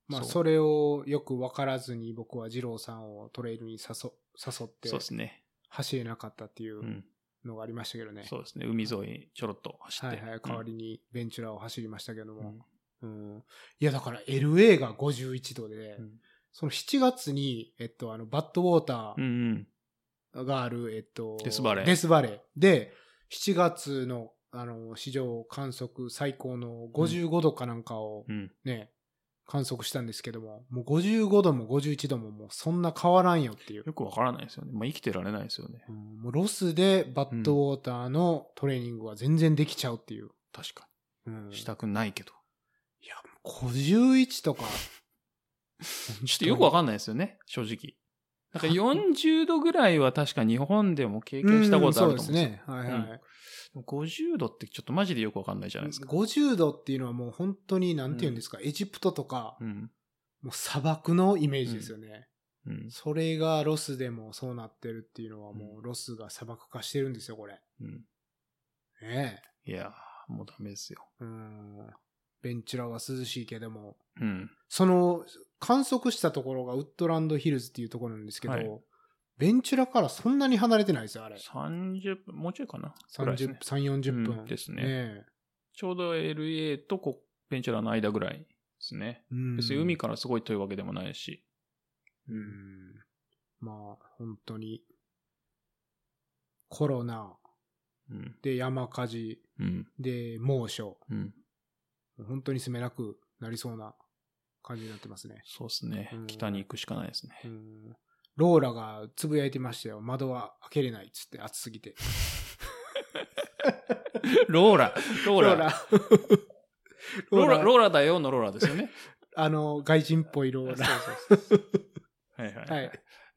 [SPEAKER 2] まあ、
[SPEAKER 1] そう
[SPEAKER 2] それをよく分からずに僕は二郎さんをトレイルに誘誘って
[SPEAKER 1] そうですね。
[SPEAKER 2] 走れなかったっていう
[SPEAKER 1] うん。
[SPEAKER 2] のがありましたけどね。
[SPEAKER 1] そうですね。海沿いちょろっと走
[SPEAKER 2] は
[SPEAKER 1] っ
[SPEAKER 2] い
[SPEAKER 1] て。
[SPEAKER 2] はい、代わ
[SPEAKER 1] うん
[SPEAKER 2] りにベンチュラを走りましたけども。うんいや、だから LA が51度で、
[SPEAKER 1] うん
[SPEAKER 2] その7月に、えっと、あの、バッドウォータ
[SPEAKER 1] うんうん。
[SPEAKER 2] ーがある、えっと、
[SPEAKER 1] デスバレー
[SPEAKER 2] デスバレーで、7月の、あの、史上観測最高の55度かなんかを
[SPEAKER 1] うん。
[SPEAKER 2] ね、観測したんですけども、もう55度も51度ももうそんな変わらんよっていう。
[SPEAKER 1] よくわからないですよね。まあ、生きてられないですよね。
[SPEAKER 2] うんもうロスでバッドウォーターのトレーニングは全然できちゃうっていう。
[SPEAKER 1] 確か
[SPEAKER 2] うん
[SPEAKER 1] に。したくないけど。
[SPEAKER 2] いや、51とか。
[SPEAKER 1] ちょっとよくわかんないですよね。正直。なんか40度ぐらいは確か日本でも経験したことあると思うんですよ。
[SPEAKER 2] うんそうですね。はいはい。
[SPEAKER 1] でも50度ってちょっとマジでよくわかんないじゃないですか。
[SPEAKER 2] 50度っていうのはもう本当になんて言うんですか、エジプトとか、
[SPEAKER 1] うん。
[SPEAKER 2] もう砂漠のイメージですよね、
[SPEAKER 1] うん。
[SPEAKER 2] それがロスでもそうなってるっていうのはもうロスが砂漠化してるんですよ、これ。
[SPEAKER 1] うん。
[SPEAKER 2] ね
[SPEAKER 1] いやー、もうダメですよ。
[SPEAKER 2] え。うん。ベンチュラは涼しいけども、
[SPEAKER 1] うん。
[SPEAKER 2] その観測したところがウッドランドヒルズっていうところなんですけど、
[SPEAKER 1] はい
[SPEAKER 2] ベンチュラからそんなに離れてないですよ、あれ。
[SPEAKER 1] 30分、もうちょいかな。ぐらいです
[SPEAKER 2] 30、
[SPEAKER 1] ね
[SPEAKER 2] 3、40分。
[SPEAKER 1] うんですね
[SPEAKER 2] ねえ
[SPEAKER 1] ちょうど LA とこベンチュラの間ぐらいですね。
[SPEAKER 2] うん
[SPEAKER 1] 別に海からすごい遠いわけでもないし。
[SPEAKER 2] うん。まあ、本当に、コロナ、
[SPEAKER 1] うん。
[SPEAKER 2] で山火事、
[SPEAKER 1] うん。
[SPEAKER 2] で猛暑、
[SPEAKER 1] うん。
[SPEAKER 2] 本当に住めなくなりそうな感じになってますね。
[SPEAKER 1] そうですね
[SPEAKER 2] うん。
[SPEAKER 1] 北に行くしかないですね。
[SPEAKER 2] うんローラがつぶやいてましたよ。窓は開けれないっつって暑すぎて。
[SPEAKER 1] ローラ、ローラ、ロー
[SPEAKER 2] ローラ。
[SPEAKER 1] ラ、
[SPEAKER 2] ローラ
[SPEAKER 1] ローラだよのローラですよ ね。
[SPEAKER 2] あの、外人っぽいロー
[SPEAKER 1] そ
[SPEAKER 2] ラ。
[SPEAKER 1] うそうそうはいはい、は
[SPEAKER 2] はい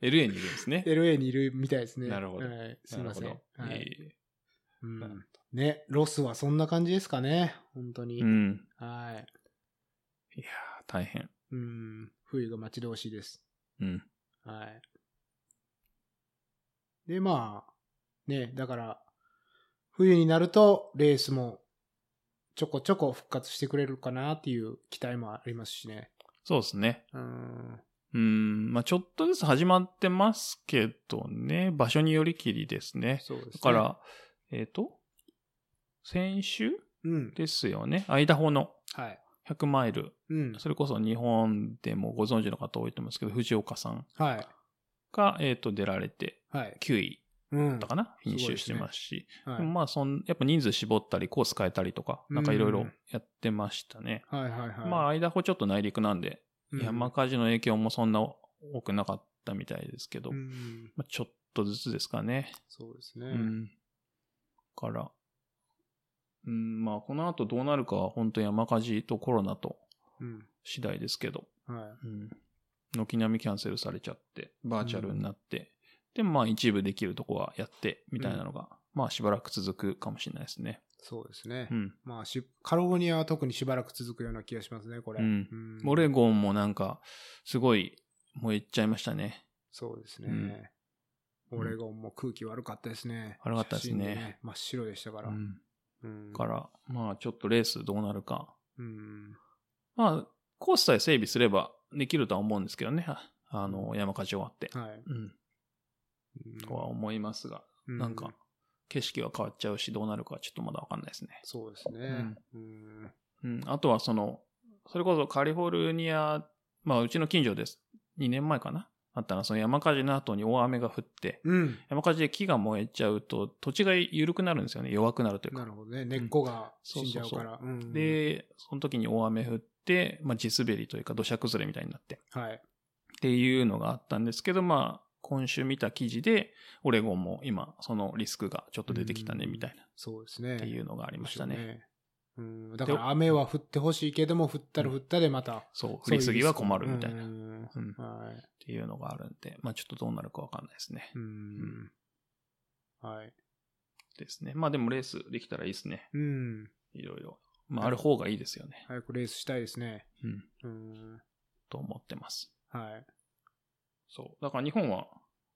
[SPEAKER 1] い。LA にいるんです ね。
[SPEAKER 2] LA にいるみたいですね。
[SPEAKER 1] なるほど
[SPEAKER 2] はい、すいません。
[SPEAKER 1] なるほど
[SPEAKER 2] はいい
[SPEAKER 1] えい
[SPEAKER 2] うん
[SPEAKER 1] なるほ
[SPEAKER 2] ね、ロスはそんな感じですかね。本当に。
[SPEAKER 1] え。うん。
[SPEAKER 2] はい。
[SPEAKER 1] いやー大変。
[SPEAKER 2] うん。冬が待ち遠しいです。
[SPEAKER 1] うん。
[SPEAKER 2] はい。で、まあ、ね、だから、冬になると、レースも、ちょこちょこ復活してくれるかなっていう期待もありますしね。
[SPEAKER 1] そうですね。
[SPEAKER 2] うん。
[SPEAKER 1] うん。まあちょっとずつ始まってますけどね。場所によりきりですね。
[SPEAKER 2] そうです、ね。
[SPEAKER 1] だから、、えっ、と、先週
[SPEAKER 2] うん。
[SPEAKER 1] ですよね。アイダホの
[SPEAKER 2] はい。
[SPEAKER 1] 100マイル。
[SPEAKER 2] うん。
[SPEAKER 1] それこそ日本でもご存知の方多いと思うんですけど、藤岡さん
[SPEAKER 2] はい。
[SPEAKER 1] が、えっ、と、出られて
[SPEAKER 2] はい。
[SPEAKER 1] 9位
[SPEAKER 2] うん
[SPEAKER 1] だ。ったかな、
[SPEAKER 2] うん
[SPEAKER 1] フィニッシュしてますし。
[SPEAKER 2] はい
[SPEAKER 1] でもまあそん、やっぱ人数絞ったり、コース変えたりとか、なんかいろいろやってましたね。
[SPEAKER 2] はいはいはい。
[SPEAKER 1] まあ、アイダホちょっと内陸なんで、
[SPEAKER 2] うん
[SPEAKER 1] 山火事の影響もそんな多くなかったみたいですけど、
[SPEAKER 2] うん。
[SPEAKER 1] まあ、ちょっとずつですかね。
[SPEAKER 2] そうですね。
[SPEAKER 1] うん。だから、うん、まあ、この後どうなるかは、本当山火事とコロナと
[SPEAKER 2] うん。
[SPEAKER 1] 次第ですけど、
[SPEAKER 2] は
[SPEAKER 1] うん。軒並みキャンセルされちゃって、バーチャルになって、で、まあ、一部できるとこはやって、みたいなのが、まあ、しばらく続くかもしれないですね。
[SPEAKER 2] い。そうですね。
[SPEAKER 1] うん。
[SPEAKER 2] まあし、カルフォルニアは特にしばらく続くような気がしますね、これ。
[SPEAKER 1] うん
[SPEAKER 2] ん
[SPEAKER 1] オレゴンもなんか、すごい燃えちゃいましたね。
[SPEAKER 2] そうです
[SPEAKER 1] う
[SPEAKER 2] ね。オレゴンも空気悪かったですね。
[SPEAKER 1] 悪かったですね
[SPEAKER 2] 写真真っ白でしたから。
[SPEAKER 1] うん
[SPEAKER 2] うん
[SPEAKER 1] から、まあちょっとレースどうなるか。
[SPEAKER 2] うん。
[SPEAKER 1] まあ、コースさえ整備すればできるとは思うんですけどね。ああの、山火事終わって。
[SPEAKER 2] はい。
[SPEAKER 1] うん。とは思いますが、
[SPEAKER 2] う
[SPEAKER 1] なんか、景色は変わっちゃうし、どうなるかはちょっとまだわかんないですね。
[SPEAKER 2] そうですね。うん。
[SPEAKER 1] うん。あとはその、それこそカリフォルニア、まあうちの近所です。2年前かなあったな。その山火事の後に大雨が降って、
[SPEAKER 2] うん。
[SPEAKER 1] 山火事で木が燃えちゃうと、土地が緩くなるんですよね。弱くなるという
[SPEAKER 2] な
[SPEAKER 1] か。
[SPEAKER 2] るほどね。根っこが死んじゃうから。うん、
[SPEAKER 1] で、その時に大雨降って、まあ地滑りというか土砂崩れみたいになって。
[SPEAKER 2] はい。
[SPEAKER 1] っていうのがあったんですけど、まあ、今週見た記事で、オレゴンも今、そのリスクがちょっと出てきたね、
[SPEAKER 2] うん
[SPEAKER 1] みたいな、
[SPEAKER 2] そうですね。
[SPEAKER 1] っていうのがありました
[SPEAKER 2] でょう
[SPEAKER 1] ね。
[SPEAKER 2] ね。うん。だから雨は降ってほしいけども、降ったら降ったでまた。
[SPEAKER 1] そう、降
[SPEAKER 2] そういう
[SPEAKER 1] りすぎは困るみたい
[SPEAKER 2] リ
[SPEAKER 1] な。
[SPEAKER 2] ス
[SPEAKER 1] うん。っ
[SPEAKER 2] クもうんはい。
[SPEAKER 1] ていうのがあるんで、まあちょっとどうなるかわかんないですね。
[SPEAKER 2] うん。はい。
[SPEAKER 1] ですね。まあでもレースできたらいいですね。
[SPEAKER 2] うん。
[SPEAKER 1] いろいろ。まあある方がいいですよね。
[SPEAKER 2] 早くレースしたいですね。
[SPEAKER 1] うん。
[SPEAKER 2] うん。
[SPEAKER 1] と思ってます。
[SPEAKER 2] はい。
[SPEAKER 1] そう。だから日本は、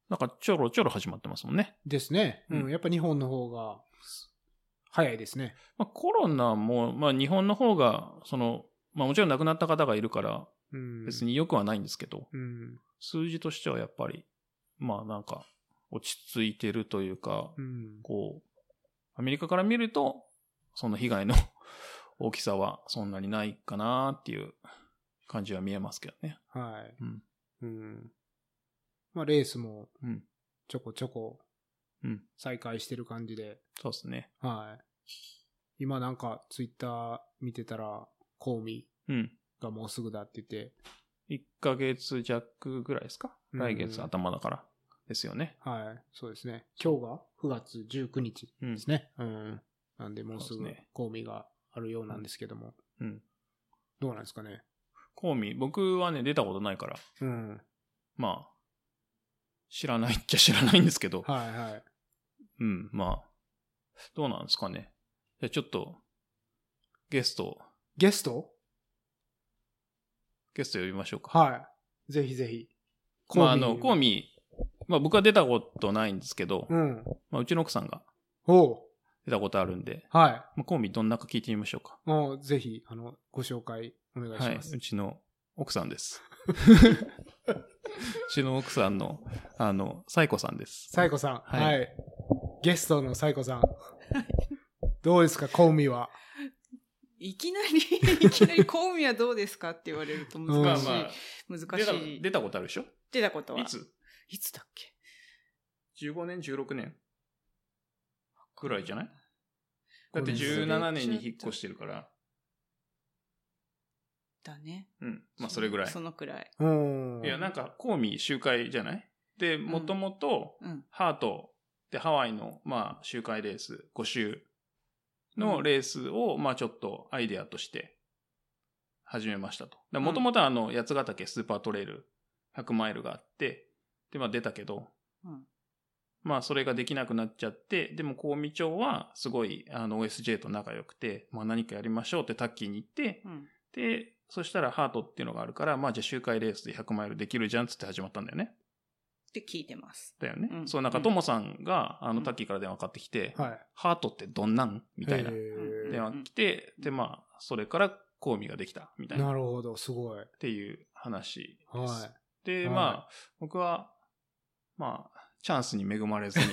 [SPEAKER 1] なんかちょろちょろ始まってますもんね。
[SPEAKER 2] ですね。う
[SPEAKER 1] うん
[SPEAKER 2] ん。やっぱ日本の方が、早いですね。
[SPEAKER 1] まあコロナも、まあ日本の方が、その、まあもちろん亡くなった方がいるから、
[SPEAKER 2] うん。
[SPEAKER 1] 別。に良くはないんですけど、
[SPEAKER 2] うん。
[SPEAKER 1] 数字としてはやっぱり、まあなんか、落ち着いてるというか、
[SPEAKER 2] うん。
[SPEAKER 1] こう、アメリカから見ると、その被害の 大きさはそんなにないかなっていう感じは見えますけどね。
[SPEAKER 2] はい。
[SPEAKER 1] うん。
[SPEAKER 2] うん。まあ、レースも
[SPEAKER 1] うん、
[SPEAKER 2] ちょこちょこ
[SPEAKER 1] うん、
[SPEAKER 2] 再開してる感じで、
[SPEAKER 1] そうですね。
[SPEAKER 2] はい。今なんか、ツイッター見てたら、コーミ
[SPEAKER 1] うん。
[SPEAKER 2] がもうすぐだって言って、
[SPEAKER 1] 1ヶ月弱ぐらいですか
[SPEAKER 2] うん
[SPEAKER 1] 来月頭だから。ですよね。
[SPEAKER 2] はい。そうですね。今日が9月19日
[SPEAKER 1] うん
[SPEAKER 2] ですね。うん。なんで、もうす
[SPEAKER 1] そう
[SPEAKER 2] ぐ
[SPEAKER 1] ですね
[SPEAKER 2] コーミがあるようなんですけども。
[SPEAKER 1] うん。
[SPEAKER 2] どうなんですかね。
[SPEAKER 1] コーミ、僕はね、出たことないから、
[SPEAKER 2] うん。
[SPEAKER 1] まあ、知らないっちゃ知らないんですけど、
[SPEAKER 2] はいはい。
[SPEAKER 1] うん、まあ、どうなんですかね。じゃあちょっと、ゲスト、
[SPEAKER 2] ゲスト
[SPEAKER 1] ゲスト呼びましょうか。
[SPEAKER 2] はい。ぜひぜひ。
[SPEAKER 1] まあ、あの、コー
[SPEAKER 2] ミ。
[SPEAKER 1] ミー、まあ僕は出たことないんですけど、う
[SPEAKER 2] うん。
[SPEAKER 1] まあ、うちの奥さんが
[SPEAKER 2] おう。
[SPEAKER 1] 出たことあるんで、
[SPEAKER 2] は
[SPEAKER 1] まあ、コーミーどんなか聞いてみましょうか。
[SPEAKER 2] い。もう、ぜひ、あの、ご紹介お願い
[SPEAKER 1] は
[SPEAKER 2] し
[SPEAKER 1] い、
[SPEAKER 2] ます。
[SPEAKER 1] うちの奥さん です。うちの奥さんの、あの、サイコさんです。
[SPEAKER 2] サイコさん。は。
[SPEAKER 1] はいい
[SPEAKER 2] ゲストのサイコさん。どうですか、コーミは。
[SPEAKER 3] いきなり、い きなり、小宮どうですかって言われると難しい。
[SPEAKER 2] うん
[SPEAKER 1] まあま
[SPEAKER 3] 難
[SPEAKER 1] あ、出
[SPEAKER 3] し
[SPEAKER 1] た
[SPEAKER 3] い。
[SPEAKER 1] 出たことあるでしょ
[SPEAKER 3] 出たことは。
[SPEAKER 1] いつ
[SPEAKER 3] いつだっけ
[SPEAKER 1] ?15 年、16年ぐらいじゃないだって
[SPEAKER 2] これ
[SPEAKER 1] 17年に引っ越してるから、
[SPEAKER 3] だね。
[SPEAKER 1] うん。まあ、それぐらい
[SPEAKER 3] そ。のくらい。
[SPEAKER 2] うん。
[SPEAKER 1] いや、なんか、コーミー集会じゃないで、もともと、
[SPEAKER 3] うん。
[SPEAKER 1] ハートでハワイの、まあ、周回レース、5周のレースを、まあ、ちょっとアイデアとして始めましたと。もともとはあの、八ヶ岳スーパートレイル100マイルがあって、で、まあ出たけど、
[SPEAKER 3] うん。
[SPEAKER 1] まあそれができなくなっちゃって、でも香美町はすごいあの OSJ と仲良くて、まあ何かやりましょうってタッキーに行って、
[SPEAKER 3] うん。
[SPEAKER 1] で、そしたらハートっていうのがあるから、まあじゃあ周回レースで100マイルできるじゃんっつって始まったんだよね。
[SPEAKER 3] って聞いてます。
[SPEAKER 1] だよね。
[SPEAKER 3] うん
[SPEAKER 1] そう、なんか、
[SPEAKER 3] うん
[SPEAKER 1] ともさんが、あ
[SPEAKER 3] う
[SPEAKER 1] の、
[SPEAKER 3] ん
[SPEAKER 1] タッキーから電話かかってきて、
[SPEAKER 2] はい。
[SPEAKER 1] ハートってどんなんみたいな
[SPEAKER 2] へー
[SPEAKER 1] 電話来て、で、まあ、それから、コーミができた、みたいな、っ
[SPEAKER 2] なるほど、すごい。
[SPEAKER 1] ていう話です。
[SPEAKER 2] は
[SPEAKER 1] で、
[SPEAKER 2] はい
[SPEAKER 1] まあ、僕は、まあ、チャンスに恵まれ ずに、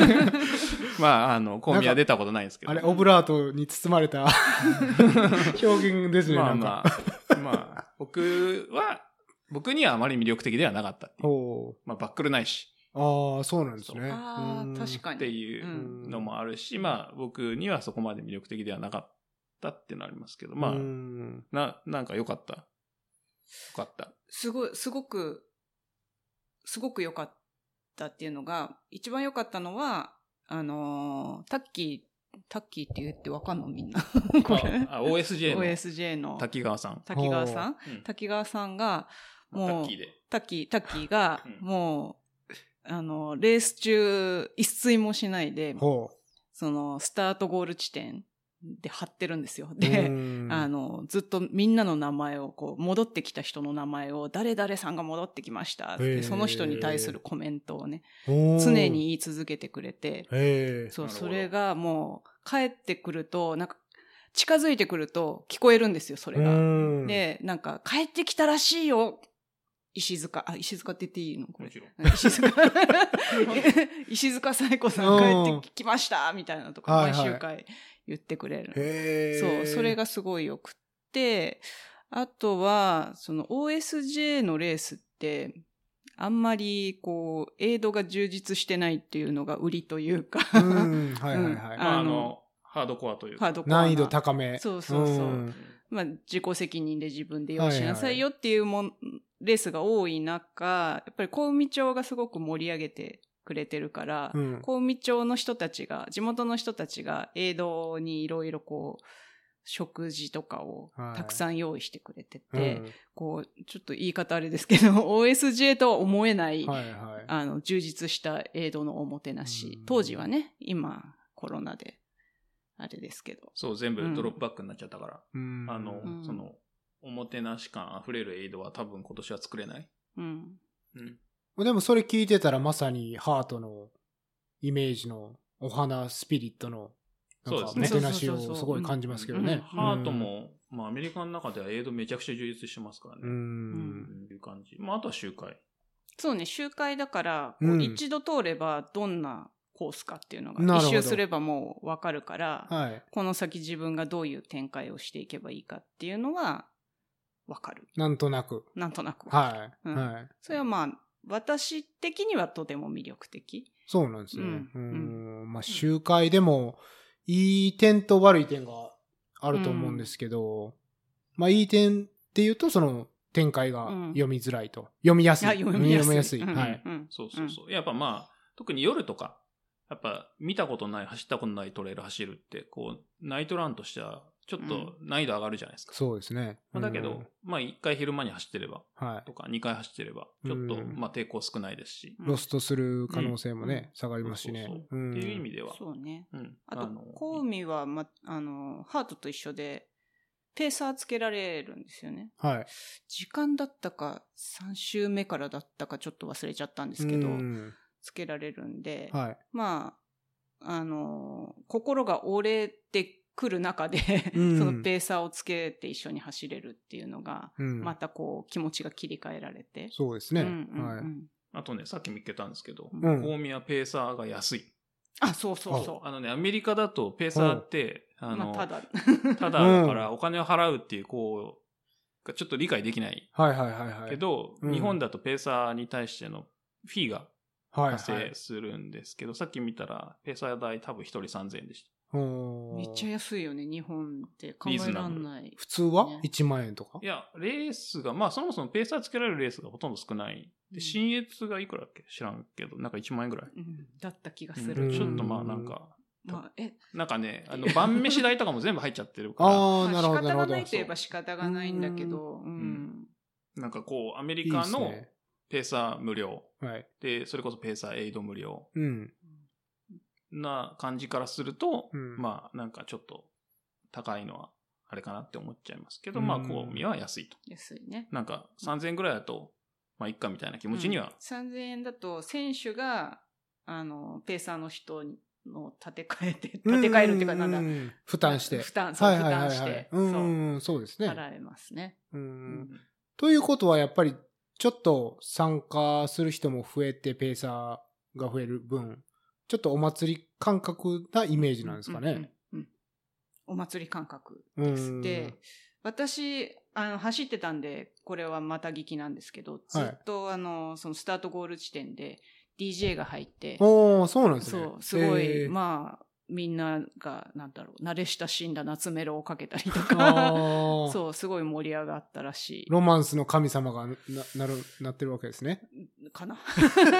[SPEAKER 1] まあ、あの、コーミは出たことないんです
[SPEAKER 2] い。
[SPEAKER 1] けど。
[SPEAKER 2] あれ、オブラートに包まれた表現ですね、
[SPEAKER 1] ま
[SPEAKER 2] な
[SPEAKER 1] あ
[SPEAKER 2] んか。
[SPEAKER 1] まあ、まあ、僕は、僕にはあまり魅力的ではなかったっていう。
[SPEAKER 2] お
[SPEAKER 1] まあ、バックルないし、
[SPEAKER 2] ああ、そうなんですね。
[SPEAKER 3] ああ、確かに。
[SPEAKER 1] っていううんのもあるし、まあ僕にはそこまで魅力的ではなかったっていうのはありますけど、まあ、
[SPEAKER 2] うん
[SPEAKER 1] な、なんか良かった。良かった。
[SPEAKER 3] すごい、すごく、すごく良かったっていうのが、一番良かったのは、あのータッキー、タッキーって言ってわかんのみんな。これ。
[SPEAKER 1] あ、あ OSJ の
[SPEAKER 3] OSJ の
[SPEAKER 1] 滝川さん。
[SPEAKER 3] 滝川さん
[SPEAKER 1] うん
[SPEAKER 3] 滝川さんが、
[SPEAKER 1] ま
[SPEAKER 3] も
[SPEAKER 1] あタ
[SPEAKER 3] う
[SPEAKER 1] ッキーで。
[SPEAKER 3] タッキー、タッキーが
[SPEAKER 1] うん、
[SPEAKER 3] もう、あの、レース中、一睡もしないで、
[SPEAKER 2] ほ
[SPEAKER 3] その、スタートゴール地点で張ってるんですよ。
[SPEAKER 2] う。
[SPEAKER 3] で、
[SPEAKER 2] うん
[SPEAKER 3] あの、ずっとみんなの名前を、こう、戻ってきた人の名前を、誰々さんが戻ってきましたっ
[SPEAKER 2] へ
[SPEAKER 3] て、
[SPEAKER 2] ー
[SPEAKER 3] その人に対するコメントをね、
[SPEAKER 2] おー
[SPEAKER 3] 常に言い続けてくれて、
[SPEAKER 2] へえ。
[SPEAKER 3] そう、
[SPEAKER 1] なるほ
[SPEAKER 3] そ
[SPEAKER 1] ど
[SPEAKER 3] れがもう、帰ってくると、なんか、近づいてくると聞こえるんですよ、それ
[SPEAKER 2] う
[SPEAKER 3] が。
[SPEAKER 2] ん、
[SPEAKER 3] で、なんか、帰ってきたらしいよ石塚、あ、石塚って言っていいのこ
[SPEAKER 1] も
[SPEAKER 3] れ
[SPEAKER 1] ちろん。
[SPEAKER 3] 石塚、 石塚彩子さん帰ってきましたみたいなとか、
[SPEAKER 2] はい
[SPEAKER 3] 毎
[SPEAKER 2] はい
[SPEAKER 3] 週回言ってくれる。
[SPEAKER 2] へえ。
[SPEAKER 3] そう、それがすごいよくって、あとは、その OSJ のレースって、あんまり、こう、エイドが充実してないっていうのが売りというか、
[SPEAKER 2] うん、はいはいはい。
[SPEAKER 3] うん
[SPEAKER 1] まああ
[SPEAKER 3] あ
[SPEAKER 1] の
[SPEAKER 3] の、
[SPEAKER 1] ハードコアという
[SPEAKER 3] ハ
[SPEAKER 1] か。
[SPEAKER 3] ードコアな
[SPEAKER 2] 難易度高め。
[SPEAKER 3] そうそうそう
[SPEAKER 1] うん
[SPEAKER 2] ん
[SPEAKER 3] まあ、自己責任で自分で用意しなさいよっていうもん、レースが多い中、やっぱり小海町がすごく盛り上げてくれてるから、
[SPEAKER 2] うん
[SPEAKER 3] 小海町の人たちが、地元の人たちが、エイドにいろいろこう、食事とかを
[SPEAKER 2] はい
[SPEAKER 3] たくさん用意してくれてて、
[SPEAKER 2] うん
[SPEAKER 3] こう、ちょっと言い方あれですけど、OSJ とは思えない、
[SPEAKER 2] はいはい。
[SPEAKER 3] あの、充実したエイドのおもてなし
[SPEAKER 2] うん。
[SPEAKER 3] 当時はね、今、コロナで、あれですけど。
[SPEAKER 1] そう、全部ドロップバックになっちゃったから。
[SPEAKER 2] うん
[SPEAKER 1] あの、
[SPEAKER 3] ん
[SPEAKER 1] その、おもてなし感溢れるエイドは多分今年は作れない。
[SPEAKER 3] うん。
[SPEAKER 1] うん。
[SPEAKER 2] でもそれ聞いてたらまさにハートのイメージのお花スピリットのなんか
[SPEAKER 1] そう
[SPEAKER 2] も
[SPEAKER 1] です
[SPEAKER 3] ね
[SPEAKER 2] てなし
[SPEAKER 3] そうそうそ
[SPEAKER 2] を
[SPEAKER 3] う
[SPEAKER 2] すごい感じますけど
[SPEAKER 3] うん
[SPEAKER 2] ね。
[SPEAKER 1] ハートも、まあアメリカの中ではエイドめちゃくちゃ充実してますからね。
[SPEAKER 2] うん。うん。
[SPEAKER 1] いう感じ。まあ、あとは集会。
[SPEAKER 3] そうね、周回だから、こ
[SPEAKER 2] う
[SPEAKER 3] うん一度通ればどんなコースかっていうの
[SPEAKER 2] なる
[SPEAKER 3] が、一
[SPEAKER 2] ほど
[SPEAKER 3] 周すればもうわかるから、
[SPEAKER 2] はい。
[SPEAKER 3] この先自分がどういう展開をしていけばいいかっていうのは、わかる。
[SPEAKER 2] なんとなく。
[SPEAKER 3] なんとなく。
[SPEAKER 2] はい。
[SPEAKER 3] うん
[SPEAKER 2] はい。
[SPEAKER 3] それはまあ、私的にはとても魅力的。
[SPEAKER 2] そうなんですね。
[SPEAKER 3] う
[SPEAKER 2] うんん。まあ集会でもいい点と悪い点があると思うんですけど、まあいい点っていうとその展開が読みづらいと。読みやすい。
[SPEAKER 3] あ読みやすい。うん
[SPEAKER 2] はい。。
[SPEAKER 3] うん
[SPEAKER 1] そうそうそう。やっぱまあ、特に夜とか、やっぱ見たことない、走ったことないトレイル走るって、こう、ナイトランとしては、ちょっと難易度上がるじゃないですか。
[SPEAKER 2] そうですね。
[SPEAKER 1] まあ、だけど、
[SPEAKER 2] うん、
[SPEAKER 1] まあ一回昼間に走ってれば、
[SPEAKER 2] はい。
[SPEAKER 1] とか二回走ってれば、ちょっと、
[SPEAKER 2] うん
[SPEAKER 1] まあ抵抗少ないですし、
[SPEAKER 3] うん
[SPEAKER 2] ロストする可能性もね、下がり
[SPEAKER 1] そう
[SPEAKER 2] ます
[SPEAKER 1] そ
[SPEAKER 2] し
[SPEAKER 1] う
[SPEAKER 2] ね。
[SPEAKER 1] そう
[SPEAKER 2] うん
[SPEAKER 1] っていう意味では、
[SPEAKER 3] そうね。
[SPEAKER 1] うん。
[SPEAKER 3] あと
[SPEAKER 1] の、
[SPEAKER 3] コウミは、ま、あの、ハートと一緒で、ペーサーつけられるんですよね。
[SPEAKER 2] はい。
[SPEAKER 3] 時間だったか、3週目からだったか、ちょっと忘れちゃったんですけど、
[SPEAKER 2] うん
[SPEAKER 3] つけられるんで、
[SPEAKER 2] はい。
[SPEAKER 3] まあ、あの、心が折れてくる中で、
[SPEAKER 2] うん
[SPEAKER 3] そのペーサーをつけて一緒に走れるっていうのが、
[SPEAKER 2] うん
[SPEAKER 3] またこう、気持ちが切り替えられて。
[SPEAKER 2] そうですね。
[SPEAKER 3] うんうんうん
[SPEAKER 2] はい。
[SPEAKER 1] あとね、さっき見っけたんですけど、
[SPEAKER 3] うん
[SPEAKER 2] うん
[SPEAKER 1] 大宮ペーサーが安い。
[SPEAKER 3] あ、そうそうそう。
[SPEAKER 1] あのね、アメリカだとペーサーって、あ
[SPEAKER 3] ま
[SPEAKER 1] の、
[SPEAKER 3] あ、ただ。
[SPEAKER 1] ただだからお金を払うっていう、こう、がちょっと理解できない
[SPEAKER 2] はいはいはいはい。
[SPEAKER 1] けど、
[SPEAKER 2] うん
[SPEAKER 1] 日本だとペーサーに対してのフィーが
[SPEAKER 2] はい
[SPEAKER 1] 発
[SPEAKER 2] はい
[SPEAKER 1] 生するんですけど、さっき見たら、ペーサー代多分一人3000円でし
[SPEAKER 2] うん
[SPEAKER 3] めっちゃ安いよね、日本って。考えらんない。
[SPEAKER 2] 普通は
[SPEAKER 3] ね
[SPEAKER 2] ?1 万円とか
[SPEAKER 1] た。いや、レースが、まあそもそもペーサーつけられるレースがほとんど少ない。
[SPEAKER 3] うん
[SPEAKER 1] で、新越がいくらだっけ知らんけど、なんか1万円ぐらい。
[SPEAKER 3] うんだった気がす
[SPEAKER 1] う
[SPEAKER 3] る。
[SPEAKER 1] んちょっとまあなんか、
[SPEAKER 3] まあ、え、
[SPEAKER 1] なんかね、あの、晩飯代とかも全部入っちゃってるか
[SPEAKER 2] ああ、
[SPEAKER 3] ま
[SPEAKER 2] な
[SPEAKER 3] あ
[SPEAKER 2] るほ
[SPEAKER 3] 仕
[SPEAKER 2] ど、な
[SPEAKER 3] 方
[SPEAKER 2] るほ
[SPEAKER 3] が
[SPEAKER 2] ど
[SPEAKER 3] ない。といえば仕方がないんだけど、うん。
[SPEAKER 1] ら、なんかこう、アメリ
[SPEAKER 2] いい
[SPEAKER 1] カ
[SPEAKER 2] っす
[SPEAKER 1] の
[SPEAKER 2] ね
[SPEAKER 1] ペーサー無料。
[SPEAKER 2] はい。
[SPEAKER 1] で、それこそペーサーエイド無料
[SPEAKER 2] うん。
[SPEAKER 1] な感じからすると、
[SPEAKER 2] うん
[SPEAKER 1] まあなんかちょっと高いのはあれかなって思っちゃいますけど、
[SPEAKER 2] うん
[SPEAKER 1] まあこう見は安いと。
[SPEAKER 3] 安いね。
[SPEAKER 1] なんか3000円ぐらいだと、まあいっかみたいな気持ちには、
[SPEAKER 3] うん3000円だと、選手が、あの、ペーサーの人の立て替えて、立て替えるっていうか、なんだ、
[SPEAKER 2] だ。負担して。
[SPEAKER 3] 負担、そう、負担
[SPEAKER 2] は
[SPEAKER 3] し
[SPEAKER 2] いはい
[SPEAKER 3] て、
[SPEAKER 2] う
[SPEAKER 3] そ
[SPEAKER 2] ん、そうです
[SPEAKER 3] う、
[SPEAKER 2] ね。
[SPEAKER 3] 払えますね。
[SPEAKER 2] う。
[SPEAKER 1] うんん
[SPEAKER 2] ということは、やっぱり、ちょっと参加する人も増えて、ペーサーが増える分、ちょっとお祭り感覚なイメージなんですかね。
[SPEAKER 3] うん。うんうんお祭り感覚
[SPEAKER 2] うん。
[SPEAKER 3] です。で、私、あの、走ってたんで、これはまた聞きなんですけど、ずっと、あの、そのスタートゴール地点で DJ が入って、
[SPEAKER 2] おー、そうなんですね。
[SPEAKER 3] そう、すごい、
[SPEAKER 2] えー
[SPEAKER 3] まあ、みんなが、なんだろう、慣れ親しんだ夏メロをかけたりと
[SPEAKER 2] あ
[SPEAKER 3] か、
[SPEAKER 2] ー
[SPEAKER 3] そう、すごい盛り上がったらし
[SPEAKER 2] ロマンスの神様がななるなってるわけですね。
[SPEAKER 3] い。かな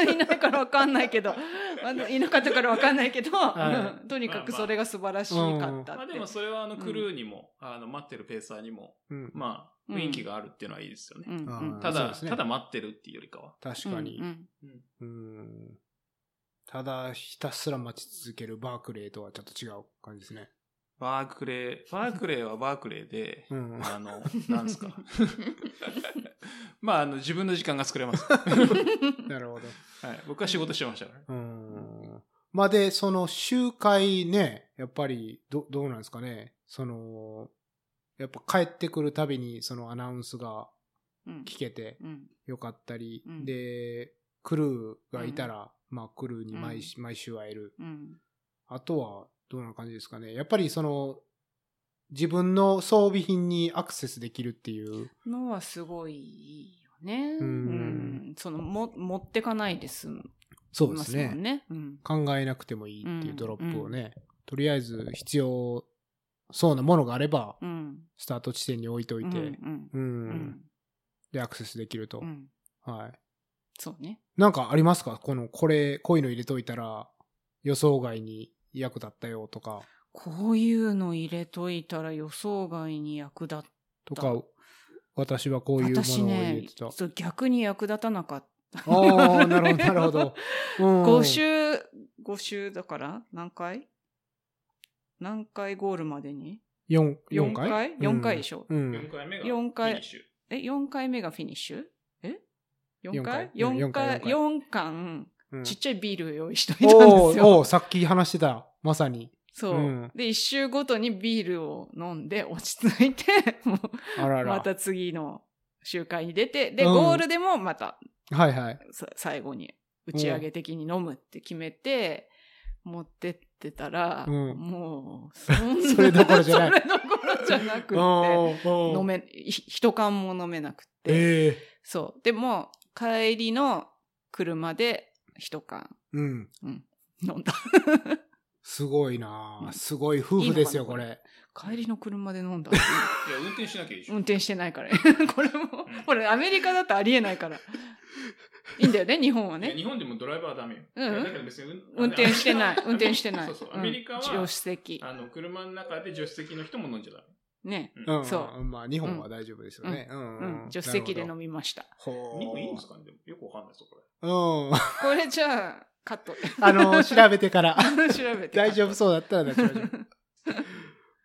[SPEAKER 3] いないからわかんないけど、あのいなかったからわかんないけど、
[SPEAKER 2] は
[SPEAKER 3] とにかくそれが素晴らしかった
[SPEAKER 1] まあ
[SPEAKER 3] っ
[SPEAKER 1] で
[SPEAKER 3] て
[SPEAKER 1] も。それはあのクルーにも、あの待ってるペーサーにも、
[SPEAKER 2] うん。
[SPEAKER 1] まあ
[SPEAKER 3] うん
[SPEAKER 1] 雰囲気があるっていうのはいいですよね。
[SPEAKER 3] うん
[SPEAKER 2] あー
[SPEAKER 1] た
[SPEAKER 2] そう
[SPEAKER 1] だ、
[SPEAKER 2] ですね
[SPEAKER 1] ただ待ってるっていうよりかは。
[SPEAKER 2] 確かに
[SPEAKER 3] うんう。ん
[SPEAKER 2] うん。ただ、ひたすら待ち続けるバークレーとはちょっと違う感じですね。
[SPEAKER 1] バークレー、バークレーはバークレーで、
[SPEAKER 2] うん。
[SPEAKER 1] あの、なんです か。まあ、あの、自分の時間が作れます。
[SPEAKER 2] なるほど。
[SPEAKER 1] はい。僕は仕事してましたから。
[SPEAKER 2] うん。まあ、で、その集会ね、やっぱり、ど、どうなんですかね。その、やっぱ帰ってくるたびにそのアナウンスが
[SPEAKER 3] うん
[SPEAKER 2] 聞けて
[SPEAKER 3] うん
[SPEAKER 2] よかったり、
[SPEAKER 3] うん
[SPEAKER 2] で、クルーがいたら、まあ、クルーに毎,、毎週会える。
[SPEAKER 3] うん
[SPEAKER 2] あとは、どんな感じですかね。やっぱりその、自分の装備品にアクセスできるっていう。
[SPEAKER 3] のはすごいいいよね。
[SPEAKER 2] うん
[SPEAKER 3] うんそのも持ってかないです。
[SPEAKER 2] そうです
[SPEAKER 3] ますもん
[SPEAKER 2] ね。
[SPEAKER 3] ね。うん
[SPEAKER 2] 考えなくてもいいっていうドロップをね、
[SPEAKER 3] う
[SPEAKER 2] とりあえず必要そうなものがあれば、
[SPEAKER 3] うん。
[SPEAKER 2] スタート地点に置いといて、
[SPEAKER 3] う
[SPEAKER 2] うん、
[SPEAKER 3] んうん
[SPEAKER 2] で、アクセスできると。
[SPEAKER 3] うん
[SPEAKER 2] はい。
[SPEAKER 3] そうね。
[SPEAKER 2] なんかありますかこの、これ、こういうの入れといたら、予想外に役立ったよとか、
[SPEAKER 3] こういうの入れといたら予想外に役立っ
[SPEAKER 2] と
[SPEAKER 3] だ
[SPEAKER 2] か、私はこういうも
[SPEAKER 3] 私
[SPEAKER 2] のを入れ
[SPEAKER 3] ね
[SPEAKER 2] てた。、
[SPEAKER 3] そう逆に役立たなかった。
[SPEAKER 2] ああ、なるほど、 なるほど。うん
[SPEAKER 3] 5周、5周だから何回何回ゴールまでに
[SPEAKER 2] 四四回うん
[SPEAKER 3] 四回四回でしょ
[SPEAKER 2] うん。
[SPEAKER 1] 回目
[SPEAKER 3] 四回
[SPEAKER 1] シュ。
[SPEAKER 3] え、4回目がフィニッシュえ ?4 回
[SPEAKER 2] 四
[SPEAKER 3] ?4
[SPEAKER 2] 回
[SPEAKER 3] 回、
[SPEAKER 2] 四
[SPEAKER 3] 4巻、
[SPEAKER 2] うん
[SPEAKER 3] ちっちゃいビール用意しといたん
[SPEAKER 2] お
[SPEAKER 3] です
[SPEAKER 2] ー
[SPEAKER 3] よ。
[SPEAKER 2] おーさっき話してた、まさに。
[SPEAKER 3] そう。
[SPEAKER 2] うん
[SPEAKER 3] で、一周ごとにビールを飲んで落ち着いて、も
[SPEAKER 2] あら
[SPEAKER 3] う、
[SPEAKER 2] ら。
[SPEAKER 3] また次の集会に出て、で、
[SPEAKER 2] うん
[SPEAKER 3] ゴールでもまた
[SPEAKER 2] はいはい。
[SPEAKER 3] さ最後に打ち上げ的に飲むって決めて、持ってってたら、
[SPEAKER 2] うん
[SPEAKER 3] もう、そんな
[SPEAKER 2] それどころじゃない
[SPEAKER 3] それどころじゃなくて、飲
[SPEAKER 2] 飲
[SPEAKER 3] め、ひ一缶も飲めなくて、
[SPEAKER 2] ええ。
[SPEAKER 3] そう。でも、帰りの車で一缶
[SPEAKER 2] うん。
[SPEAKER 3] 飲んだ。
[SPEAKER 2] すごいなあすごい夫婦ですよ、
[SPEAKER 3] いい
[SPEAKER 2] こ
[SPEAKER 3] のかな
[SPEAKER 2] れ。
[SPEAKER 3] 帰りの車で飲んだっていう。
[SPEAKER 1] いや、運転しなきゃいいでしょ。
[SPEAKER 3] 運転してないから。 これも
[SPEAKER 1] うん、
[SPEAKER 3] これアメリカだとありえないから。いいんだよね、日本はい
[SPEAKER 1] や
[SPEAKER 3] ね。
[SPEAKER 1] 日本でもドライバーはダメよ。
[SPEAKER 3] うん
[SPEAKER 1] いやだけど別に運
[SPEAKER 3] 運転してない。 運転してない。
[SPEAKER 1] そうそう。アメリカは、
[SPEAKER 3] うん助手席。
[SPEAKER 1] あの、車の中で助手席の人も飲んじゃダメ。
[SPEAKER 3] ね。
[SPEAKER 1] うん
[SPEAKER 2] うん。
[SPEAKER 3] そ
[SPEAKER 2] うん。まあ、日本は大丈夫ですよね。う。
[SPEAKER 3] うんん。助手席で飲
[SPEAKER 2] む。
[SPEAKER 3] みました。
[SPEAKER 2] ほう。
[SPEAKER 1] 日本いいんですかねでもよくわかんないですよ、これ。
[SPEAKER 2] うん。
[SPEAKER 3] これじゃあ、カット。
[SPEAKER 2] あ の、調べてから。
[SPEAKER 3] 調べて。
[SPEAKER 2] 大丈夫
[SPEAKER 3] う。
[SPEAKER 2] そうだったら大丈夫。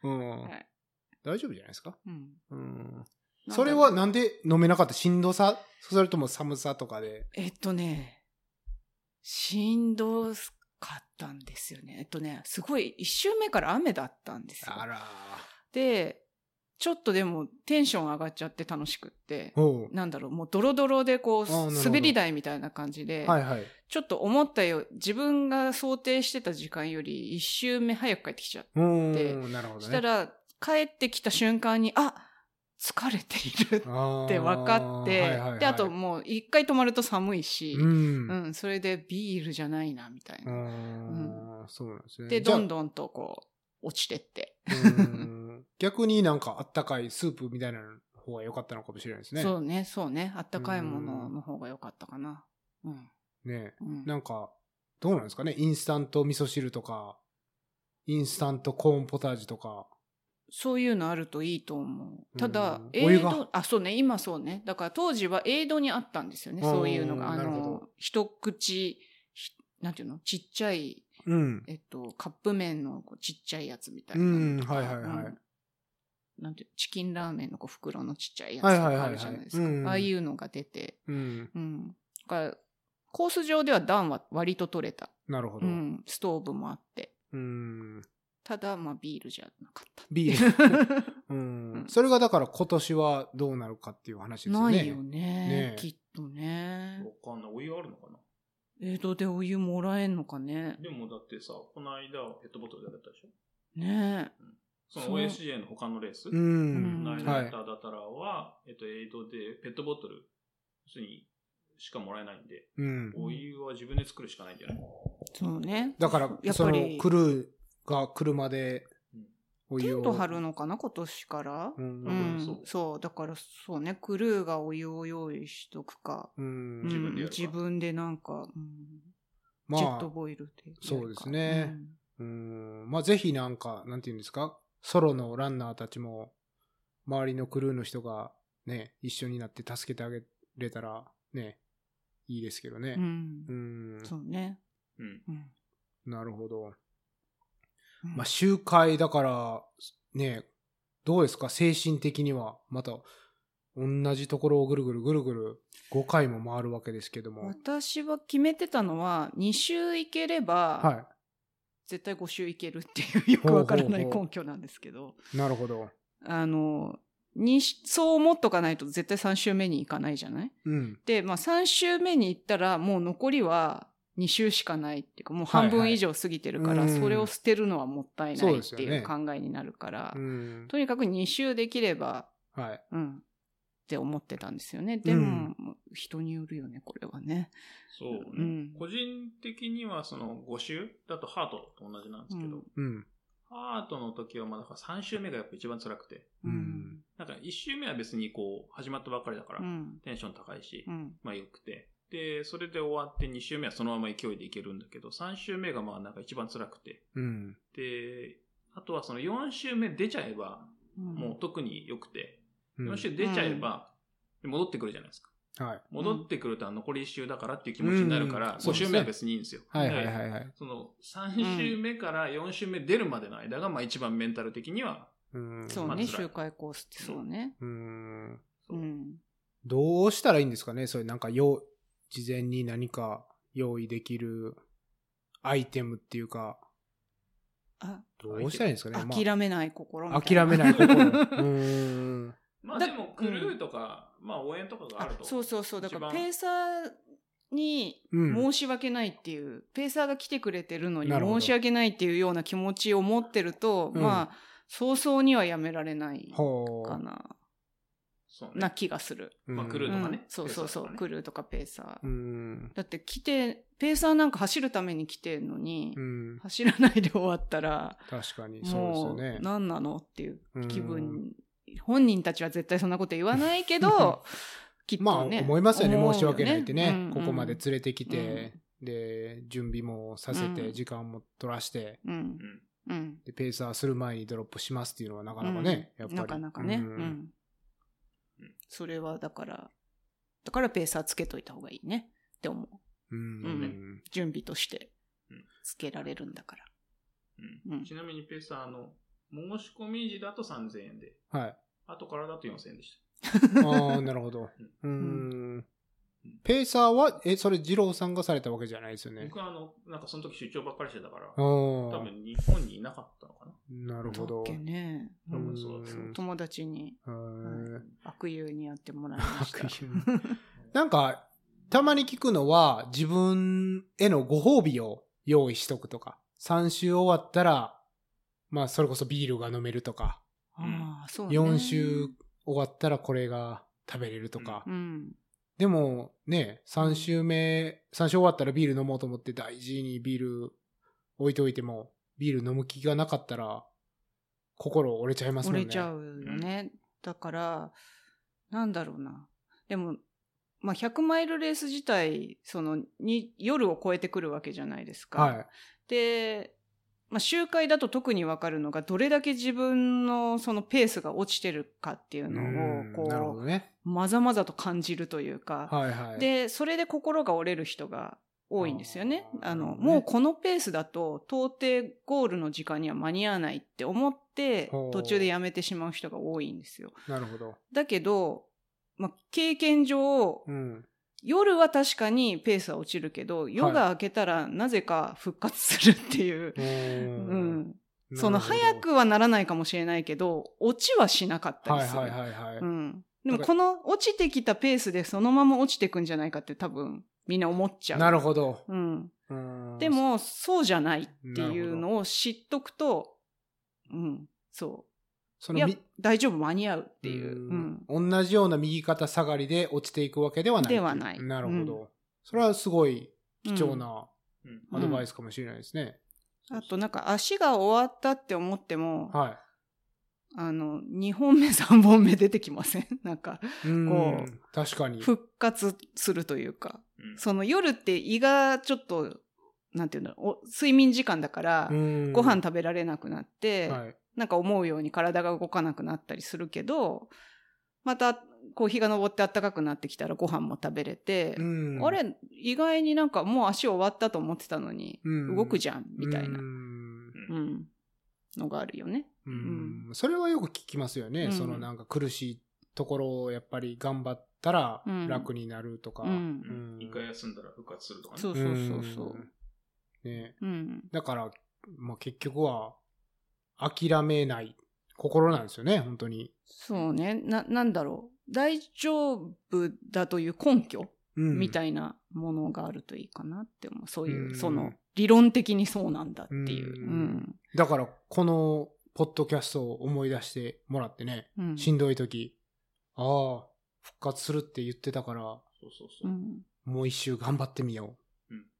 [SPEAKER 2] うん
[SPEAKER 3] はい。
[SPEAKER 2] 大丈夫じゃないですか
[SPEAKER 3] うん。
[SPEAKER 2] うん。 それはなんで飲めなかったしんどさそれとも寒さとかで。
[SPEAKER 3] えっとね、しんどかったんですよね。えっとね、すごい、一周目から雨だったんですよ。
[SPEAKER 2] ら。
[SPEAKER 3] で、ちょっとでもテンション上がっちゃって楽しくって、
[SPEAKER 2] おう
[SPEAKER 3] なんだろう、もうドロドロでこう、
[SPEAKER 2] あーなるほど
[SPEAKER 3] 滑り台みたいな感じで、
[SPEAKER 2] はいはい。
[SPEAKER 3] ちょっと思ったよ、自分が想定してた時間より一周目早く帰ってきちゃう。
[SPEAKER 2] う
[SPEAKER 3] で
[SPEAKER 2] ーん、なるほどね。
[SPEAKER 3] したら、帰ってきた瞬間に、あ疲れている
[SPEAKER 2] っ
[SPEAKER 3] って分かって、で、あともう一回泊まると寒いし、
[SPEAKER 2] う。
[SPEAKER 3] うんん、それでビールじゃないな、みたいな。
[SPEAKER 2] あーそうなんですね。
[SPEAKER 3] で、
[SPEAKER 2] じゃあ
[SPEAKER 3] どんどんとこう、落ちてって。
[SPEAKER 2] うーん逆になんかあったかいスープみたいな方が良かったのかもしれないですね。
[SPEAKER 3] そうね、そうね。あったかいものの方が良かったかな。うん。
[SPEAKER 2] ね
[SPEAKER 3] うん、
[SPEAKER 2] なんか、どうなんですかねインスタント味噌汁とか、インスタントコーンポタージュとか。
[SPEAKER 3] そういうのあるといいと思う。ただ
[SPEAKER 2] うん、お
[SPEAKER 3] エ
[SPEAKER 2] 湯
[SPEAKER 3] イ
[SPEAKER 2] が
[SPEAKER 3] ド、あ、そうね、今そうね。だから当時はエイドにあったんですよね、そういうのが。
[SPEAKER 2] うん
[SPEAKER 3] あ
[SPEAKER 2] なるほ
[SPEAKER 3] の
[SPEAKER 2] ど、
[SPEAKER 3] 一口、ひなんていうのちっちゃい、
[SPEAKER 2] うん。
[SPEAKER 3] えっと、カップ麺のこうちっちゃいやつみたいな。
[SPEAKER 2] うんはいはいはい
[SPEAKER 3] うんなんていうチキンラーメンのこう袋のちっちゃいやつとかあるじゃないです
[SPEAKER 2] はいはいはいはいうん
[SPEAKER 3] か。ああいうのが出て。
[SPEAKER 2] うん。
[SPEAKER 3] うん。だから、コース上では段は割と取れた。
[SPEAKER 2] なるほ
[SPEAKER 3] う
[SPEAKER 2] ど。うん
[SPEAKER 3] ん。ストーブもあって。
[SPEAKER 2] ーん。
[SPEAKER 3] ただ、まあ、ビールじゃなかった。
[SPEAKER 2] ビール。 う
[SPEAKER 3] うん
[SPEAKER 2] ん。それがだから今年はどうなるかっていう話ですよ
[SPEAKER 3] な
[SPEAKER 2] ね。
[SPEAKER 3] いよね
[SPEAKER 2] ね
[SPEAKER 3] きっとね。
[SPEAKER 1] わかんない。お湯あるのかな
[SPEAKER 3] 江戸でお湯もらえんのかね。
[SPEAKER 1] でもだってさ、この間はペットボトルでやったでしょ
[SPEAKER 3] ね
[SPEAKER 1] そ
[SPEAKER 3] そ
[SPEAKER 1] の
[SPEAKER 3] う
[SPEAKER 1] OSJ の他のレース、
[SPEAKER 2] う
[SPEAKER 3] うん
[SPEAKER 2] ん。
[SPEAKER 1] ナイ
[SPEAKER 2] は
[SPEAKER 1] ナイ
[SPEAKER 2] い
[SPEAKER 1] タ。ーだったらは、えっと、エイドでペットボトル、普通にしかもらえないんで、
[SPEAKER 2] うん。
[SPEAKER 1] お湯は自分で作るしかないんじゃない
[SPEAKER 3] そうね。
[SPEAKER 2] だか
[SPEAKER 3] や
[SPEAKER 2] ら、
[SPEAKER 3] っ
[SPEAKER 2] そ
[SPEAKER 3] ぱ
[SPEAKER 2] の
[SPEAKER 3] り、
[SPEAKER 2] クルーが車でお
[SPEAKER 3] テ
[SPEAKER 2] 湯を。
[SPEAKER 3] ント張るのかな、今年から。
[SPEAKER 2] う。
[SPEAKER 3] うん、
[SPEAKER 1] そうん
[SPEAKER 3] そう。だから、そうね。クルーがお湯を用意しとくか。
[SPEAKER 2] うん
[SPEAKER 3] うん
[SPEAKER 1] 自分でやるか
[SPEAKER 3] 自分でなんか、うん
[SPEAKER 2] ま
[SPEAKER 3] ジェッ
[SPEAKER 2] あ
[SPEAKER 3] ト、ボイルでやるか。
[SPEAKER 2] そうですね
[SPEAKER 3] うん
[SPEAKER 2] うん。まあ、ぜひなんか、なんて言うんですか、ソロのランナーたちも、周りのクルーの人がね、一緒になって助けてあげれたら、ね、いいですけど
[SPEAKER 3] う
[SPEAKER 2] ね。
[SPEAKER 3] ん
[SPEAKER 2] うん。
[SPEAKER 3] そうね。
[SPEAKER 1] うん。
[SPEAKER 3] うん
[SPEAKER 2] なるほど。
[SPEAKER 3] うん
[SPEAKER 2] まあ、集会だから、ね、どうですか、精神的には。また、同じところをぐるぐるぐるぐる5回も回るわけですけども。
[SPEAKER 3] 私は決めてたのは、2週行ければ、
[SPEAKER 2] は
[SPEAKER 3] 絶対5週行けるっていう、よくわからない
[SPEAKER 2] ほうほうほう
[SPEAKER 3] 根拠なんですけど、
[SPEAKER 2] い。なるほど。
[SPEAKER 3] あの、にしそう思っとかないと絶対3週目に行かないじゃない
[SPEAKER 2] うん。
[SPEAKER 3] で、まあ3週目に行ったら、もう残りは2週しかないっていうか、もう半
[SPEAKER 2] はいは
[SPEAKER 3] 分
[SPEAKER 2] い
[SPEAKER 3] 以上過ぎてるから、
[SPEAKER 2] うん
[SPEAKER 3] それを捨てるのはもったいな
[SPEAKER 2] そう
[SPEAKER 3] いっ
[SPEAKER 2] ですよ
[SPEAKER 3] て
[SPEAKER 2] ね
[SPEAKER 3] いう考えになるから、
[SPEAKER 2] うん。
[SPEAKER 3] とにかく2週できれば、
[SPEAKER 2] はい。
[SPEAKER 3] うん、って思ってたんですよね。でも、人によるよね、これはね。
[SPEAKER 1] そうね。
[SPEAKER 3] うん
[SPEAKER 1] 個人的には、その5周だとハートと同じなんですけど、
[SPEAKER 3] うん
[SPEAKER 2] うん。
[SPEAKER 1] ハートの時はまあだから3周目がやっぱ一番辛くて、
[SPEAKER 2] うん
[SPEAKER 1] なんか1周目は別にこう、始まったばっかりだから、
[SPEAKER 3] うん。
[SPEAKER 1] テンション高いし、
[SPEAKER 3] うん。
[SPEAKER 1] まあ良くて。で、それで終わって2周目はそのまま勢いでいけるんだけど、3周目がまあなんか一番辛くて、
[SPEAKER 2] うん。
[SPEAKER 1] で、あとはその4週目出ちゃえば、
[SPEAKER 3] うん
[SPEAKER 1] もう特に良くて、
[SPEAKER 2] うん
[SPEAKER 1] 4週出ちゃえば、戻ってくるじゃないですか。
[SPEAKER 2] はい。
[SPEAKER 1] 戻ってくるとあの残り1週だからっていう気持ちになるから、
[SPEAKER 2] うん
[SPEAKER 1] 5週目は別にいいんですよ。
[SPEAKER 2] はいはい
[SPEAKER 1] だ
[SPEAKER 2] は
[SPEAKER 1] から
[SPEAKER 2] いはい。
[SPEAKER 1] その3週目から4週目出るまでの間が、まあ一番メンタル的には、
[SPEAKER 2] うん
[SPEAKER 3] そう
[SPEAKER 1] まあ
[SPEAKER 3] ね、
[SPEAKER 1] 辛い
[SPEAKER 3] 周回コースってそうね。
[SPEAKER 2] うん
[SPEAKER 1] そう
[SPEAKER 3] うん。
[SPEAKER 2] どうしたらいいんですかねそういうなんか用、事前に何か用意できるアイテムっていうか、
[SPEAKER 3] あ、
[SPEAKER 2] どうしたらいいんですかね、
[SPEAKER 3] 諦めない心み
[SPEAKER 2] まあ、
[SPEAKER 3] たい
[SPEAKER 2] 諦めない心。うん。
[SPEAKER 1] まあ
[SPEAKER 3] だ
[SPEAKER 1] でもクルーとか、まあ応援とかがあ
[SPEAKER 3] あ
[SPEAKER 1] ると。
[SPEAKER 3] そうそうそう。だから
[SPEAKER 1] 一番
[SPEAKER 3] ペーサーに
[SPEAKER 2] うん
[SPEAKER 3] 申し訳ないっていう、ペーサーが来てくれてるのに
[SPEAKER 2] なるほど
[SPEAKER 3] 申し訳ないっていうような気持ちを持ってると、
[SPEAKER 2] うん
[SPEAKER 3] まあ、早々にはやめられない
[SPEAKER 2] ほ
[SPEAKER 3] かな、
[SPEAKER 1] そう
[SPEAKER 3] な
[SPEAKER 1] ね。
[SPEAKER 3] 気がする。
[SPEAKER 2] う。
[SPEAKER 1] まあ来る
[SPEAKER 3] う
[SPEAKER 1] のが
[SPEAKER 3] ん
[SPEAKER 1] ね
[SPEAKER 3] そうそうそう、
[SPEAKER 1] ペーサーとかね
[SPEAKER 3] クルーとかペーサ
[SPEAKER 2] う
[SPEAKER 3] ー。
[SPEAKER 2] ん。
[SPEAKER 3] だって来て、ペーサーなんか走るために来てんのに、
[SPEAKER 2] うん。
[SPEAKER 3] 走らないで終わったら、
[SPEAKER 2] 確かに、そうです
[SPEAKER 3] も
[SPEAKER 2] よ
[SPEAKER 3] う
[SPEAKER 2] ね。
[SPEAKER 3] 何なのっていう
[SPEAKER 2] うん
[SPEAKER 3] 気分、本人たちは絶対そんなこと言わな いけど、きっ
[SPEAKER 2] まあ、
[SPEAKER 3] とね。
[SPEAKER 2] 思いますよね。
[SPEAKER 3] 思う
[SPEAKER 2] 申し訳ないってね。
[SPEAKER 3] うんうん
[SPEAKER 2] ここまで連れてきて、で、準備もさせて、
[SPEAKER 3] うん
[SPEAKER 2] 時間も取らして、
[SPEAKER 3] うん
[SPEAKER 1] う。ん。
[SPEAKER 3] うん。
[SPEAKER 2] で、ペーサーする前にドロップしますっていうのはなかなかね、
[SPEAKER 3] うん
[SPEAKER 2] やっぱり。
[SPEAKER 3] なかなかね。う
[SPEAKER 2] うん
[SPEAKER 3] ん
[SPEAKER 1] うん。
[SPEAKER 3] それはだから、だからペーサーつけといた方がいいねって思
[SPEAKER 2] う
[SPEAKER 3] う。
[SPEAKER 2] ん
[SPEAKER 3] うん準備として
[SPEAKER 1] うん
[SPEAKER 3] つけられるんだから。
[SPEAKER 1] う、
[SPEAKER 3] うんん
[SPEAKER 1] ちなみにペーサーの、申し込み時だと3000円で、
[SPEAKER 2] はい。
[SPEAKER 1] 後からだと4000円でし
[SPEAKER 2] ああ、なるほど。うーん。ペーサーは、え、それ二郎さんがされたわけじゃないですよね。
[SPEAKER 1] 僕はあの、なんかその時出張ばっかりしてたから、多
[SPEAKER 2] 多
[SPEAKER 1] 分日本にいなかったのかな。
[SPEAKER 2] なる
[SPEAKER 3] だ
[SPEAKER 2] ほ
[SPEAKER 3] っ
[SPEAKER 2] ど。
[SPEAKER 3] けね。
[SPEAKER 1] 多分そう
[SPEAKER 2] うん
[SPEAKER 3] 友達に
[SPEAKER 2] へー
[SPEAKER 3] 悪友にやってもらいました。
[SPEAKER 2] なんか、たまに聞くのは、自分へのご褒美を用意しとくとか、3週終わったら、まあ、それこそビールが飲めるとか、
[SPEAKER 3] ああ、そうね。
[SPEAKER 2] 4週終わったらこれが食べれるとか
[SPEAKER 3] う、ん。
[SPEAKER 2] でもね、3週目、3週終わったらビール飲もうと思って大事にビール置いておいても、ビール飲む気がなかったら、心折れちゃいますもんね。
[SPEAKER 3] 折れちゃうよね。だから、なんだろうな。でも、まあ、100マイルレース自体、その、に、夜を越えてくるわけじゃないですか。
[SPEAKER 2] はい。
[SPEAKER 3] で、まあ、周回だと特にわかるのが、どれだけ自分のそのペースが落ちてるかってい
[SPEAKER 2] う
[SPEAKER 3] う
[SPEAKER 2] ん
[SPEAKER 3] のを、
[SPEAKER 2] なるほ
[SPEAKER 3] こ
[SPEAKER 2] どね。
[SPEAKER 3] う、まざまざと感じるというか、
[SPEAKER 2] はいはい。
[SPEAKER 3] で、それで心が折れる人が多いんですよね。
[SPEAKER 2] あー
[SPEAKER 3] あの、
[SPEAKER 2] ね
[SPEAKER 3] もうこのペースだと、到底ゴールの時間には間に合わないって思って
[SPEAKER 2] ほう、
[SPEAKER 3] 途中でやめてしまう人が多いんですよ。
[SPEAKER 2] なるほど。
[SPEAKER 3] だけど、まあ、経験上
[SPEAKER 2] う、ん。
[SPEAKER 3] 夜は確かにペースは落ちるけど、夜が明けたらなぜか復活するっていう。
[SPEAKER 2] う
[SPEAKER 3] うん
[SPEAKER 2] ん。
[SPEAKER 3] その、早くはならないかもしれないけど、落ちはしなかった
[SPEAKER 2] は
[SPEAKER 3] り
[SPEAKER 2] い
[SPEAKER 3] する。
[SPEAKER 2] はいはいはい。
[SPEAKER 3] うん。でもこの落ちてきたペースでそのまま落ちてくんじゃないかって多分みんな思っちゃう。
[SPEAKER 2] なるほど。
[SPEAKER 3] うん。
[SPEAKER 2] うん
[SPEAKER 3] で、も、そうじゃないっていうのを知っとくと、うん、そ。
[SPEAKER 2] そうの
[SPEAKER 3] いや
[SPEAKER 2] みっ、
[SPEAKER 3] 大丈夫、間に合うっていう。うん。
[SPEAKER 2] 同じような右肩下がりで落ちていくわけではない。
[SPEAKER 3] ではない
[SPEAKER 2] なるほど。それはすごい貴重な
[SPEAKER 1] うん
[SPEAKER 2] アドバイスかもしれないですね。
[SPEAKER 3] あとなんか足が終わったって思っても、
[SPEAKER 2] は
[SPEAKER 3] あの、2本目、3本目出てきません なんか、
[SPEAKER 2] い。うん
[SPEAKER 3] こう
[SPEAKER 2] 確かに。
[SPEAKER 3] 復活するというか。
[SPEAKER 1] うん
[SPEAKER 3] その夜って胃がちょっと、なんていうんだろう、お睡眠時間だから、ご
[SPEAKER 2] ご
[SPEAKER 3] 飯食べられなくなって、
[SPEAKER 2] はい。
[SPEAKER 3] なんか思うように体が動かなくなったりするけど、また、こう日が昇って暖かくなってきたらご飯も食べれて、
[SPEAKER 2] うん
[SPEAKER 3] あれ、意外になんかもう足終わったと思ってたのに、
[SPEAKER 2] うん
[SPEAKER 3] 動くじゃん、みたいな、
[SPEAKER 2] う
[SPEAKER 3] うん
[SPEAKER 2] ん
[SPEAKER 3] のがあるよね。
[SPEAKER 2] うんそれはよく聞きますよね。
[SPEAKER 3] うん
[SPEAKER 2] そのなんか苦しいところをやっぱり頑張ったら
[SPEAKER 3] うん
[SPEAKER 2] 楽になるとか。
[SPEAKER 3] う。
[SPEAKER 1] うんん一回休んだら復活するとかね。
[SPEAKER 3] そうそうそうそう。
[SPEAKER 2] うん。ね
[SPEAKER 3] うん。
[SPEAKER 2] だから、まあ、結局は、諦めない心なんですよね、本当に。
[SPEAKER 3] そうね。な、なんだろう。大丈夫だという根拠
[SPEAKER 2] うん
[SPEAKER 3] みたいなものがあるといいかなって思う。そういう、
[SPEAKER 2] うん
[SPEAKER 3] その、理論的にそうなんだってい
[SPEAKER 2] う
[SPEAKER 3] う。うんん。
[SPEAKER 2] だから、この、ポッドキャストを思い出してもらってね、
[SPEAKER 3] うん。
[SPEAKER 2] しんどい時、ああ、復活するって言ってたから、
[SPEAKER 1] そうそう
[SPEAKER 3] う
[SPEAKER 1] そう。も
[SPEAKER 3] ん。
[SPEAKER 2] もう一周頑張ってみよ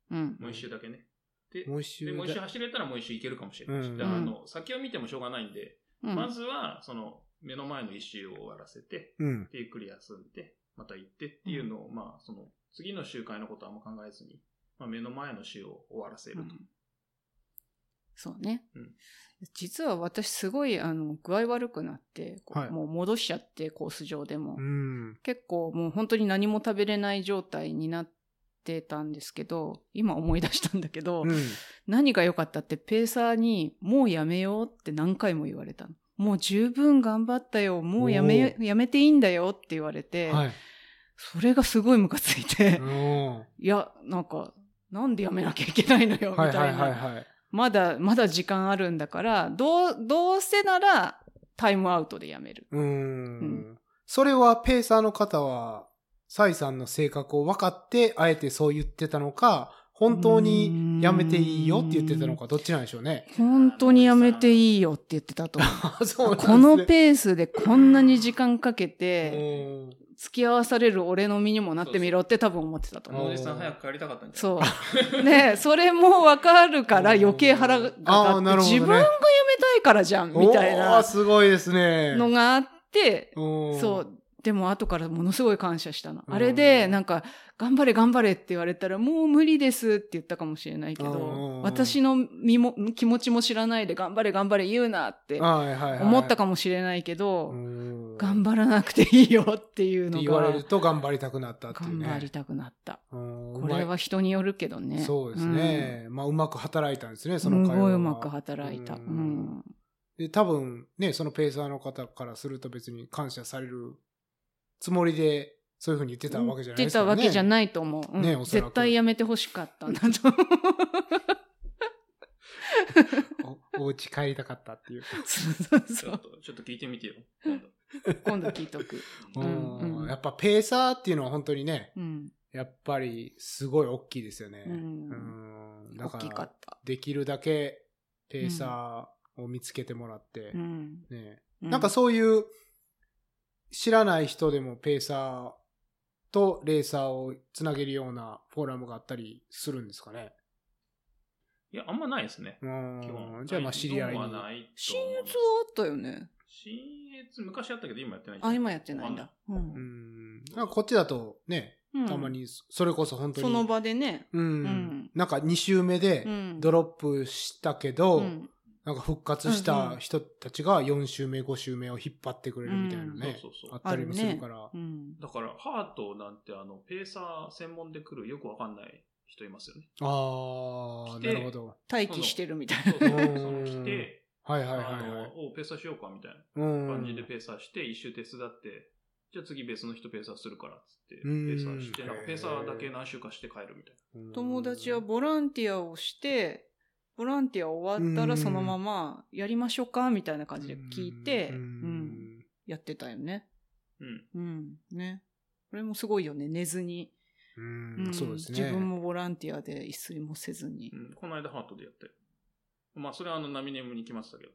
[SPEAKER 3] うん
[SPEAKER 1] う一周だけね。で
[SPEAKER 2] う。、もう一周
[SPEAKER 1] で
[SPEAKER 2] だ。
[SPEAKER 1] もう一周走れたらもう一周行けるかもしれないし。
[SPEAKER 2] うん
[SPEAKER 1] だからあの、先を見てもしょうがないんで、
[SPEAKER 3] うん
[SPEAKER 1] まずは、その、目の前の一周を終わらせて、
[SPEAKER 2] うん。
[SPEAKER 1] で、ゆっくり休んで、また行ってっていうのを、まあ、その、次の周回のことはあんま考えずに、まあ、目の前の週を終わらせると。
[SPEAKER 3] そうね、
[SPEAKER 1] うん
[SPEAKER 3] 実は私すごいあの具合悪くなって、こう
[SPEAKER 2] はい
[SPEAKER 3] もう戻しちゃってコース上でも、
[SPEAKER 2] うん。
[SPEAKER 3] 結構もう本当に何も食べれない状態になってたんですけど今思い出したんだけど、
[SPEAKER 2] うん。
[SPEAKER 3] 何が良かったってペーサーに「もうやめよう」って何回も言われたの。もう十分頑張ったよ。もうやめ
[SPEAKER 2] お、
[SPEAKER 3] やめていいんだよって言われて、
[SPEAKER 2] はい。
[SPEAKER 3] それがすごいムカついて、
[SPEAKER 2] うん
[SPEAKER 3] いや、なんか、なんでやめなきゃいけないのよ、みた
[SPEAKER 2] はいい
[SPEAKER 3] な。
[SPEAKER 2] はいはいはい。
[SPEAKER 3] まだ、まだ時間あるんだから、どう、どうせならタイムアウトでやめる。
[SPEAKER 2] うー。
[SPEAKER 3] うん
[SPEAKER 2] それはペーサーの方は、サイさんの性格を分かって、あえてそう言ってたのか、本当にやめていいよって言ってたのか、どっちなんでしょう ね。
[SPEAKER 3] 本当にやめていいよって言ってたと思う。
[SPEAKER 2] そうなんです
[SPEAKER 3] このペースでこんなに時間かけて、
[SPEAKER 2] ー
[SPEAKER 3] 付き合わされる俺の身にもなってみろって多分思ってたと思
[SPEAKER 1] 大
[SPEAKER 3] う。
[SPEAKER 1] 出さん早く帰りたかったんじゃない
[SPEAKER 3] そう。 ねそれもわかるから余計腹が立って、
[SPEAKER 2] あーなるほどね
[SPEAKER 3] 自分がやめたいからじゃん、みたい
[SPEAKER 2] おー
[SPEAKER 3] な
[SPEAKER 2] すごいですね。
[SPEAKER 3] のがあって、
[SPEAKER 2] うん
[SPEAKER 3] そう。でも後からものすごい感謝したの。
[SPEAKER 2] うん
[SPEAKER 3] あれで、なんか、頑張れ頑張れって言われたら、もう無理ですって言ったかもしれないけ
[SPEAKER 2] うん
[SPEAKER 3] ど、私の身も、気持ちも知らないで頑張れ頑張れ言うなって
[SPEAKER 2] はいはいはい。
[SPEAKER 3] 思った
[SPEAKER 2] か
[SPEAKER 3] かもしれないけど、
[SPEAKER 2] 頑
[SPEAKER 3] 頑張らなくていいよっていう
[SPEAKER 2] って
[SPEAKER 3] の
[SPEAKER 2] 言わ
[SPEAKER 3] が
[SPEAKER 2] れ、ると頑張りたくなったっていう
[SPEAKER 3] 頑
[SPEAKER 2] ね。
[SPEAKER 3] 張りたくなった。
[SPEAKER 2] うん
[SPEAKER 3] これは人によるけど
[SPEAKER 2] うま
[SPEAKER 3] ね。
[SPEAKER 2] いそうですね。まあ、うまく働いたんですね、
[SPEAKER 3] うん。
[SPEAKER 2] そ
[SPEAKER 3] す
[SPEAKER 2] の会話は
[SPEAKER 3] ごいうまく働いた。
[SPEAKER 2] う
[SPEAKER 3] うんん。
[SPEAKER 2] で、多分ね、そのペーサーの方からすると別に感謝されるつもりでそういうふうに言ってたわけじゃない
[SPEAKER 3] 出
[SPEAKER 2] ですよ
[SPEAKER 3] た
[SPEAKER 2] ね。
[SPEAKER 3] わけじゃないと思う。うん
[SPEAKER 2] ねおそらく
[SPEAKER 3] 絶対やめてほしかったん だと思う。
[SPEAKER 2] おお 家帰りたかったっていう。
[SPEAKER 3] そうそう
[SPEAKER 1] ち
[SPEAKER 3] そ
[SPEAKER 1] ょっ
[SPEAKER 3] う。
[SPEAKER 1] と、ちょっと聞いてみてよ。
[SPEAKER 3] 今度聞いとく。んうん
[SPEAKER 2] うんやっぱペーサーっていうのは本当にね、
[SPEAKER 3] うん。
[SPEAKER 2] やっぱりすごい大きいですよね。
[SPEAKER 3] うん
[SPEAKER 2] うんだ
[SPEAKER 3] 大
[SPEAKER 2] か
[SPEAKER 3] きからった。
[SPEAKER 2] できるだけペーサーを見つけてもらって、
[SPEAKER 3] うん。
[SPEAKER 2] ね、
[SPEAKER 3] う
[SPEAKER 2] なんかそういう知らない人でもペーサーとレーサーをつなげるようなフォーラムがあったりするんですかね。
[SPEAKER 1] いや、あんまないですね。
[SPEAKER 2] う
[SPEAKER 1] 基
[SPEAKER 2] ん
[SPEAKER 1] 本
[SPEAKER 2] じゃあまあ知り合いに
[SPEAKER 1] は。ないと
[SPEAKER 3] 新
[SPEAKER 1] 思う
[SPEAKER 3] 越はあったよね。
[SPEAKER 1] 新越、昔あったけど今やってない。
[SPEAKER 3] あ、今やってないんだ。う。
[SPEAKER 2] うんんなんかこっちだとね、
[SPEAKER 3] うん
[SPEAKER 2] たま。にそれこそ本当に、
[SPEAKER 3] その場でね。
[SPEAKER 2] うん
[SPEAKER 3] ん
[SPEAKER 2] なんか2周目で
[SPEAKER 3] うん
[SPEAKER 2] ドロップしたけど、
[SPEAKER 3] うん
[SPEAKER 2] なんか復活した人たちが4周目5周目を引っ張ってくれるみたい
[SPEAKER 1] う
[SPEAKER 2] なね、
[SPEAKER 1] んそうそうそう
[SPEAKER 2] あったりもするから。
[SPEAKER 3] うん。
[SPEAKER 1] だから、ハートなんて、あの、ペーサー専門で来るよくわかんない人いますよね。
[SPEAKER 2] ああ、
[SPEAKER 1] 来
[SPEAKER 2] な
[SPEAKER 1] て
[SPEAKER 2] るほど。
[SPEAKER 3] 待機してるみたい
[SPEAKER 1] そうそうそう
[SPEAKER 2] うん
[SPEAKER 1] その来て、
[SPEAKER 2] はいはいはい
[SPEAKER 1] あ
[SPEAKER 2] は
[SPEAKER 1] の、おペーサーしようかみたい
[SPEAKER 2] い。う
[SPEAKER 1] な感じ
[SPEAKER 2] ん
[SPEAKER 1] でペーサーして、一周手伝って、じゃあ次別の人ペーサーするからっつって、ペ
[SPEAKER 2] うん
[SPEAKER 1] ーサーして、なんかペーサーだ
[SPEAKER 2] へ
[SPEAKER 1] け
[SPEAKER 2] ー
[SPEAKER 1] 何周かして帰るみたい
[SPEAKER 3] な。友達はボランティアをして、ボランティア終わった
[SPEAKER 2] う
[SPEAKER 3] ら
[SPEAKER 2] ん
[SPEAKER 3] そのままやりましょうかみたいな感じで
[SPEAKER 2] うん
[SPEAKER 3] 聞いて、
[SPEAKER 2] う
[SPEAKER 3] うん。
[SPEAKER 2] ん
[SPEAKER 3] やってたよね。
[SPEAKER 1] な。うん。
[SPEAKER 3] うん。ね。これもすごいよね。寝ずに。
[SPEAKER 2] うん
[SPEAKER 3] ん
[SPEAKER 2] そうですね。
[SPEAKER 3] 自分もボランティアで一睡もせずに。
[SPEAKER 1] うん、この間ハートでやったよ。まあ、それはあの、ナミネムに来ましたけど。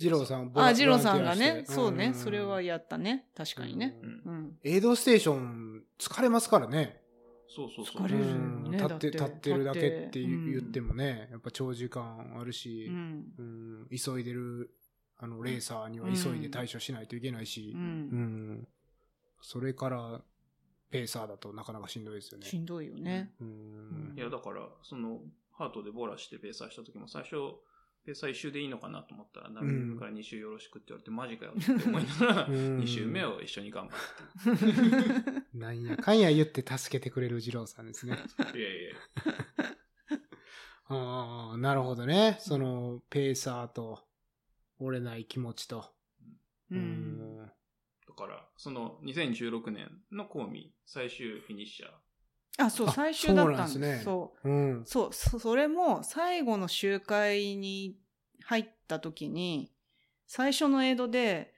[SPEAKER 2] 二郎さん、ボラ
[SPEAKER 3] あ、
[SPEAKER 2] ンテ
[SPEAKER 3] ジ
[SPEAKER 2] ィ
[SPEAKER 3] ロ
[SPEAKER 2] ア
[SPEAKER 3] ー
[SPEAKER 2] して
[SPEAKER 3] さんがね、そうね、
[SPEAKER 2] ん
[SPEAKER 3] それはやったね。確かにね。
[SPEAKER 2] う
[SPEAKER 1] うんん。
[SPEAKER 3] うん。
[SPEAKER 2] エイドステーション、疲れますからね。
[SPEAKER 1] そうそうそう。
[SPEAKER 3] 疲れるよね
[SPEAKER 2] うん立
[SPEAKER 3] だ
[SPEAKER 2] っ
[SPEAKER 3] って
[SPEAKER 2] て、立ってるだけって
[SPEAKER 3] うん
[SPEAKER 2] 言ってもね、やっぱ長時間あるし
[SPEAKER 3] う、ん。
[SPEAKER 2] うん急いでる、あの、レーサーには急いで対処しないといけないし
[SPEAKER 3] う、。
[SPEAKER 2] うんんそれから、ペーサーだとなかなかしんどいですよね。
[SPEAKER 3] しんどいよね。
[SPEAKER 2] うん
[SPEAKER 1] いや、だから、その、ハートでボラしてペーサーした時も、最初、ペーサー1周でいいのかなと思ったら、ナミネムから2周よろしくって言われて、マジかよって思いな がら、
[SPEAKER 2] うん
[SPEAKER 1] 2周目を一緒に頑張っ
[SPEAKER 2] なんやかんや言って助けてくれる二郎さん ですね。
[SPEAKER 1] て。いやいや、
[SPEAKER 2] ああ、なるほどね。その、ペーサーと、折れない気持ちと。
[SPEAKER 3] うん。
[SPEAKER 1] だから、その、2016年のコーミ、最終フィニッシャー。
[SPEAKER 3] あ、そう、
[SPEAKER 2] あ
[SPEAKER 3] 最終だった
[SPEAKER 2] そ
[SPEAKER 3] ん
[SPEAKER 2] うなんで
[SPEAKER 3] です
[SPEAKER 2] ね
[SPEAKER 3] す。そう。
[SPEAKER 2] うん。
[SPEAKER 3] そう、そそれも最後の集会に入った時に、最初のエイドで、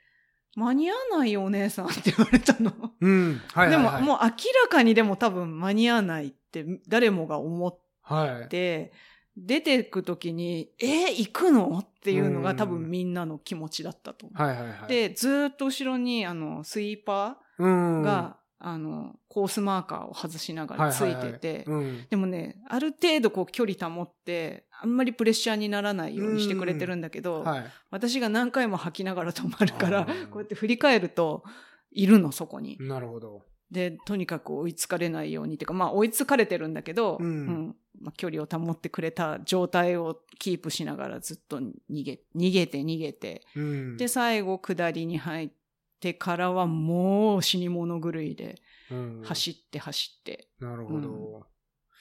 [SPEAKER 3] 間に合わないよお姉さんって言われたの。
[SPEAKER 2] うん。はいはい、はい。
[SPEAKER 3] でも、もう明らかにでも多分間に合わないって誰もが思っ
[SPEAKER 2] はい。
[SPEAKER 3] て、出てく時に、えー行くのっていうの
[SPEAKER 2] う
[SPEAKER 3] が
[SPEAKER 2] ん
[SPEAKER 3] 多分みんなの気持ちだったと思う。
[SPEAKER 2] はいはいはい。、
[SPEAKER 3] で、ずーっと後ろに、あの、スイーパ
[SPEAKER 2] うん。
[SPEAKER 3] ー、が、あの、コースマーカーを外しながらついてて、
[SPEAKER 2] うん。
[SPEAKER 3] でもね、ある程度こう距離保って、あんまりプレッシャーにならないようにしてくれてるんだけど、
[SPEAKER 2] はい。
[SPEAKER 3] 私が何回も吐きながら止まるか
[SPEAKER 2] あ
[SPEAKER 3] ら、こ
[SPEAKER 2] ー
[SPEAKER 3] うやって振り返ると、いるの、そこに。
[SPEAKER 2] なるほど。
[SPEAKER 3] で、とにかく追いつかれないようにっていうか、まあ追いつかれてるんだけど、
[SPEAKER 2] うん
[SPEAKER 3] まあ、距離を保ってくれた状態をキープしながらずっと逃げ、逃げて逃げて。
[SPEAKER 2] うん。
[SPEAKER 3] で、最後下りに入ってからはもう死に物狂いで、
[SPEAKER 2] うん、
[SPEAKER 3] 走って走って。
[SPEAKER 2] なるほど。
[SPEAKER 3] う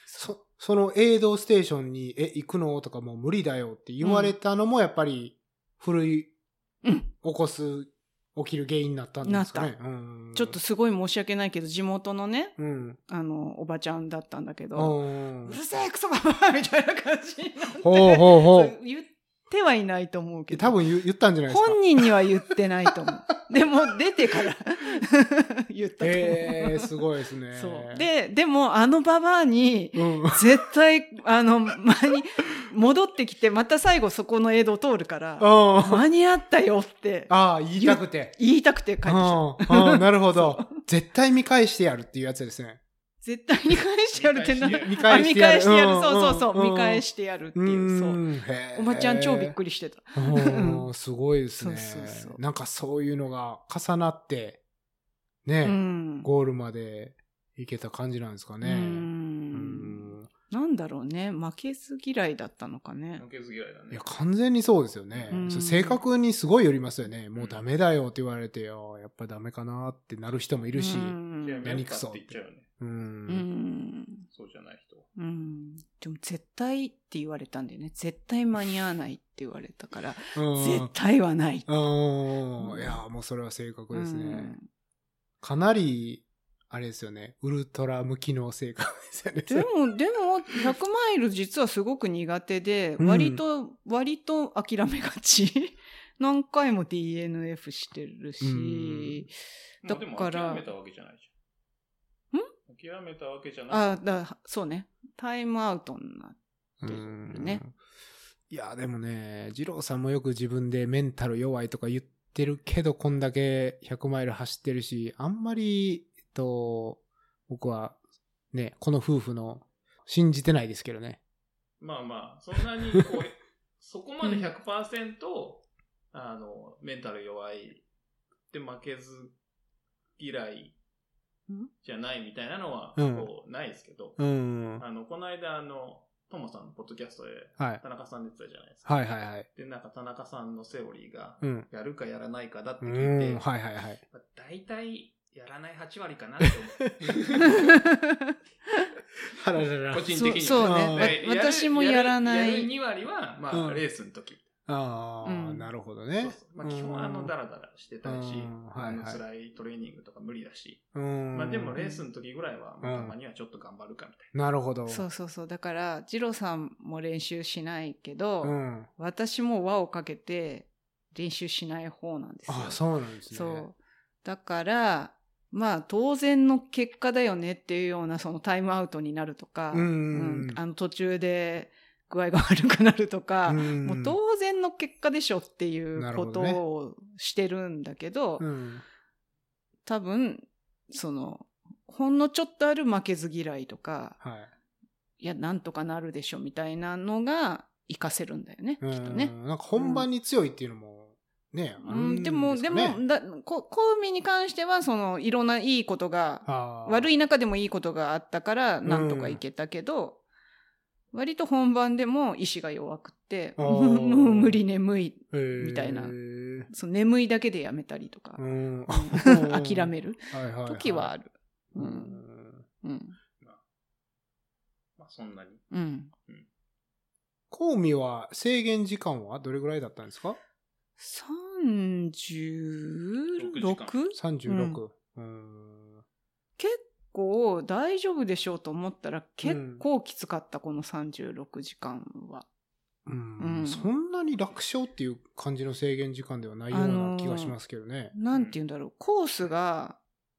[SPEAKER 2] そ、そのエイドステーションに、え、行くのとかもう無理だよって言われたのも、やっぱり、古い、
[SPEAKER 3] うん
[SPEAKER 2] 起こす、起きる原因になったんですかね。
[SPEAKER 3] な
[SPEAKER 2] うん。
[SPEAKER 3] ちょっと、すごい申し訳ないけど、地元のね、
[SPEAKER 2] うん。
[SPEAKER 3] あの、おばちゃんだったんだけ
[SPEAKER 2] う
[SPEAKER 3] ど、
[SPEAKER 2] ん
[SPEAKER 3] う。るせえ、クソババアみたいな感じになって。
[SPEAKER 2] ほうほうほう
[SPEAKER 3] そ。言ってはいないと思うけど。
[SPEAKER 2] 多分言言ったんじゃないですか。
[SPEAKER 3] 本人には言ってないと 思う。でも、出てから言ったと思う。
[SPEAKER 2] えー、すごいですね。
[SPEAKER 3] そう。、で、でも、あのババアに、
[SPEAKER 2] うん。
[SPEAKER 3] 絶対、あの、間に、戻ってきて、また最後そこの江戸を通るから、
[SPEAKER 2] あ
[SPEAKER 3] 間に合ったよって
[SPEAKER 2] あ、言いたくて。
[SPEAKER 3] 言いたくて帰ってきた。
[SPEAKER 2] うんうんなるほど。絶対見返してやるっていうやつですね。
[SPEAKER 3] 絶対見返してやるってな。
[SPEAKER 1] 見
[SPEAKER 3] あ
[SPEAKER 2] 返してやる
[SPEAKER 3] 見返してやる。
[SPEAKER 2] うん
[SPEAKER 3] そうそうそうう。
[SPEAKER 2] ん
[SPEAKER 3] 見返してやるって
[SPEAKER 2] う
[SPEAKER 3] いう。そう。
[SPEAKER 2] ん。へー
[SPEAKER 3] おばちゃん超びっくりしてた。
[SPEAKER 2] うんすごいですね
[SPEAKER 3] そうそうそう
[SPEAKER 2] なんかそういうのが重なって、ね、
[SPEAKER 3] うん。
[SPEAKER 2] ゴールまで行けた感じなんですか
[SPEAKER 3] う
[SPEAKER 2] ね。うんん
[SPEAKER 3] なんだろうね。負けず嫌いだったのかね
[SPEAKER 1] 負。けず嫌いだ
[SPEAKER 2] い
[SPEAKER 1] ね
[SPEAKER 2] や、。完全にそうですよね。
[SPEAKER 3] うん
[SPEAKER 2] そう正確にすごいよりますよね。もうダメだよって言われてよ。やっぱダメかなってなる人もいるし。
[SPEAKER 1] い
[SPEAKER 3] う
[SPEAKER 1] や
[SPEAKER 3] ん
[SPEAKER 1] めようかって言っちゃうよね。
[SPEAKER 2] うん
[SPEAKER 3] うん。
[SPEAKER 1] そうじゃない人は。
[SPEAKER 3] うん。でも絶対って言われたんだよね。絶対間に合わないって言われたから、
[SPEAKER 2] うん
[SPEAKER 3] 絶対はない。
[SPEAKER 2] うん
[SPEAKER 3] うん
[SPEAKER 2] いや、もうそれは正確ですね。
[SPEAKER 3] うん
[SPEAKER 2] かなり、あれですよね、ウルトラ無機能性感ですよね。
[SPEAKER 3] でも、でも、100マイル実はすごく苦手で、
[SPEAKER 2] うん
[SPEAKER 3] 割と、割と諦めがち。 何回も DNF してるし、だから
[SPEAKER 1] 諦めたわけじゃないじゃん。諦めたわけじゃない。
[SPEAKER 3] あ、だ、そうね。タイムアウトにな
[SPEAKER 2] う
[SPEAKER 3] って
[SPEAKER 2] ん
[SPEAKER 3] るね。
[SPEAKER 2] いや、でもね、二郎さんもよく自分でメンタル弱いとか言ってるけど、こんだけ100マイル走ってるし、あんまり、えっと、僕は、ね、この夫婦の、信じてないですけどね。
[SPEAKER 1] まあまあ、そんなに こう、そこまで100%、あの、メンタル弱いで負けず嫌いじゃないみたいなのは、
[SPEAKER 2] うん
[SPEAKER 1] こう、ないですけど、
[SPEAKER 2] うん。は
[SPEAKER 1] あの、この間、あの、トモさんのポッドキャストで、
[SPEAKER 2] い。
[SPEAKER 1] 田中さん出てたじゃないですか。
[SPEAKER 2] はいはいはい。
[SPEAKER 1] で、なんか田中さんのセオリーが、
[SPEAKER 2] うん。
[SPEAKER 1] やるかやらないかだって
[SPEAKER 2] う
[SPEAKER 1] 聞いて、
[SPEAKER 2] ん。はいはい はい。
[SPEAKER 1] まあ大体、やらない8割かなって思 う。
[SPEAKER 2] あらら
[SPEAKER 1] 個人的には
[SPEAKER 3] そ
[SPEAKER 2] そ
[SPEAKER 3] う
[SPEAKER 2] う
[SPEAKER 1] ん
[SPEAKER 2] ねわ
[SPEAKER 1] でる
[SPEAKER 3] 私もやらない
[SPEAKER 1] やる2割は、まあ、
[SPEAKER 2] うん
[SPEAKER 1] レースの時。
[SPEAKER 2] ああ、
[SPEAKER 3] うん
[SPEAKER 2] なるほど
[SPEAKER 1] そ
[SPEAKER 2] ね
[SPEAKER 1] うそう。まあ、基本あの、ダラダラしてたいし
[SPEAKER 2] うん、はい
[SPEAKER 1] あの
[SPEAKER 2] はい
[SPEAKER 1] 辛いトレーニングとか無理だし、
[SPEAKER 2] うん。
[SPEAKER 1] まあでもレースの時ぐらいは、まあ
[SPEAKER 2] うん
[SPEAKER 1] たまにはちょっと頑張るかみたい
[SPEAKER 2] なるほど。
[SPEAKER 3] そうそうそう。だから、ジロさんも練習しないけど、
[SPEAKER 2] うん。あ
[SPEAKER 3] 私も輪をかけて練習しない方なんですよ。
[SPEAKER 2] あ、そうなんですね。
[SPEAKER 3] そう。だから、まあ当然の結果だよねっていうようなそのタイムアウトになるとか、
[SPEAKER 2] うん
[SPEAKER 3] うんあの途中で具合が悪くなるとか、
[SPEAKER 2] ん
[SPEAKER 3] もう当然の結果でしょっていうこと
[SPEAKER 2] なる
[SPEAKER 3] をしてるんだけど、
[SPEAKER 2] うん。
[SPEAKER 3] 多分、その、ほんのちょっとある負けず嫌いとか、
[SPEAKER 2] はい。
[SPEAKER 3] いや、なんとかなるでしょみたいなのが活かせるんだよね、き
[SPEAKER 2] うん
[SPEAKER 3] っとね。
[SPEAKER 2] なんか本番に強いっていうのも、ね、あ
[SPEAKER 3] う
[SPEAKER 2] る
[SPEAKER 3] ん、でも、でも、だこコウミに関しては、その、いろんないいことが悪
[SPEAKER 2] い。
[SPEAKER 3] い中でもいいことがあったから、なんとかいけたけど、割と本番でも意志が弱くって、
[SPEAKER 2] あー
[SPEAKER 3] もう無理眠い、
[SPEAKER 2] へー
[SPEAKER 3] みたいな
[SPEAKER 2] うん。
[SPEAKER 3] その眠いだけでやめたりとか、 諦める
[SPEAKER 2] はいはいはい
[SPEAKER 3] 時はある。う。
[SPEAKER 2] うんん
[SPEAKER 3] うん。
[SPEAKER 1] な。まあそんなに。
[SPEAKER 3] うん。
[SPEAKER 2] コウミは制限時間はどれぐらいだったんですか
[SPEAKER 1] 六時
[SPEAKER 3] 36?
[SPEAKER 1] 間
[SPEAKER 2] ?36。うん。
[SPEAKER 3] 結構大丈夫でしょうと思ったら、結構きつかった、この36時間は。
[SPEAKER 2] うん
[SPEAKER 3] うん
[SPEAKER 2] そんなに楽勝っていう感じの制限時間ではないような気がしますけどね。
[SPEAKER 3] なんて言うんだろう、コースが、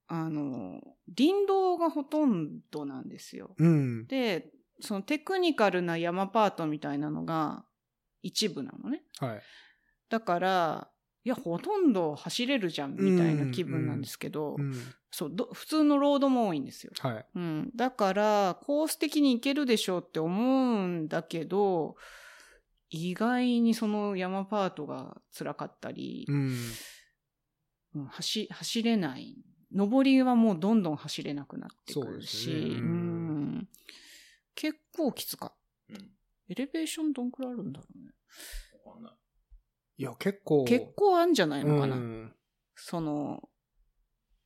[SPEAKER 3] あの、林道がほとんどなんですよ。
[SPEAKER 2] うん。
[SPEAKER 3] で、そのテクニカルな山パートみたいなのが一部なのね。
[SPEAKER 2] はい。
[SPEAKER 3] だから、いや、ほとんど走れるじゃん、みたいな気分なんですけど、
[SPEAKER 2] うん。
[SPEAKER 3] そうど、普通のロードも多いんですよ。
[SPEAKER 2] はい。
[SPEAKER 3] うん。だから、コース的に行けるでしょうって思うんだけど、意外にその山パートが辛かったり、
[SPEAKER 2] うん。
[SPEAKER 3] うん走走れない。上りはもうどんどん走れなくなってくるし、
[SPEAKER 2] そうですねうん
[SPEAKER 3] うん結構きつかった。
[SPEAKER 1] うん。
[SPEAKER 3] エレベーションどんくらいあるんだろうね。
[SPEAKER 1] わかんない。
[SPEAKER 2] いや、結構。
[SPEAKER 3] 結構あんじゃないのかな。
[SPEAKER 2] うん
[SPEAKER 3] その、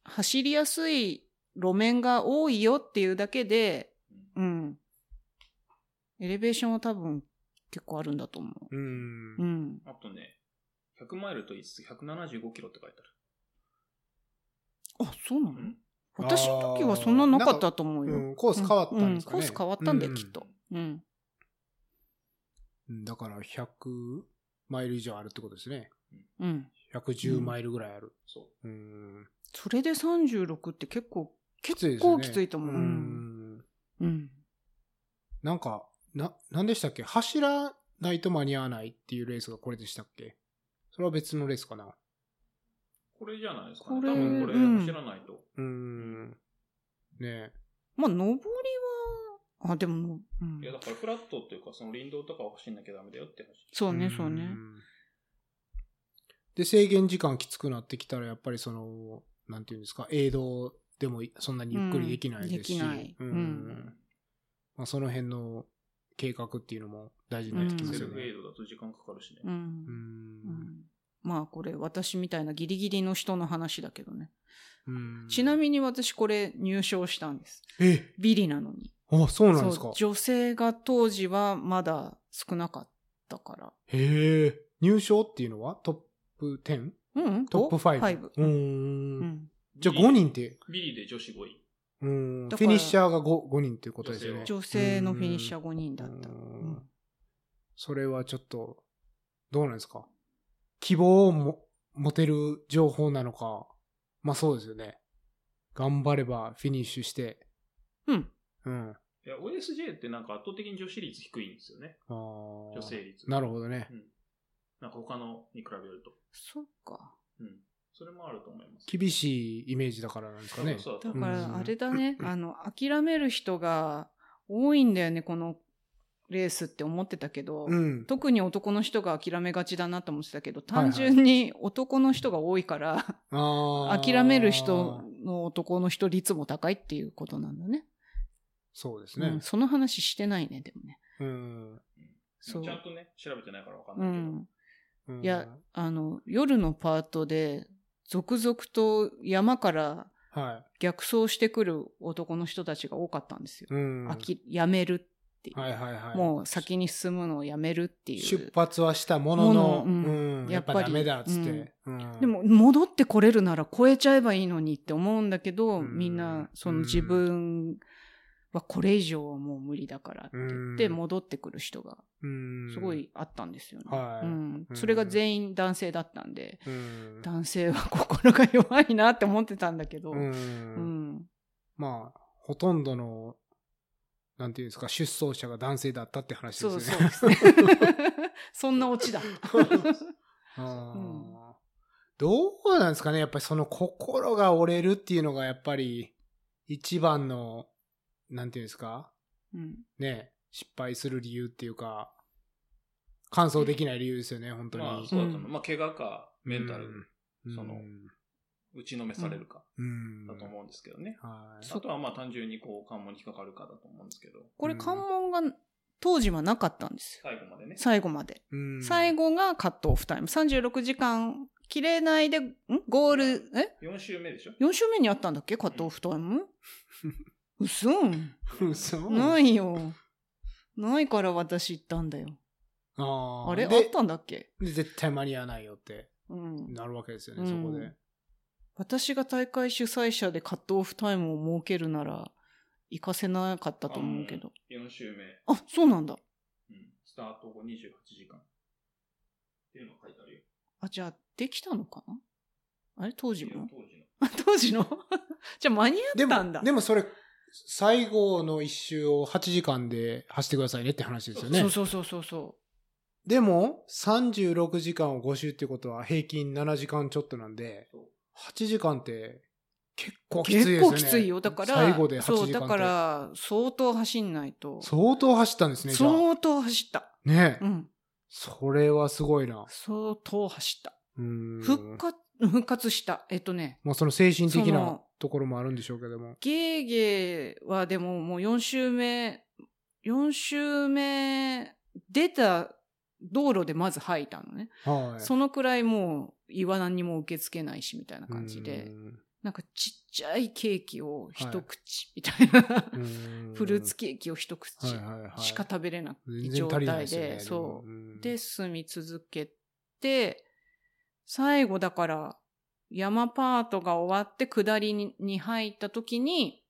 [SPEAKER 3] 走りやすい路面が多いよっていうだけで、うん。エレベーションは多分結構あるんだと思
[SPEAKER 2] う。
[SPEAKER 3] う。うんん。
[SPEAKER 1] あとね、100マイルと言いつつ175キロって書いて
[SPEAKER 3] あ、そうな
[SPEAKER 1] あ
[SPEAKER 3] の、
[SPEAKER 1] る。うん。
[SPEAKER 3] 私の時はそんななかったと思うよ。
[SPEAKER 2] うんコース変わったんですかね。
[SPEAKER 3] うんコース変わったんだよ、
[SPEAKER 2] う
[SPEAKER 3] きっと。うん。
[SPEAKER 2] うんだから100マイル以上あるってことですね。
[SPEAKER 3] うん。
[SPEAKER 2] 110マイルぐらいある。
[SPEAKER 1] そう。
[SPEAKER 2] うん。
[SPEAKER 3] それで36って結構、
[SPEAKER 2] きついです
[SPEAKER 3] 結
[SPEAKER 2] ね
[SPEAKER 3] 構きついと思う。うん。
[SPEAKER 2] ん
[SPEAKER 3] うん。
[SPEAKER 2] なんか、な、なんでしたっけ走らないと間に合わないっていうレースがこれでしたっけそれは別のレースかな。
[SPEAKER 1] これじゃないですかね。
[SPEAKER 3] これ
[SPEAKER 1] 多分これ
[SPEAKER 3] うん
[SPEAKER 1] 知らないと。
[SPEAKER 2] うん。ねえ。
[SPEAKER 3] まあ、登りは、あ、でもの、うん
[SPEAKER 1] いや、だからフラットっていうか、その林道とかを走んなきゃダメだよって話。
[SPEAKER 3] そうね、そうね。
[SPEAKER 2] ん。で、制限時間きつくなってきたら、やっぱりその、なんていうんですか、映像でもそんなにゆっくりできないですし。
[SPEAKER 3] うんできない
[SPEAKER 2] うん
[SPEAKER 3] うん
[SPEAKER 2] まあ、その辺の計画っていうのも大事になってきま
[SPEAKER 1] セ
[SPEAKER 2] す
[SPEAKER 1] ル
[SPEAKER 2] よ
[SPEAKER 1] フ
[SPEAKER 2] ね
[SPEAKER 1] エイ。ドだと時間かかるしね。
[SPEAKER 3] う。
[SPEAKER 2] うんん。
[SPEAKER 3] まあ、これ、私みたいなギリギリの人の話だけどね。
[SPEAKER 2] うん
[SPEAKER 3] ちなみに私、これ、入賞したんです。
[SPEAKER 2] え
[SPEAKER 3] ビリなのに。
[SPEAKER 2] あ、そうなんです
[SPEAKER 3] そ
[SPEAKER 2] か
[SPEAKER 3] う。女性が当時はまだ少なかったから。
[SPEAKER 2] へえ。入賞っていうのはトップ 10?
[SPEAKER 3] うん、うん、
[SPEAKER 2] トップ
[SPEAKER 3] お
[SPEAKER 2] 5?
[SPEAKER 3] 5。
[SPEAKER 2] うー。
[SPEAKER 3] うんん。
[SPEAKER 2] じゃあ5人って、
[SPEAKER 1] ビリで女子5位。
[SPEAKER 2] フィニッシャーが 5, 5人ということですよね。
[SPEAKER 3] 女性のフィニッシャー5人だった。
[SPEAKER 2] うん
[SPEAKER 3] うん
[SPEAKER 2] それはちょっと、どうなんですか希望をも持てる情報なのか、まあそうですよね。頑張ればフィニッシュして、
[SPEAKER 3] うん。
[SPEAKER 2] うん。あ
[SPEAKER 1] いや、OSJ ってなんか圧倒的に女子率低いんですよね。
[SPEAKER 2] 女
[SPEAKER 1] 女性率。
[SPEAKER 2] なるほどね。
[SPEAKER 1] うん。なんか他のに比べると。
[SPEAKER 3] そっか。
[SPEAKER 1] うん。それもあると思います。
[SPEAKER 2] 厳しいイメージだからなんですかね。
[SPEAKER 1] そうそう
[SPEAKER 3] だ
[SPEAKER 1] そう
[SPEAKER 3] から、あれだ ね、あの、諦める人が多いんだよね、このレースって思ってたけど、
[SPEAKER 2] うん。
[SPEAKER 3] 特に男の人が諦めがちだなと思ってたけど、
[SPEAKER 2] いは
[SPEAKER 3] 単
[SPEAKER 2] い
[SPEAKER 3] 純に男の人が多いから、
[SPEAKER 2] あー
[SPEAKER 3] 諦める人。の男の人率も高いっていうことなんだね。
[SPEAKER 2] そうです
[SPEAKER 3] う
[SPEAKER 2] ね
[SPEAKER 3] ん、。その話してないね、でもね。
[SPEAKER 2] うん。
[SPEAKER 3] そう
[SPEAKER 1] ちゃ。んとね、調べてないからわかん
[SPEAKER 3] う
[SPEAKER 1] ないけど。
[SPEAKER 3] ん。
[SPEAKER 2] うん
[SPEAKER 3] いや、あの、夜のパートで、続々と山から
[SPEAKER 2] は
[SPEAKER 3] 逆走してくる男の人たちが多かったんですよ。
[SPEAKER 2] い。うん。
[SPEAKER 3] あき、やめるっていう。
[SPEAKER 2] はいはいはい。
[SPEAKER 3] もう先に進むのをやめるっていう。
[SPEAKER 2] 出発はしたものの、
[SPEAKER 3] ものうん
[SPEAKER 2] うんや
[SPEAKER 3] や
[SPEAKER 2] っ
[SPEAKER 3] っ
[SPEAKER 2] ぱ
[SPEAKER 3] ぱり
[SPEAKER 2] ダメだっつって。うん
[SPEAKER 3] で、も、戻ってこれるなら超えちゃえばいいのにって思うんだけど、
[SPEAKER 2] うん
[SPEAKER 3] みんな、その自分はこれ以上はもう無理だからって言って
[SPEAKER 2] うん
[SPEAKER 3] 戻ってくる人が
[SPEAKER 2] うん
[SPEAKER 3] すご。いあったんですよね。
[SPEAKER 2] はい
[SPEAKER 3] うん
[SPEAKER 2] うん
[SPEAKER 3] それが全員男性だったんで、
[SPEAKER 2] うん
[SPEAKER 3] 男性は心が弱いなって思ってたんだけど、
[SPEAKER 2] う。
[SPEAKER 3] うんん
[SPEAKER 2] まあ、ほとんどの、なんていうんですか、出走者が男性だったって話です
[SPEAKER 3] そ
[SPEAKER 2] よね。
[SPEAKER 3] うそうですね。そんなオチだった。
[SPEAKER 2] あー
[SPEAKER 3] うん
[SPEAKER 2] どうなんですかねやっぱりその心が折れるっていうのがやっぱり一番の、なんていうんですか
[SPEAKER 3] うん
[SPEAKER 2] ね、失敗する理由っていうか、完走できない理由ですよね、本当に。
[SPEAKER 1] まあ、そうだと思う。
[SPEAKER 3] うん
[SPEAKER 1] まあ、怪我か、メンタル、
[SPEAKER 2] うん
[SPEAKER 1] その
[SPEAKER 2] うん
[SPEAKER 1] 打ちのめされるか、
[SPEAKER 2] うん。
[SPEAKER 1] だと思うんですけどね。
[SPEAKER 2] はい。
[SPEAKER 1] あとはまあ、単純にこう、関門に引っかかるかだと思うんですけど。
[SPEAKER 3] これ関門が当時はなかったんですよ。
[SPEAKER 1] 最後までね。
[SPEAKER 3] 最後まで。
[SPEAKER 2] うん
[SPEAKER 3] 最後がカットオフタイム。36時間切れないで、んゴール、え
[SPEAKER 1] 4週目でしょ
[SPEAKER 3] ?4 週目にあったんだっけカットオフタイムうそん。
[SPEAKER 2] そう
[SPEAKER 3] ないよ。ないから私行ったんだよ。
[SPEAKER 2] あー
[SPEAKER 3] あれあ
[SPEAKER 2] で
[SPEAKER 3] ったんだっけ
[SPEAKER 2] で絶対間に合わないよって
[SPEAKER 3] うん。
[SPEAKER 2] なるわけですよね、
[SPEAKER 3] うん
[SPEAKER 2] そこで。
[SPEAKER 3] 私が大会主催者でカットオフタイムを設けるなら、行かせなかったと思うけど。
[SPEAKER 1] 4週目。
[SPEAKER 3] あ、そうなんだ。
[SPEAKER 1] うん。スタート後28時間。っていうのが書いてあるよ。
[SPEAKER 3] あ、じゃあ、できたのかなあれ当時も
[SPEAKER 1] 当時の。
[SPEAKER 3] あ 当時の じゃあ間に合
[SPEAKER 2] で
[SPEAKER 3] ったんだ
[SPEAKER 2] も、。でもそれ、最後の一周を8時間で走ってくださいねって話ですよね。
[SPEAKER 3] そうそうそうそうそう。
[SPEAKER 2] でも、36時間を5周ってことは平均7時間ちょっとなんで、
[SPEAKER 1] そう
[SPEAKER 2] 8時間って結構きついですよ
[SPEAKER 3] 結
[SPEAKER 2] ね。
[SPEAKER 3] 構きついよ。だから、
[SPEAKER 2] 最後で8時間
[SPEAKER 3] そ
[SPEAKER 2] っ
[SPEAKER 3] う、
[SPEAKER 2] て。
[SPEAKER 3] だから、相当走んないと。
[SPEAKER 2] 相当走ったんですね、じゃあ。
[SPEAKER 3] 相当走った。
[SPEAKER 2] ね、
[SPEAKER 3] うん。
[SPEAKER 2] それはすごいな。
[SPEAKER 3] 相当走った。
[SPEAKER 2] うーん
[SPEAKER 3] 復活、復活した。えっとね、
[SPEAKER 2] まあその精神的
[SPEAKER 3] そ
[SPEAKER 2] な
[SPEAKER 3] の
[SPEAKER 2] ところもあるんでしょうけども。
[SPEAKER 3] ゲーゲーはでももう4周目、4周目出た道路でまず吐いたのね。
[SPEAKER 2] はい。
[SPEAKER 3] そのくらいもう岩何にも受け付けないしみたいな感じで、なんかちっちゃいケーキを一口みたいな、
[SPEAKER 2] うーん。
[SPEAKER 3] フルーツケーキを一口
[SPEAKER 2] はいはいはい
[SPEAKER 3] しか食べれな
[SPEAKER 2] 全
[SPEAKER 3] い
[SPEAKER 2] 然
[SPEAKER 3] 状
[SPEAKER 2] 足りない
[SPEAKER 3] 態
[SPEAKER 2] すよね
[SPEAKER 3] で、そう
[SPEAKER 2] も。ん
[SPEAKER 3] で、住み続けて、最後だから、山パートが終わって下りにに入った時に、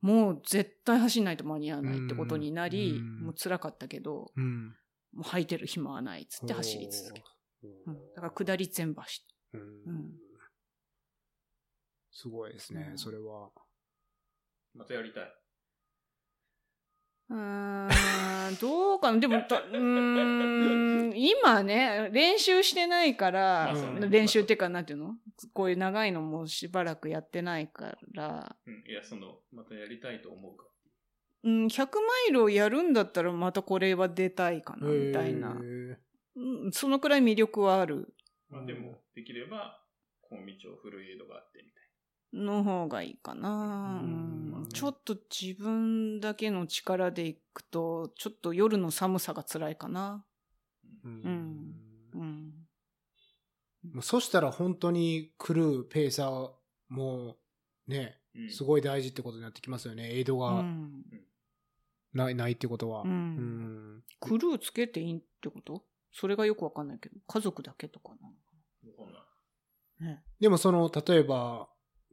[SPEAKER 3] もう絶対走んないと間に合わないってことになり、
[SPEAKER 2] うん
[SPEAKER 3] もう辛かったけど、
[SPEAKER 2] うん。
[SPEAKER 3] もう吐いてる暇はないっつって走り続ける。うんだから下り全部走っ
[SPEAKER 2] うん
[SPEAKER 3] うん
[SPEAKER 2] すごいですね、
[SPEAKER 3] うん
[SPEAKER 2] それは。
[SPEAKER 1] またやりたい。
[SPEAKER 3] うーん、どうかな。でも、たうーん、今ね、練習してないから
[SPEAKER 1] まあ
[SPEAKER 2] そうね、
[SPEAKER 3] 練習っていうか、なんていうのこういう長いのもしばらくやってないから、
[SPEAKER 1] うん。いや、その、またやりたいと思うか。
[SPEAKER 3] うん、100マイルをやるんだったらまたこれは出たいかな、みたいな。
[SPEAKER 2] へ
[SPEAKER 3] うん、そのくらい魅力はある
[SPEAKER 1] まあでも、できれば、この道を古い江戸があってみたい
[SPEAKER 3] の方がいいかな。
[SPEAKER 2] う
[SPEAKER 3] うんんちょっと自分だけの力でいくと、ちょっと夜の寒さが辛いかな。
[SPEAKER 1] な。
[SPEAKER 2] ー
[SPEAKER 3] うんうん。
[SPEAKER 2] もうそしたら本当に狂うペーサーもね、
[SPEAKER 1] うん。
[SPEAKER 2] すごい大事ってことになってきますよね。エイド
[SPEAKER 3] う
[SPEAKER 2] が
[SPEAKER 3] ん。
[SPEAKER 2] ない,、ないってことは。う
[SPEAKER 3] う。
[SPEAKER 2] んん
[SPEAKER 3] クルーつけていいってことそれがよくわかんないけど。家族だけとか
[SPEAKER 1] わかんない
[SPEAKER 3] なのね。
[SPEAKER 2] でもその、例えば、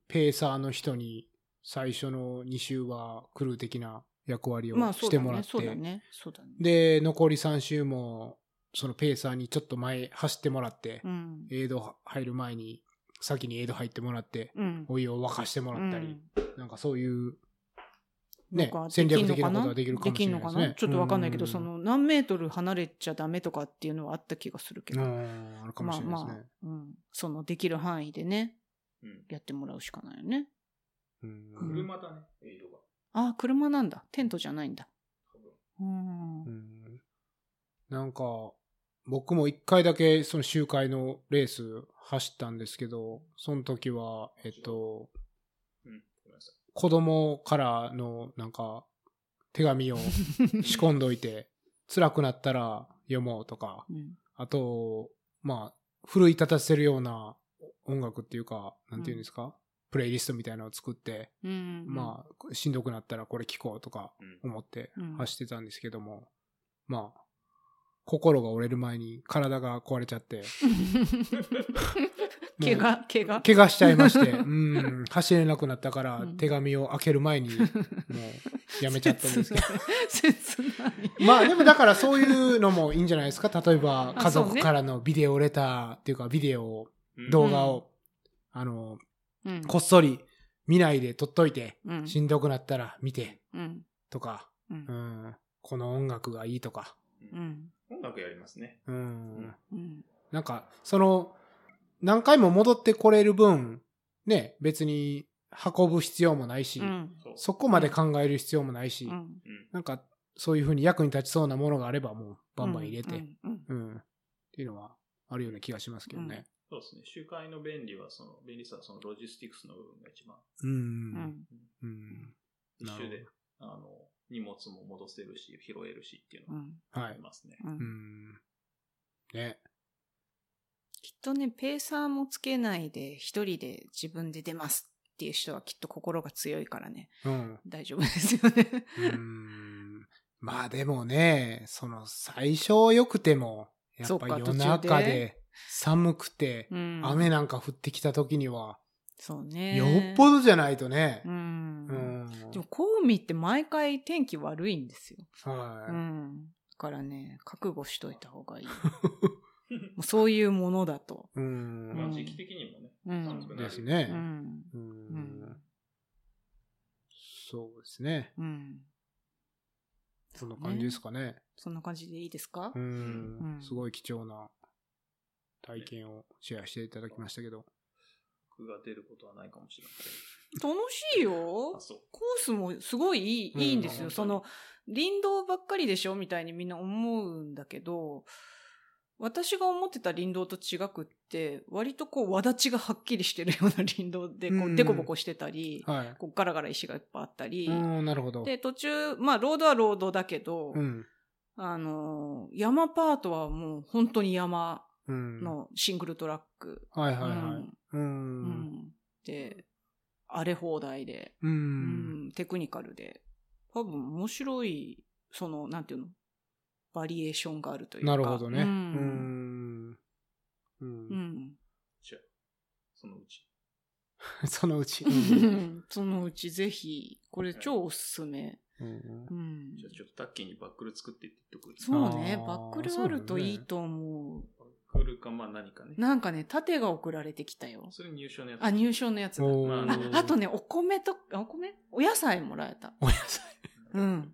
[SPEAKER 2] ペーサーの人に、最初の2週はクルー的な役割
[SPEAKER 3] まあ
[SPEAKER 2] をし
[SPEAKER 3] そう
[SPEAKER 2] て
[SPEAKER 3] だ
[SPEAKER 2] もら
[SPEAKER 3] ね
[SPEAKER 2] って、
[SPEAKER 3] そうだねそうだね
[SPEAKER 2] で残り3週もそのペーサーにちょっと前走ってもらって、
[SPEAKER 3] うん
[SPEAKER 2] エイド入る前に先にエイド入ってもらって、
[SPEAKER 3] うん
[SPEAKER 2] お湯を沸かしてもらったり、なんかそういう
[SPEAKER 3] うん
[SPEAKER 2] ね
[SPEAKER 3] なんか
[SPEAKER 2] 戦略
[SPEAKER 3] できんの
[SPEAKER 2] 的なことはできるかもしれないですね
[SPEAKER 3] できんのかちょっとわかんないけど、
[SPEAKER 2] うん
[SPEAKER 3] その何メートル離れちゃダメとかっていうのはあった気がするけど、
[SPEAKER 2] うんあるかもしれないですね。
[SPEAKER 3] まあまあ、うん、そのできる範囲でね、
[SPEAKER 1] うん
[SPEAKER 3] やってもらうしかないよね。
[SPEAKER 2] うん
[SPEAKER 1] 車だね、エイドが。
[SPEAKER 3] あ、車なんだ。テントじゃないんだ。
[SPEAKER 1] 多分
[SPEAKER 3] うん
[SPEAKER 2] う。んなんか、僕も一回だけその周回のレース走ったんですけど、その時は、えっと、
[SPEAKER 1] うん、ごめんなさい。
[SPEAKER 2] 子供からのなんか手紙を仕込んどいて、辛くなったら読もうとか、
[SPEAKER 3] うん
[SPEAKER 2] あと、まあ、奮い立たせるような音楽っていうか、なんていうんですか、プレイリストみたいなのを作って、
[SPEAKER 3] うん。
[SPEAKER 2] まあ、しんどくなったらこれ聴こうとか
[SPEAKER 1] うん
[SPEAKER 2] 思って
[SPEAKER 3] うん
[SPEAKER 2] 走ってたんですけども、まあ、心が折れる前に体が壊れちゃって、
[SPEAKER 3] あ 怪我、怪我。
[SPEAKER 2] 怪我しちゃいま して、うん、走れなくなったから
[SPEAKER 3] うん
[SPEAKER 2] 手紙を開ける前に、もう、やめちゃったんですけど。
[SPEAKER 3] 切ない。切ない。
[SPEAKER 2] まあでもだからそういうのもいいんじゃないですか。例えば
[SPEAKER 3] あ
[SPEAKER 2] 家
[SPEAKER 3] そう
[SPEAKER 2] 族
[SPEAKER 3] ね
[SPEAKER 2] からのビデオレターっていうかビデオを動画を、あの、
[SPEAKER 3] うん
[SPEAKER 2] こっそり見ないで撮っといて、
[SPEAKER 3] うん
[SPEAKER 2] しんどくなったら見て
[SPEAKER 3] うん。
[SPEAKER 2] とか、
[SPEAKER 3] う。
[SPEAKER 2] うんん、この音楽がいいとか、
[SPEAKER 3] うん。
[SPEAKER 1] 音楽やりますね。
[SPEAKER 2] うん
[SPEAKER 1] ん、
[SPEAKER 3] うん。
[SPEAKER 2] なんか、その、何回も戻ってこれる分、ね、別に運ぶ必要もないし、
[SPEAKER 3] うん。
[SPEAKER 1] そう。
[SPEAKER 2] そこまで考える必要もないし、
[SPEAKER 3] うん
[SPEAKER 1] うん
[SPEAKER 2] なんか、そういうふうに役に立ちそうなものがあれば、もう、バンバン入れて、
[SPEAKER 3] うんうん
[SPEAKER 2] うん、っていうのはあるような気がしますけどね。
[SPEAKER 1] そうですね。集会の便利は、その、便利さはそのロジスティクスの部分が一番、
[SPEAKER 2] うん。
[SPEAKER 3] うんうん
[SPEAKER 2] うん。
[SPEAKER 1] 一
[SPEAKER 2] なる
[SPEAKER 1] 周
[SPEAKER 2] ほど
[SPEAKER 1] で、あの、荷物も戻せるし、拾えるしっていう
[SPEAKER 3] う
[SPEAKER 1] のが
[SPEAKER 3] ん
[SPEAKER 2] は
[SPEAKER 1] あり
[SPEAKER 2] い。
[SPEAKER 1] ますね。
[SPEAKER 3] う
[SPEAKER 2] うんん。ね。
[SPEAKER 3] きっとね、ペーサーもつけないで、一人で自分で出ますっていう人はきっと心が強いからね、
[SPEAKER 2] うん。
[SPEAKER 3] 大丈夫ですよね。
[SPEAKER 2] うん。 まあでもね、その、最初良くても、や
[SPEAKER 3] そ
[SPEAKER 2] っ
[SPEAKER 3] っ
[SPEAKER 2] ぱ
[SPEAKER 3] か
[SPEAKER 2] 夜
[SPEAKER 3] 途中で
[SPEAKER 2] 中で寒くて、
[SPEAKER 3] うん。
[SPEAKER 2] 雨なんか降ってきた時には、
[SPEAKER 3] そうね。
[SPEAKER 2] よっぽどじゃないとね
[SPEAKER 3] う。ん。
[SPEAKER 2] うん。
[SPEAKER 3] でも、コウミって毎回天気悪いんですよ。う
[SPEAKER 2] は
[SPEAKER 3] ん。だからね、覚悟しといた方 がいい。もうそういうものだと。
[SPEAKER 2] い。う
[SPEAKER 1] まあ
[SPEAKER 2] ん。
[SPEAKER 1] 時期的にもね、
[SPEAKER 3] うん
[SPEAKER 1] 寒くなる
[SPEAKER 2] です
[SPEAKER 3] う
[SPEAKER 2] ね。
[SPEAKER 3] ん。
[SPEAKER 2] う
[SPEAKER 3] うんん。
[SPEAKER 2] そうですね。
[SPEAKER 3] うん。
[SPEAKER 2] そんな感じですかね。
[SPEAKER 3] そんな感じでいいですか
[SPEAKER 2] う
[SPEAKER 3] うんん。
[SPEAKER 2] すごい貴重な体験をシェアしていただきましたけど。
[SPEAKER 1] 僕が出ることはないかもしれない。
[SPEAKER 3] 楽しいよ
[SPEAKER 1] あ、。そう。
[SPEAKER 3] コースもすごいいい,、いいんです
[SPEAKER 1] う
[SPEAKER 3] よ。
[SPEAKER 1] ん
[SPEAKER 3] その、林道ばっかりでしょみたいにみんな思うんだけど、私が思ってた林道と違くって、割とこう、わだちがはっきりしてるような林道で、こ
[SPEAKER 2] うん
[SPEAKER 3] う、デコボコしてたり、
[SPEAKER 2] はい。
[SPEAKER 3] こうガラガラ石がいっぱいあったり、
[SPEAKER 2] うん、なるほど。
[SPEAKER 3] で、途中、まあ、ロードはロードだけど、
[SPEAKER 2] うん。
[SPEAKER 3] あのー、山パートはもう本当に山
[SPEAKER 2] うん。
[SPEAKER 3] のシングルトラック。
[SPEAKER 2] はい
[SPEAKER 3] うん
[SPEAKER 2] はいはい。う。
[SPEAKER 3] うんんで、荒れ放題で、
[SPEAKER 2] う。
[SPEAKER 3] うんんテクニカルで、多分面白い、その、なんていうのバリエーションがあるというか。
[SPEAKER 2] なるほどね。う
[SPEAKER 3] うん。
[SPEAKER 2] ん。う。
[SPEAKER 3] うんん。
[SPEAKER 1] じゃあそのうち。
[SPEAKER 2] そのうち。
[SPEAKER 3] そのうちぜひ、これ超おすすめ。
[SPEAKER 2] うん
[SPEAKER 3] うん。
[SPEAKER 1] じゃあちょっとタッキーにバックル作っていってとく。
[SPEAKER 3] そうね
[SPEAKER 2] あ。ー
[SPEAKER 3] バックルあるといいと思う。
[SPEAKER 1] バックルか、まあ何かね。
[SPEAKER 3] なんかね、盾が送られてきたよ。
[SPEAKER 1] それ入賞のやつ。
[SPEAKER 3] あ、入賞のやつだ。
[SPEAKER 2] おー
[SPEAKER 1] ま
[SPEAKER 3] ああとね、お米と、あお米お野菜もらえた。
[SPEAKER 2] お野菜。
[SPEAKER 3] うん。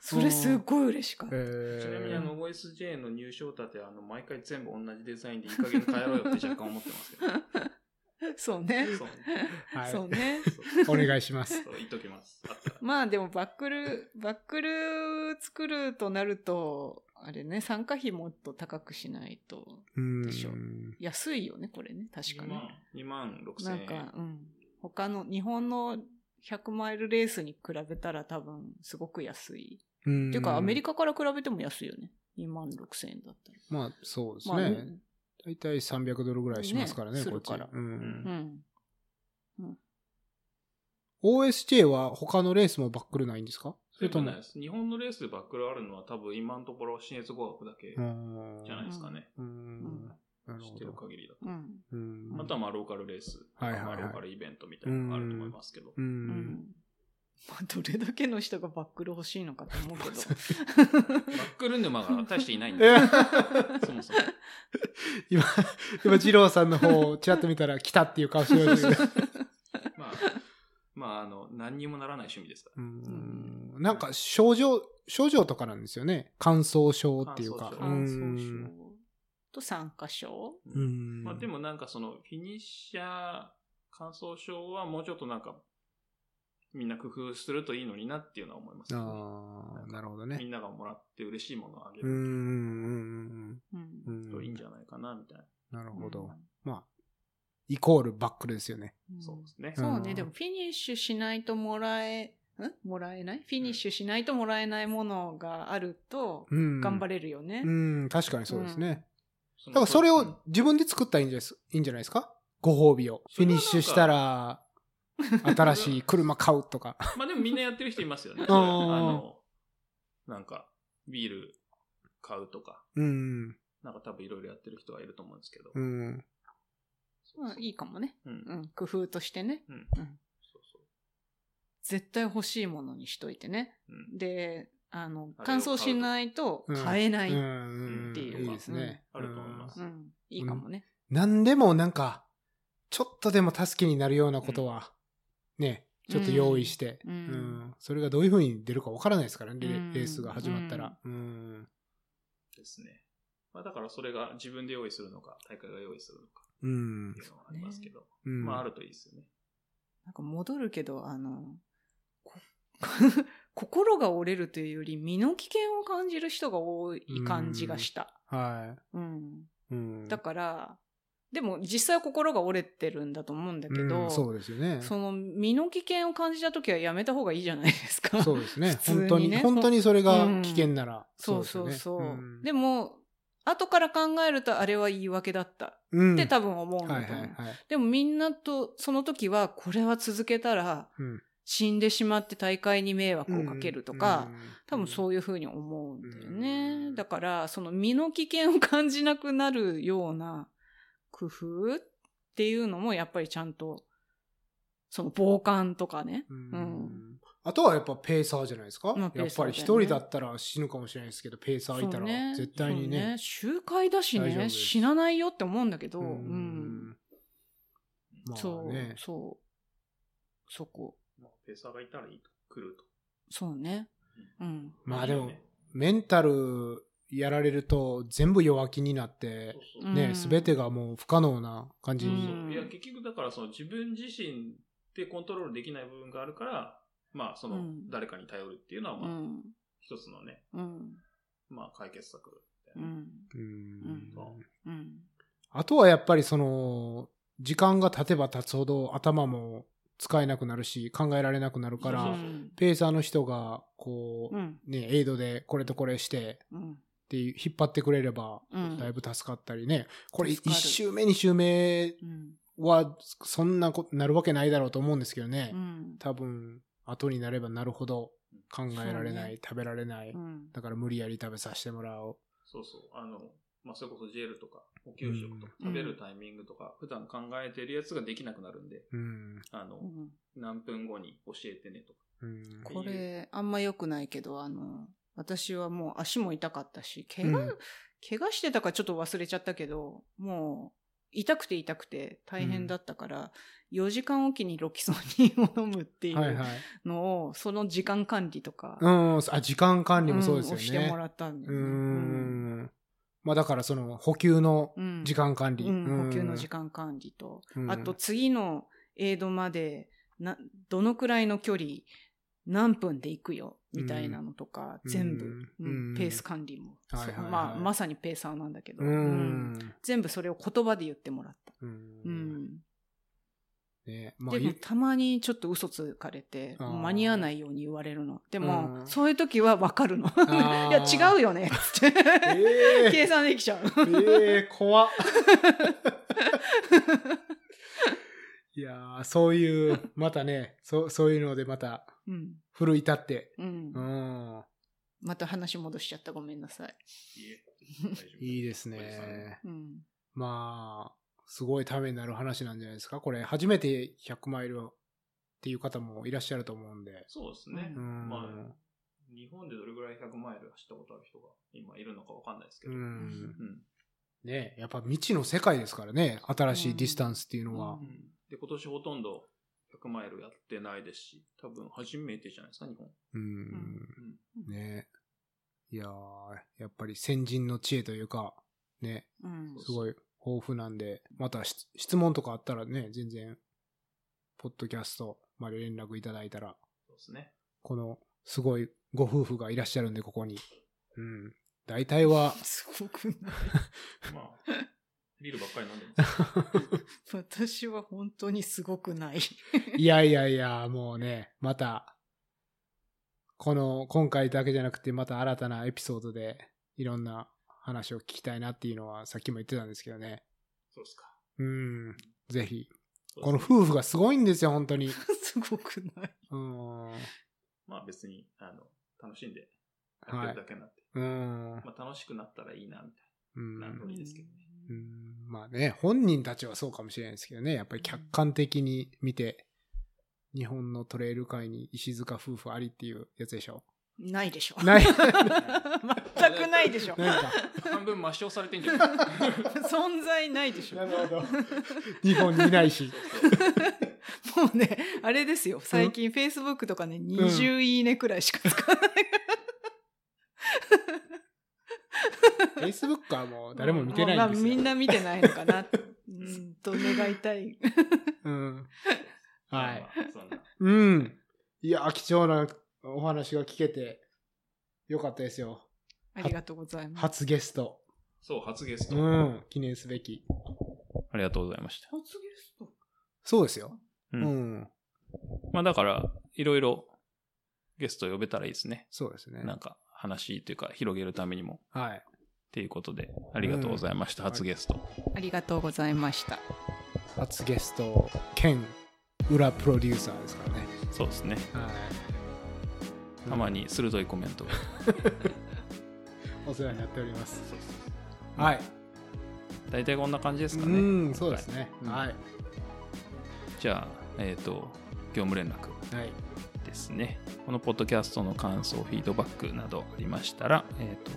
[SPEAKER 3] それすごい嬉しかった。
[SPEAKER 2] え
[SPEAKER 1] ちなみにあの OSJ の入賞盾はあの毎回全部同じデザインでいい加減変えろよって若干思ってますけど。
[SPEAKER 3] そうね。
[SPEAKER 1] そう。
[SPEAKER 2] はい
[SPEAKER 3] そうね。
[SPEAKER 1] そ
[SPEAKER 2] お
[SPEAKER 1] う
[SPEAKER 2] 願いします。
[SPEAKER 1] そう言っときます。あったら
[SPEAKER 3] まあでもバックル、バックル作るとなると、あれね、参加費もっと高くしないと。
[SPEAKER 2] うん。
[SPEAKER 3] でしょ安いよね、これね。確か
[SPEAKER 1] 2
[SPEAKER 3] に。
[SPEAKER 1] 万、2万6
[SPEAKER 3] な
[SPEAKER 1] 千
[SPEAKER 3] ん
[SPEAKER 1] 円。
[SPEAKER 3] か、うん。他の、日本の100マイルレースに比べたら多分、すごく安い。
[SPEAKER 2] うん。
[SPEAKER 3] っていうか、アメリカから比べても安いよね。2万6千円だったら。
[SPEAKER 2] まあ、そうです
[SPEAKER 3] まあ、
[SPEAKER 2] ね。大体300ドルぐらいしますからね、
[SPEAKER 3] ね
[SPEAKER 2] こっ
[SPEAKER 3] す
[SPEAKER 2] ち
[SPEAKER 3] るから。
[SPEAKER 2] うん
[SPEAKER 3] う。ん。
[SPEAKER 2] OSJ は他のレースもバックルないんですかそれとも
[SPEAKER 1] ないで。す。日本のレースでバックルあるのは多分今のところ新越語学だけ
[SPEAKER 2] うん
[SPEAKER 1] じゃないですかね。
[SPEAKER 2] うん。なる
[SPEAKER 1] 知っ
[SPEAKER 2] ほ
[SPEAKER 1] てる
[SPEAKER 2] ど。
[SPEAKER 1] 限りだと。
[SPEAKER 3] うん。
[SPEAKER 2] うん
[SPEAKER 1] あとはまあローカルレース、
[SPEAKER 2] はいはいはい
[SPEAKER 1] まあローカルイベントみたいなのがあると思いますけど。
[SPEAKER 2] う。
[SPEAKER 3] うんん。まあ、どれだけの人がバックル欲しいのかと思うけど。
[SPEAKER 1] バックル沼が大していないん
[SPEAKER 2] い
[SPEAKER 1] で
[SPEAKER 2] や
[SPEAKER 1] そもそも。
[SPEAKER 2] 今、 今、二郎さんの方をちらっと見たら、来たっていう顔してま したけど。
[SPEAKER 1] まあ、まあ、あの、何にもならない趣味ですか
[SPEAKER 2] うんなんか、症状、症状とかなんですよね。乾燥症っていうか。う
[SPEAKER 3] 乾燥症
[SPEAKER 2] ん。
[SPEAKER 3] と酸化症
[SPEAKER 1] ら。
[SPEAKER 2] う
[SPEAKER 1] うん
[SPEAKER 2] ん
[SPEAKER 1] まあ、でもなんかその、フィニッシャー、乾燥症はもうちょっとなんか、みんな工夫するといいのになっていうのは思います、ね。
[SPEAKER 2] ああ、なるほど
[SPEAKER 1] み
[SPEAKER 2] ね。
[SPEAKER 1] んながもらって嬉しいものをあげ
[SPEAKER 2] うんう
[SPEAKER 1] る
[SPEAKER 2] ん
[SPEAKER 3] うん
[SPEAKER 2] うんう。ん。
[SPEAKER 1] といいんじ
[SPEAKER 2] ゃ
[SPEAKER 1] ゃないかな、みたいな。
[SPEAKER 2] なるほど。
[SPEAKER 3] う
[SPEAKER 2] まあ、イコールバックルですよね。
[SPEAKER 3] ん
[SPEAKER 1] そうですね。
[SPEAKER 3] そう
[SPEAKER 2] う
[SPEAKER 3] ね、
[SPEAKER 2] ん
[SPEAKER 3] でもフィニッシュしないともらえ、んもらえないフィニッシュしないともらえないものがあると、
[SPEAKER 2] うん。
[SPEAKER 3] 頑張
[SPEAKER 2] れ。
[SPEAKER 3] れるよね。
[SPEAKER 2] うん、確かにそうですね。
[SPEAKER 1] その
[SPEAKER 2] だからそれ
[SPEAKER 1] う
[SPEAKER 2] を
[SPEAKER 1] ん
[SPEAKER 2] 自分で作ったらいいんですいいんじゃないですかご褒美を。
[SPEAKER 1] そ
[SPEAKER 2] フィ
[SPEAKER 1] れは
[SPEAKER 2] ニ
[SPEAKER 1] なんか
[SPEAKER 2] ッシュした ら、新しい車買うとか。
[SPEAKER 1] まあでもみんなやってる人いますよね。
[SPEAKER 2] あ
[SPEAKER 1] あ
[SPEAKER 2] ー
[SPEAKER 1] の、なんか、ビール買うとか、
[SPEAKER 2] うん。
[SPEAKER 1] なんか多分いろいろやってる人がいると思うんですけど。
[SPEAKER 2] うん。
[SPEAKER 3] まあいいかもね。
[SPEAKER 1] う。
[SPEAKER 3] うんん、工夫としてね。
[SPEAKER 1] うん。
[SPEAKER 3] うん
[SPEAKER 1] そうそ
[SPEAKER 3] 絶対欲しいものにしといてね。
[SPEAKER 1] う。うん。
[SPEAKER 3] で、あの、
[SPEAKER 1] あれを買
[SPEAKER 3] 乾
[SPEAKER 1] うと
[SPEAKER 3] 燥しないと買えない。
[SPEAKER 2] う
[SPEAKER 3] うん、
[SPEAKER 2] ん。
[SPEAKER 1] っていう
[SPEAKER 2] いいですね。
[SPEAKER 1] あると思います
[SPEAKER 3] いいかもね。
[SPEAKER 2] 何でもなんか、ちょっとでも助けになるようなことは、ね、ちょっと用意して、
[SPEAKER 3] うん
[SPEAKER 2] うんそれがどういうふうに出るかわからないですからね、レ
[SPEAKER 3] うん
[SPEAKER 2] レースが始まったら。うん。
[SPEAKER 1] ですね。まあだからそれが自分で用意するのか、大会が用意するのか
[SPEAKER 2] うん
[SPEAKER 1] って。いうのはありますけど。
[SPEAKER 2] うん
[SPEAKER 1] まああるといいですよね。
[SPEAKER 3] なんか戻るけど、あの、こ 心が折れるというより身の危険を感じる人が多い感じがした。
[SPEAKER 2] は
[SPEAKER 3] うん。
[SPEAKER 2] い。うん。
[SPEAKER 3] だから、でも実際は心が折れてるんだと思うんだけど、
[SPEAKER 2] うんそうですよね。
[SPEAKER 3] その身の危険を感じた時はやめた方がいいじゃないですか。
[SPEAKER 2] そうですね
[SPEAKER 3] 普。通にね
[SPEAKER 2] 本当に、本当にそれが危険なら。
[SPEAKER 3] そうそうそう。
[SPEAKER 2] で
[SPEAKER 3] で
[SPEAKER 2] も、
[SPEAKER 3] も、後から考えるとあれは言い訳だった
[SPEAKER 2] うん
[SPEAKER 3] って多分思うんだ
[SPEAKER 2] はい
[SPEAKER 3] と
[SPEAKER 2] はい
[SPEAKER 3] 思う。
[SPEAKER 2] はい。
[SPEAKER 3] でもみんなと、その時はこれは続けたら
[SPEAKER 2] うん
[SPEAKER 3] 死んでしまって大会に迷惑をかけるとか、、多分
[SPEAKER 2] う
[SPEAKER 3] そういうふうに思うんだよ
[SPEAKER 2] う
[SPEAKER 3] ね。
[SPEAKER 2] ん
[SPEAKER 3] だから、その身の危険を感じなくなるような工夫っていうのもやっぱりちゃんと、その防寒とかね。
[SPEAKER 2] ん。
[SPEAKER 3] う
[SPEAKER 2] うんんあとはやっぱペーサーじゃないですか。
[SPEAKER 3] ま
[SPEAKER 2] や
[SPEAKER 3] あ
[SPEAKER 2] っ
[SPEAKER 3] ペーサ
[SPEAKER 2] ぱ
[SPEAKER 3] ーだよね
[SPEAKER 2] り一人だったら死ぬかもしれないですけど、ペーサーいたら絶対に
[SPEAKER 3] そう
[SPEAKER 2] ね。
[SPEAKER 3] 集会だし
[SPEAKER 2] 大丈夫で
[SPEAKER 3] ね、
[SPEAKER 2] す
[SPEAKER 3] 死なないよって思うんだけど、
[SPEAKER 2] う
[SPEAKER 3] うん。
[SPEAKER 2] ん。ま
[SPEAKER 3] そ
[SPEAKER 2] あ
[SPEAKER 3] う、
[SPEAKER 2] ね。
[SPEAKER 3] そう。そこ。
[SPEAKER 1] まあペーサーがいたらいいと。来ると。
[SPEAKER 3] そうね。うん。
[SPEAKER 2] まあで
[SPEAKER 1] いい
[SPEAKER 2] も
[SPEAKER 1] よね、
[SPEAKER 2] メンタルやられると全部弱気になって
[SPEAKER 1] そう、そう
[SPEAKER 3] うん
[SPEAKER 2] ね、すべてがもう不可能な感じ
[SPEAKER 1] そう
[SPEAKER 2] に。
[SPEAKER 1] そういや結局だからその自分自身でコントロールできない部分があるから、まあそうの
[SPEAKER 3] ん
[SPEAKER 1] 誰かに頼るっていうのは
[SPEAKER 3] う
[SPEAKER 1] まあ
[SPEAKER 3] ん。
[SPEAKER 1] 一つのね、
[SPEAKER 3] うん。
[SPEAKER 1] まあ解決策みたい
[SPEAKER 3] う
[SPEAKER 1] な。
[SPEAKER 3] ん。
[SPEAKER 2] うん
[SPEAKER 1] そ
[SPEAKER 3] うん。
[SPEAKER 2] あとはやっぱりその、時間が経てば経つほど頭も使えなくなるし、考えられなくなるか
[SPEAKER 1] そう
[SPEAKER 2] ら
[SPEAKER 1] そ、う
[SPEAKER 2] ペーサーの人が、こ
[SPEAKER 3] う
[SPEAKER 2] う、
[SPEAKER 3] ん。
[SPEAKER 2] ね、エイドでこれとこれして、
[SPEAKER 3] うん。
[SPEAKER 2] っていう引っ張ってくれれば、
[SPEAKER 3] うん
[SPEAKER 2] だいぶ助かったりね。これ
[SPEAKER 3] 助か
[SPEAKER 2] 1
[SPEAKER 3] る
[SPEAKER 2] 周目、2周目
[SPEAKER 3] うん。
[SPEAKER 2] は、そんなことなるわけないだろうと思うんですけどね
[SPEAKER 3] う。ん。
[SPEAKER 2] 多分、後になればなるほど考えられない、
[SPEAKER 3] そうね
[SPEAKER 2] 食べられない。
[SPEAKER 3] うん。
[SPEAKER 2] だから無理やり食べさせてもらお
[SPEAKER 1] そうそう。あの、まあそれこそジェルとか、補給食とか、
[SPEAKER 3] う
[SPEAKER 1] 食
[SPEAKER 3] ん
[SPEAKER 1] べるタイミングとか、普段考えてるやつができなくなるんで、
[SPEAKER 2] う。うん。
[SPEAKER 1] あの
[SPEAKER 3] う、ん
[SPEAKER 1] 何分後に教えてねとか。
[SPEAKER 2] うん
[SPEAKER 3] これ、あんま良くないけど、あの、私はもう足も痛かったし、怪我、
[SPEAKER 2] うん
[SPEAKER 3] 怪我してたかちょっと忘れちゃったけど、もう、痛くて痛くて大変だったから、4時間おきにロキソニンを飲むってい
[SPEAKER 2] はいは
[SPEAKER 3] う
[SPEAKER 2] い。
[SPEAKER 3] のを、その時間管理とか、
[SPEAKER 2] うん、あ、時間管理もそうです
[SPEAKER 3] ん
[SPEAKER 2] よ
[SPEAKER 3] を
[SPEAKER 2] ね。
[SPEAKER 3] してもらったんだ
[SPEAKER 2] う
[SPEAKER 3] よね。うん
[SPEAKER 2] ん。まあだからその補給の
[SPEAKER 3] うん
[SPEAKER 2] 時間管理。
[SPEAKER 3] うん、補給の時間管理と、
[SPEAKER 2] 間
[SPEAKER 3] あと次のエイドまでなどのくらいの距離何分で行くよみたいなのとか、
[SPEAKER 2] うん
[SPEAKER 3] 全部、
[SPEAKER 2] うん
[SPEAKER 3] うんペース管理も、
[SPEAKER 2] はいはいはい
[SPEAKER 3] そうまあ、まさにペーサーなんだけど、
[SPEAKER 2] う
[SPEAKER 3] うん
[SPEAKER 2] ん。
[SPEAKER 3] 全部それを言葉で言ってもらった。
[SPEAKER 2] う。
[SPEAKER 3] うんん
[SPEAKER 2] ね、まあ
[SPEAKER 3] で
[SPEAKER 2] い
[SPEAKER 3] もたまにちょっと嘘つかれて
[SPEAKER 2] あー
[SPEAKER 3] 間に合わないように言われるのでも、
[SPEAKER 2] うん
[SPEAKER 3] そういう時は分かるの
[SPEAKER 2] あー
[SPEAKER 3] いや違うよねっつ って
[SPEAKER 2] え
[SPEAKER 3] 計
[SPEAKER 2] え
[SPEAKER 3] 算できちゃう
[SPEAKER 2] ええ怖っいやーそういう、またね、そう、そういうのでまた、
[SPEAKER 3] うん
[SPEAKER 2] 奮い立って。
[SPEAKER 3] うん
[SPEAKER 2] うん。
[SPEAKER 3] また話戻しちゃったごめんなさい、
[SPEAKER 1] いいえ大丈夫
[SPEAKER 2] いいです
[SPEAKER 1] おじさん
[SPEAKER 2] ね。
[SPEAKER 3] うん
[SPEAKER 2] まあ、すごいためになる話なんじゃないですか。これ、初めて100マイルっていう方もいらっしゃると思うんで。
[SPEAKER 1] そうですね。
[SPEAKER 2] うん。
[SPEAKER 1] まあ、日本でどれぐらい100マイル走ったことある人が今いるのかわかんないですけ
[SPEAKER 2] う
[SPEAKER 1] ど。
[SPEAKER 2] ん。
[SPEAKER 1] うん
[SPEAKER 2] ねやっぱ未知の世界ですからね。新しいディスタンスっていうのは。
[SPEAKER 3] うん
[SPEAKER 1] で、今年ほとんど100マイルやってないですし、多分初めてじゃないですか、日本。
[SPEAKER 2] うん。
[SPEAKER 1] うん
[SPEAKER 2] ねいやーやっぱり先人の知恵というか、ね、
[SPEAKER 3] うん、
[SPEAKER 2] すごい豊富なんで、またし質問とかあったらね、全然、ポッドキャストまで連絡いただいたら、
[SPEAKER 1] そうですね。
[SPEAKER 2] このすごいご夫婦がいらっしゃるんで、ここに。うん。大体は
[SPEAKER 3] すごくない
[SPEAKER 1] まあ、ビールばっかり飲んでます。
[SPEAKER 3] 私は本当にすご くない。
[SPEAKER 2] いやいやいや、もうね、また、この、今回だけじゃなくて、また新たなエピソードで、いろんな話を聞きたいなっていうのは、さっきも言ってたんですけどね。
[SPEAKER 1] そうですか。
[SPEAKER 2] うん。ぜひ、
[SPEAKER 1] そう
[SPEAKER 2] こ
[SPEAKER 1] で
[SPEAKER 2] の
[SPEAKER 1] すね
[SPEAKER 2] 夫婦がすごいんですよ、本当に。
[SPEAKER 3] すごくない。
[SPEAKER 2] うん。
[SPEAKER 1] まあ別に、あの、楽しんでやってるだけになって。
[SPEAKER 2] うん。
[SPEAKER 1] まあ楽しくなったらいいな、みたい
[SPEAKER 2] うん
[SPEAKER 1] な。なんいいですけどね。
[SPEAKER 2] うんまあね、本人たちはそうかもしれないですけどね、やっぱり客観的に見て、日本のトレイル界に石塚夫婦ありっていうやつでしょ。
[SPEAKER 3] ないでしょ。
[SPEAKER 2] ない
[SPEAKER 3] 全くないでしょ。
[SPEAKER 2] なんか、
[SPEAKER 1] 半分抹消されてんじ ゃない
[SPEAKER 3] 存在ないでしょ。
[SPEAKER 2] るほど。日本にいないし。
[SPEAKER 3] もうね、あれですよ。最近 Facebook とかね、20いいねくらいしか使わない。
[SPEAKER 2] Facebook はもう誰も見てない
[SPEAKER 3] まあ
[SPEAKER 2] んです
[SPEAKER 3] み
[SPEAKER 2] よ。
[SPEAKER 3] んな見てないのかな。うんと願いたい。
[SPEAKER 2] うん。はい。。
[SPEAKER 1] まあそんな。
[SPEAKER 2] うん。いや、貴重なお話が聞けて、よかったですよ。
[SPEAKER 3] ありがとうございます。
[SPEAKER 2] 初ゲスト。
[SPEAKER 1] そう、初ゲスト。
[SPEAKER 2] うん。記念すべき。
[SPEAKER 1] ありがとうございました。
[SPEAKER 3] 初ゲスト
[SPEAKER 2] そうですよ。
[SPEAKER 1] う
[SPEAKER 2] うんん。
[SPEAKER 1] まあだから、いろいろゲスト呼べたらいいですね。
[SPEAKER 2] そうですね。
[SPEAKER 1] なんか話というか広げるためにも。
[SPEAKER 2] はい。
[SPEAKER 1] っていうことで、ありがとうございました。
[SPEAKER 2] うん
[SPEAKER 1] 初ゲスト。
[SPEAKER 3] ありがとうございました。
[SPEAKER 2] 初ゲスト兼裏プロデューサーですからね、
[SPEAKER 1] そうですね。
[SPEAKER 2] はい、
[SPEAKER 1] たまに鋭いコメン トが。
[SPEAKER 2] お世話になっております
[SPEAKER 1] そうそう
[SPEAKER 2] はい
[SPEAKER 1] 大体こんな感じですか
[SPEAKER 2] う
[SPEAKER 1] ね。
[SPEAKER 2] んそうですねは
[SPEAKER 1] はいじゃあ、えっ、と、業務連絡
[SPEAKER 2] はい
[SPEAKER 1] ですね。このポッドキャストの感想、フィードバックなどありましたら、えっ、と、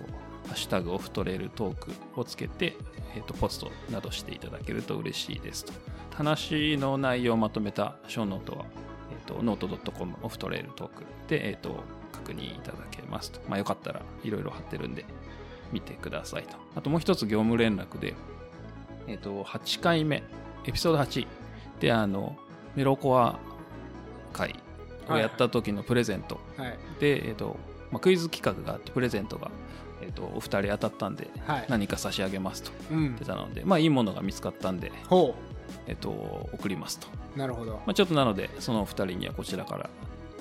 [SPEAKER 1] ハッシュタグオフトレールトークをつけて、えっ、と、ポストなどしていただけると嬉しいですと。話の内容をまとめた小ノートは、えっ、と、ノート .com オフトレールトークで、えっ、と、確認いただけますと。まあ、よかったらいろいろ貼ってるんで、見てくださいと。あともう一つ業務連絡で、えっ、と、8回目、エピソード8で、あの、メロコア会をやった時のプレゼント、
[SPEAKER 2] はい
[SPEAKER 1] で、えっとまあ、クイズ企画があってプレゼントが、えっとお二人当たったんで
[SPEAKER 2] はい
[SPEAKER 1] 何か差し上げますと
[SPEAKER 2] うん
[SPEAKER 1] 出たので、まあ、いいものが見つかったんで、
[SPEAKER 2] ほ
[SPEAKER 1] えっと送りますと、
[SPEAKER 2] うなるほど
[SPEAKER 1] まあ、ちょっとなのでそのお二人にはこちらから、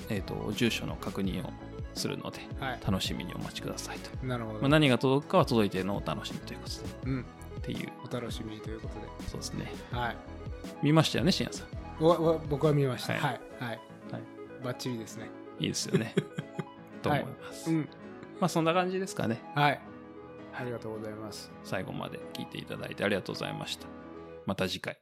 [SPEAKER 1] えっと住所の確認をするので
[SPEAKER 2] はい
[SPEAKER 1] 楽しみにお待ちくださいと、
[SPEAKER 2] なるほ
[SPEAKER 1] まあ、
[SPEAKER 2] ど
[SPEAKER 1] 何が届くかは届いてのお楽しみということで
[SPEAKER 2] うん
[SPEAKER 1] っていう
[SPEAKER 2] お楽しみにということで
[SPEAKER 1] そうですね
[SPEAKER 2] はい
[SPEAKER 1] 見ましたよねしんやさん
[SPEAKER 2] わわ僕は見ましたは
[SPEAKER 1] はい
[SPEAKER 2] はい
[SPEAKER 1] はい
[SPEAKER 2] バッチリですね
[SPEAKER 1] いいです よねと思います、
[SPEAKER 2] うん
[SPEAKER 1] まあそんな感じですかね
[SPEAKER 2] はいありがとうございます
[SPEAKER 1] 最後まで聞いていただいてありがとうございましたまた次回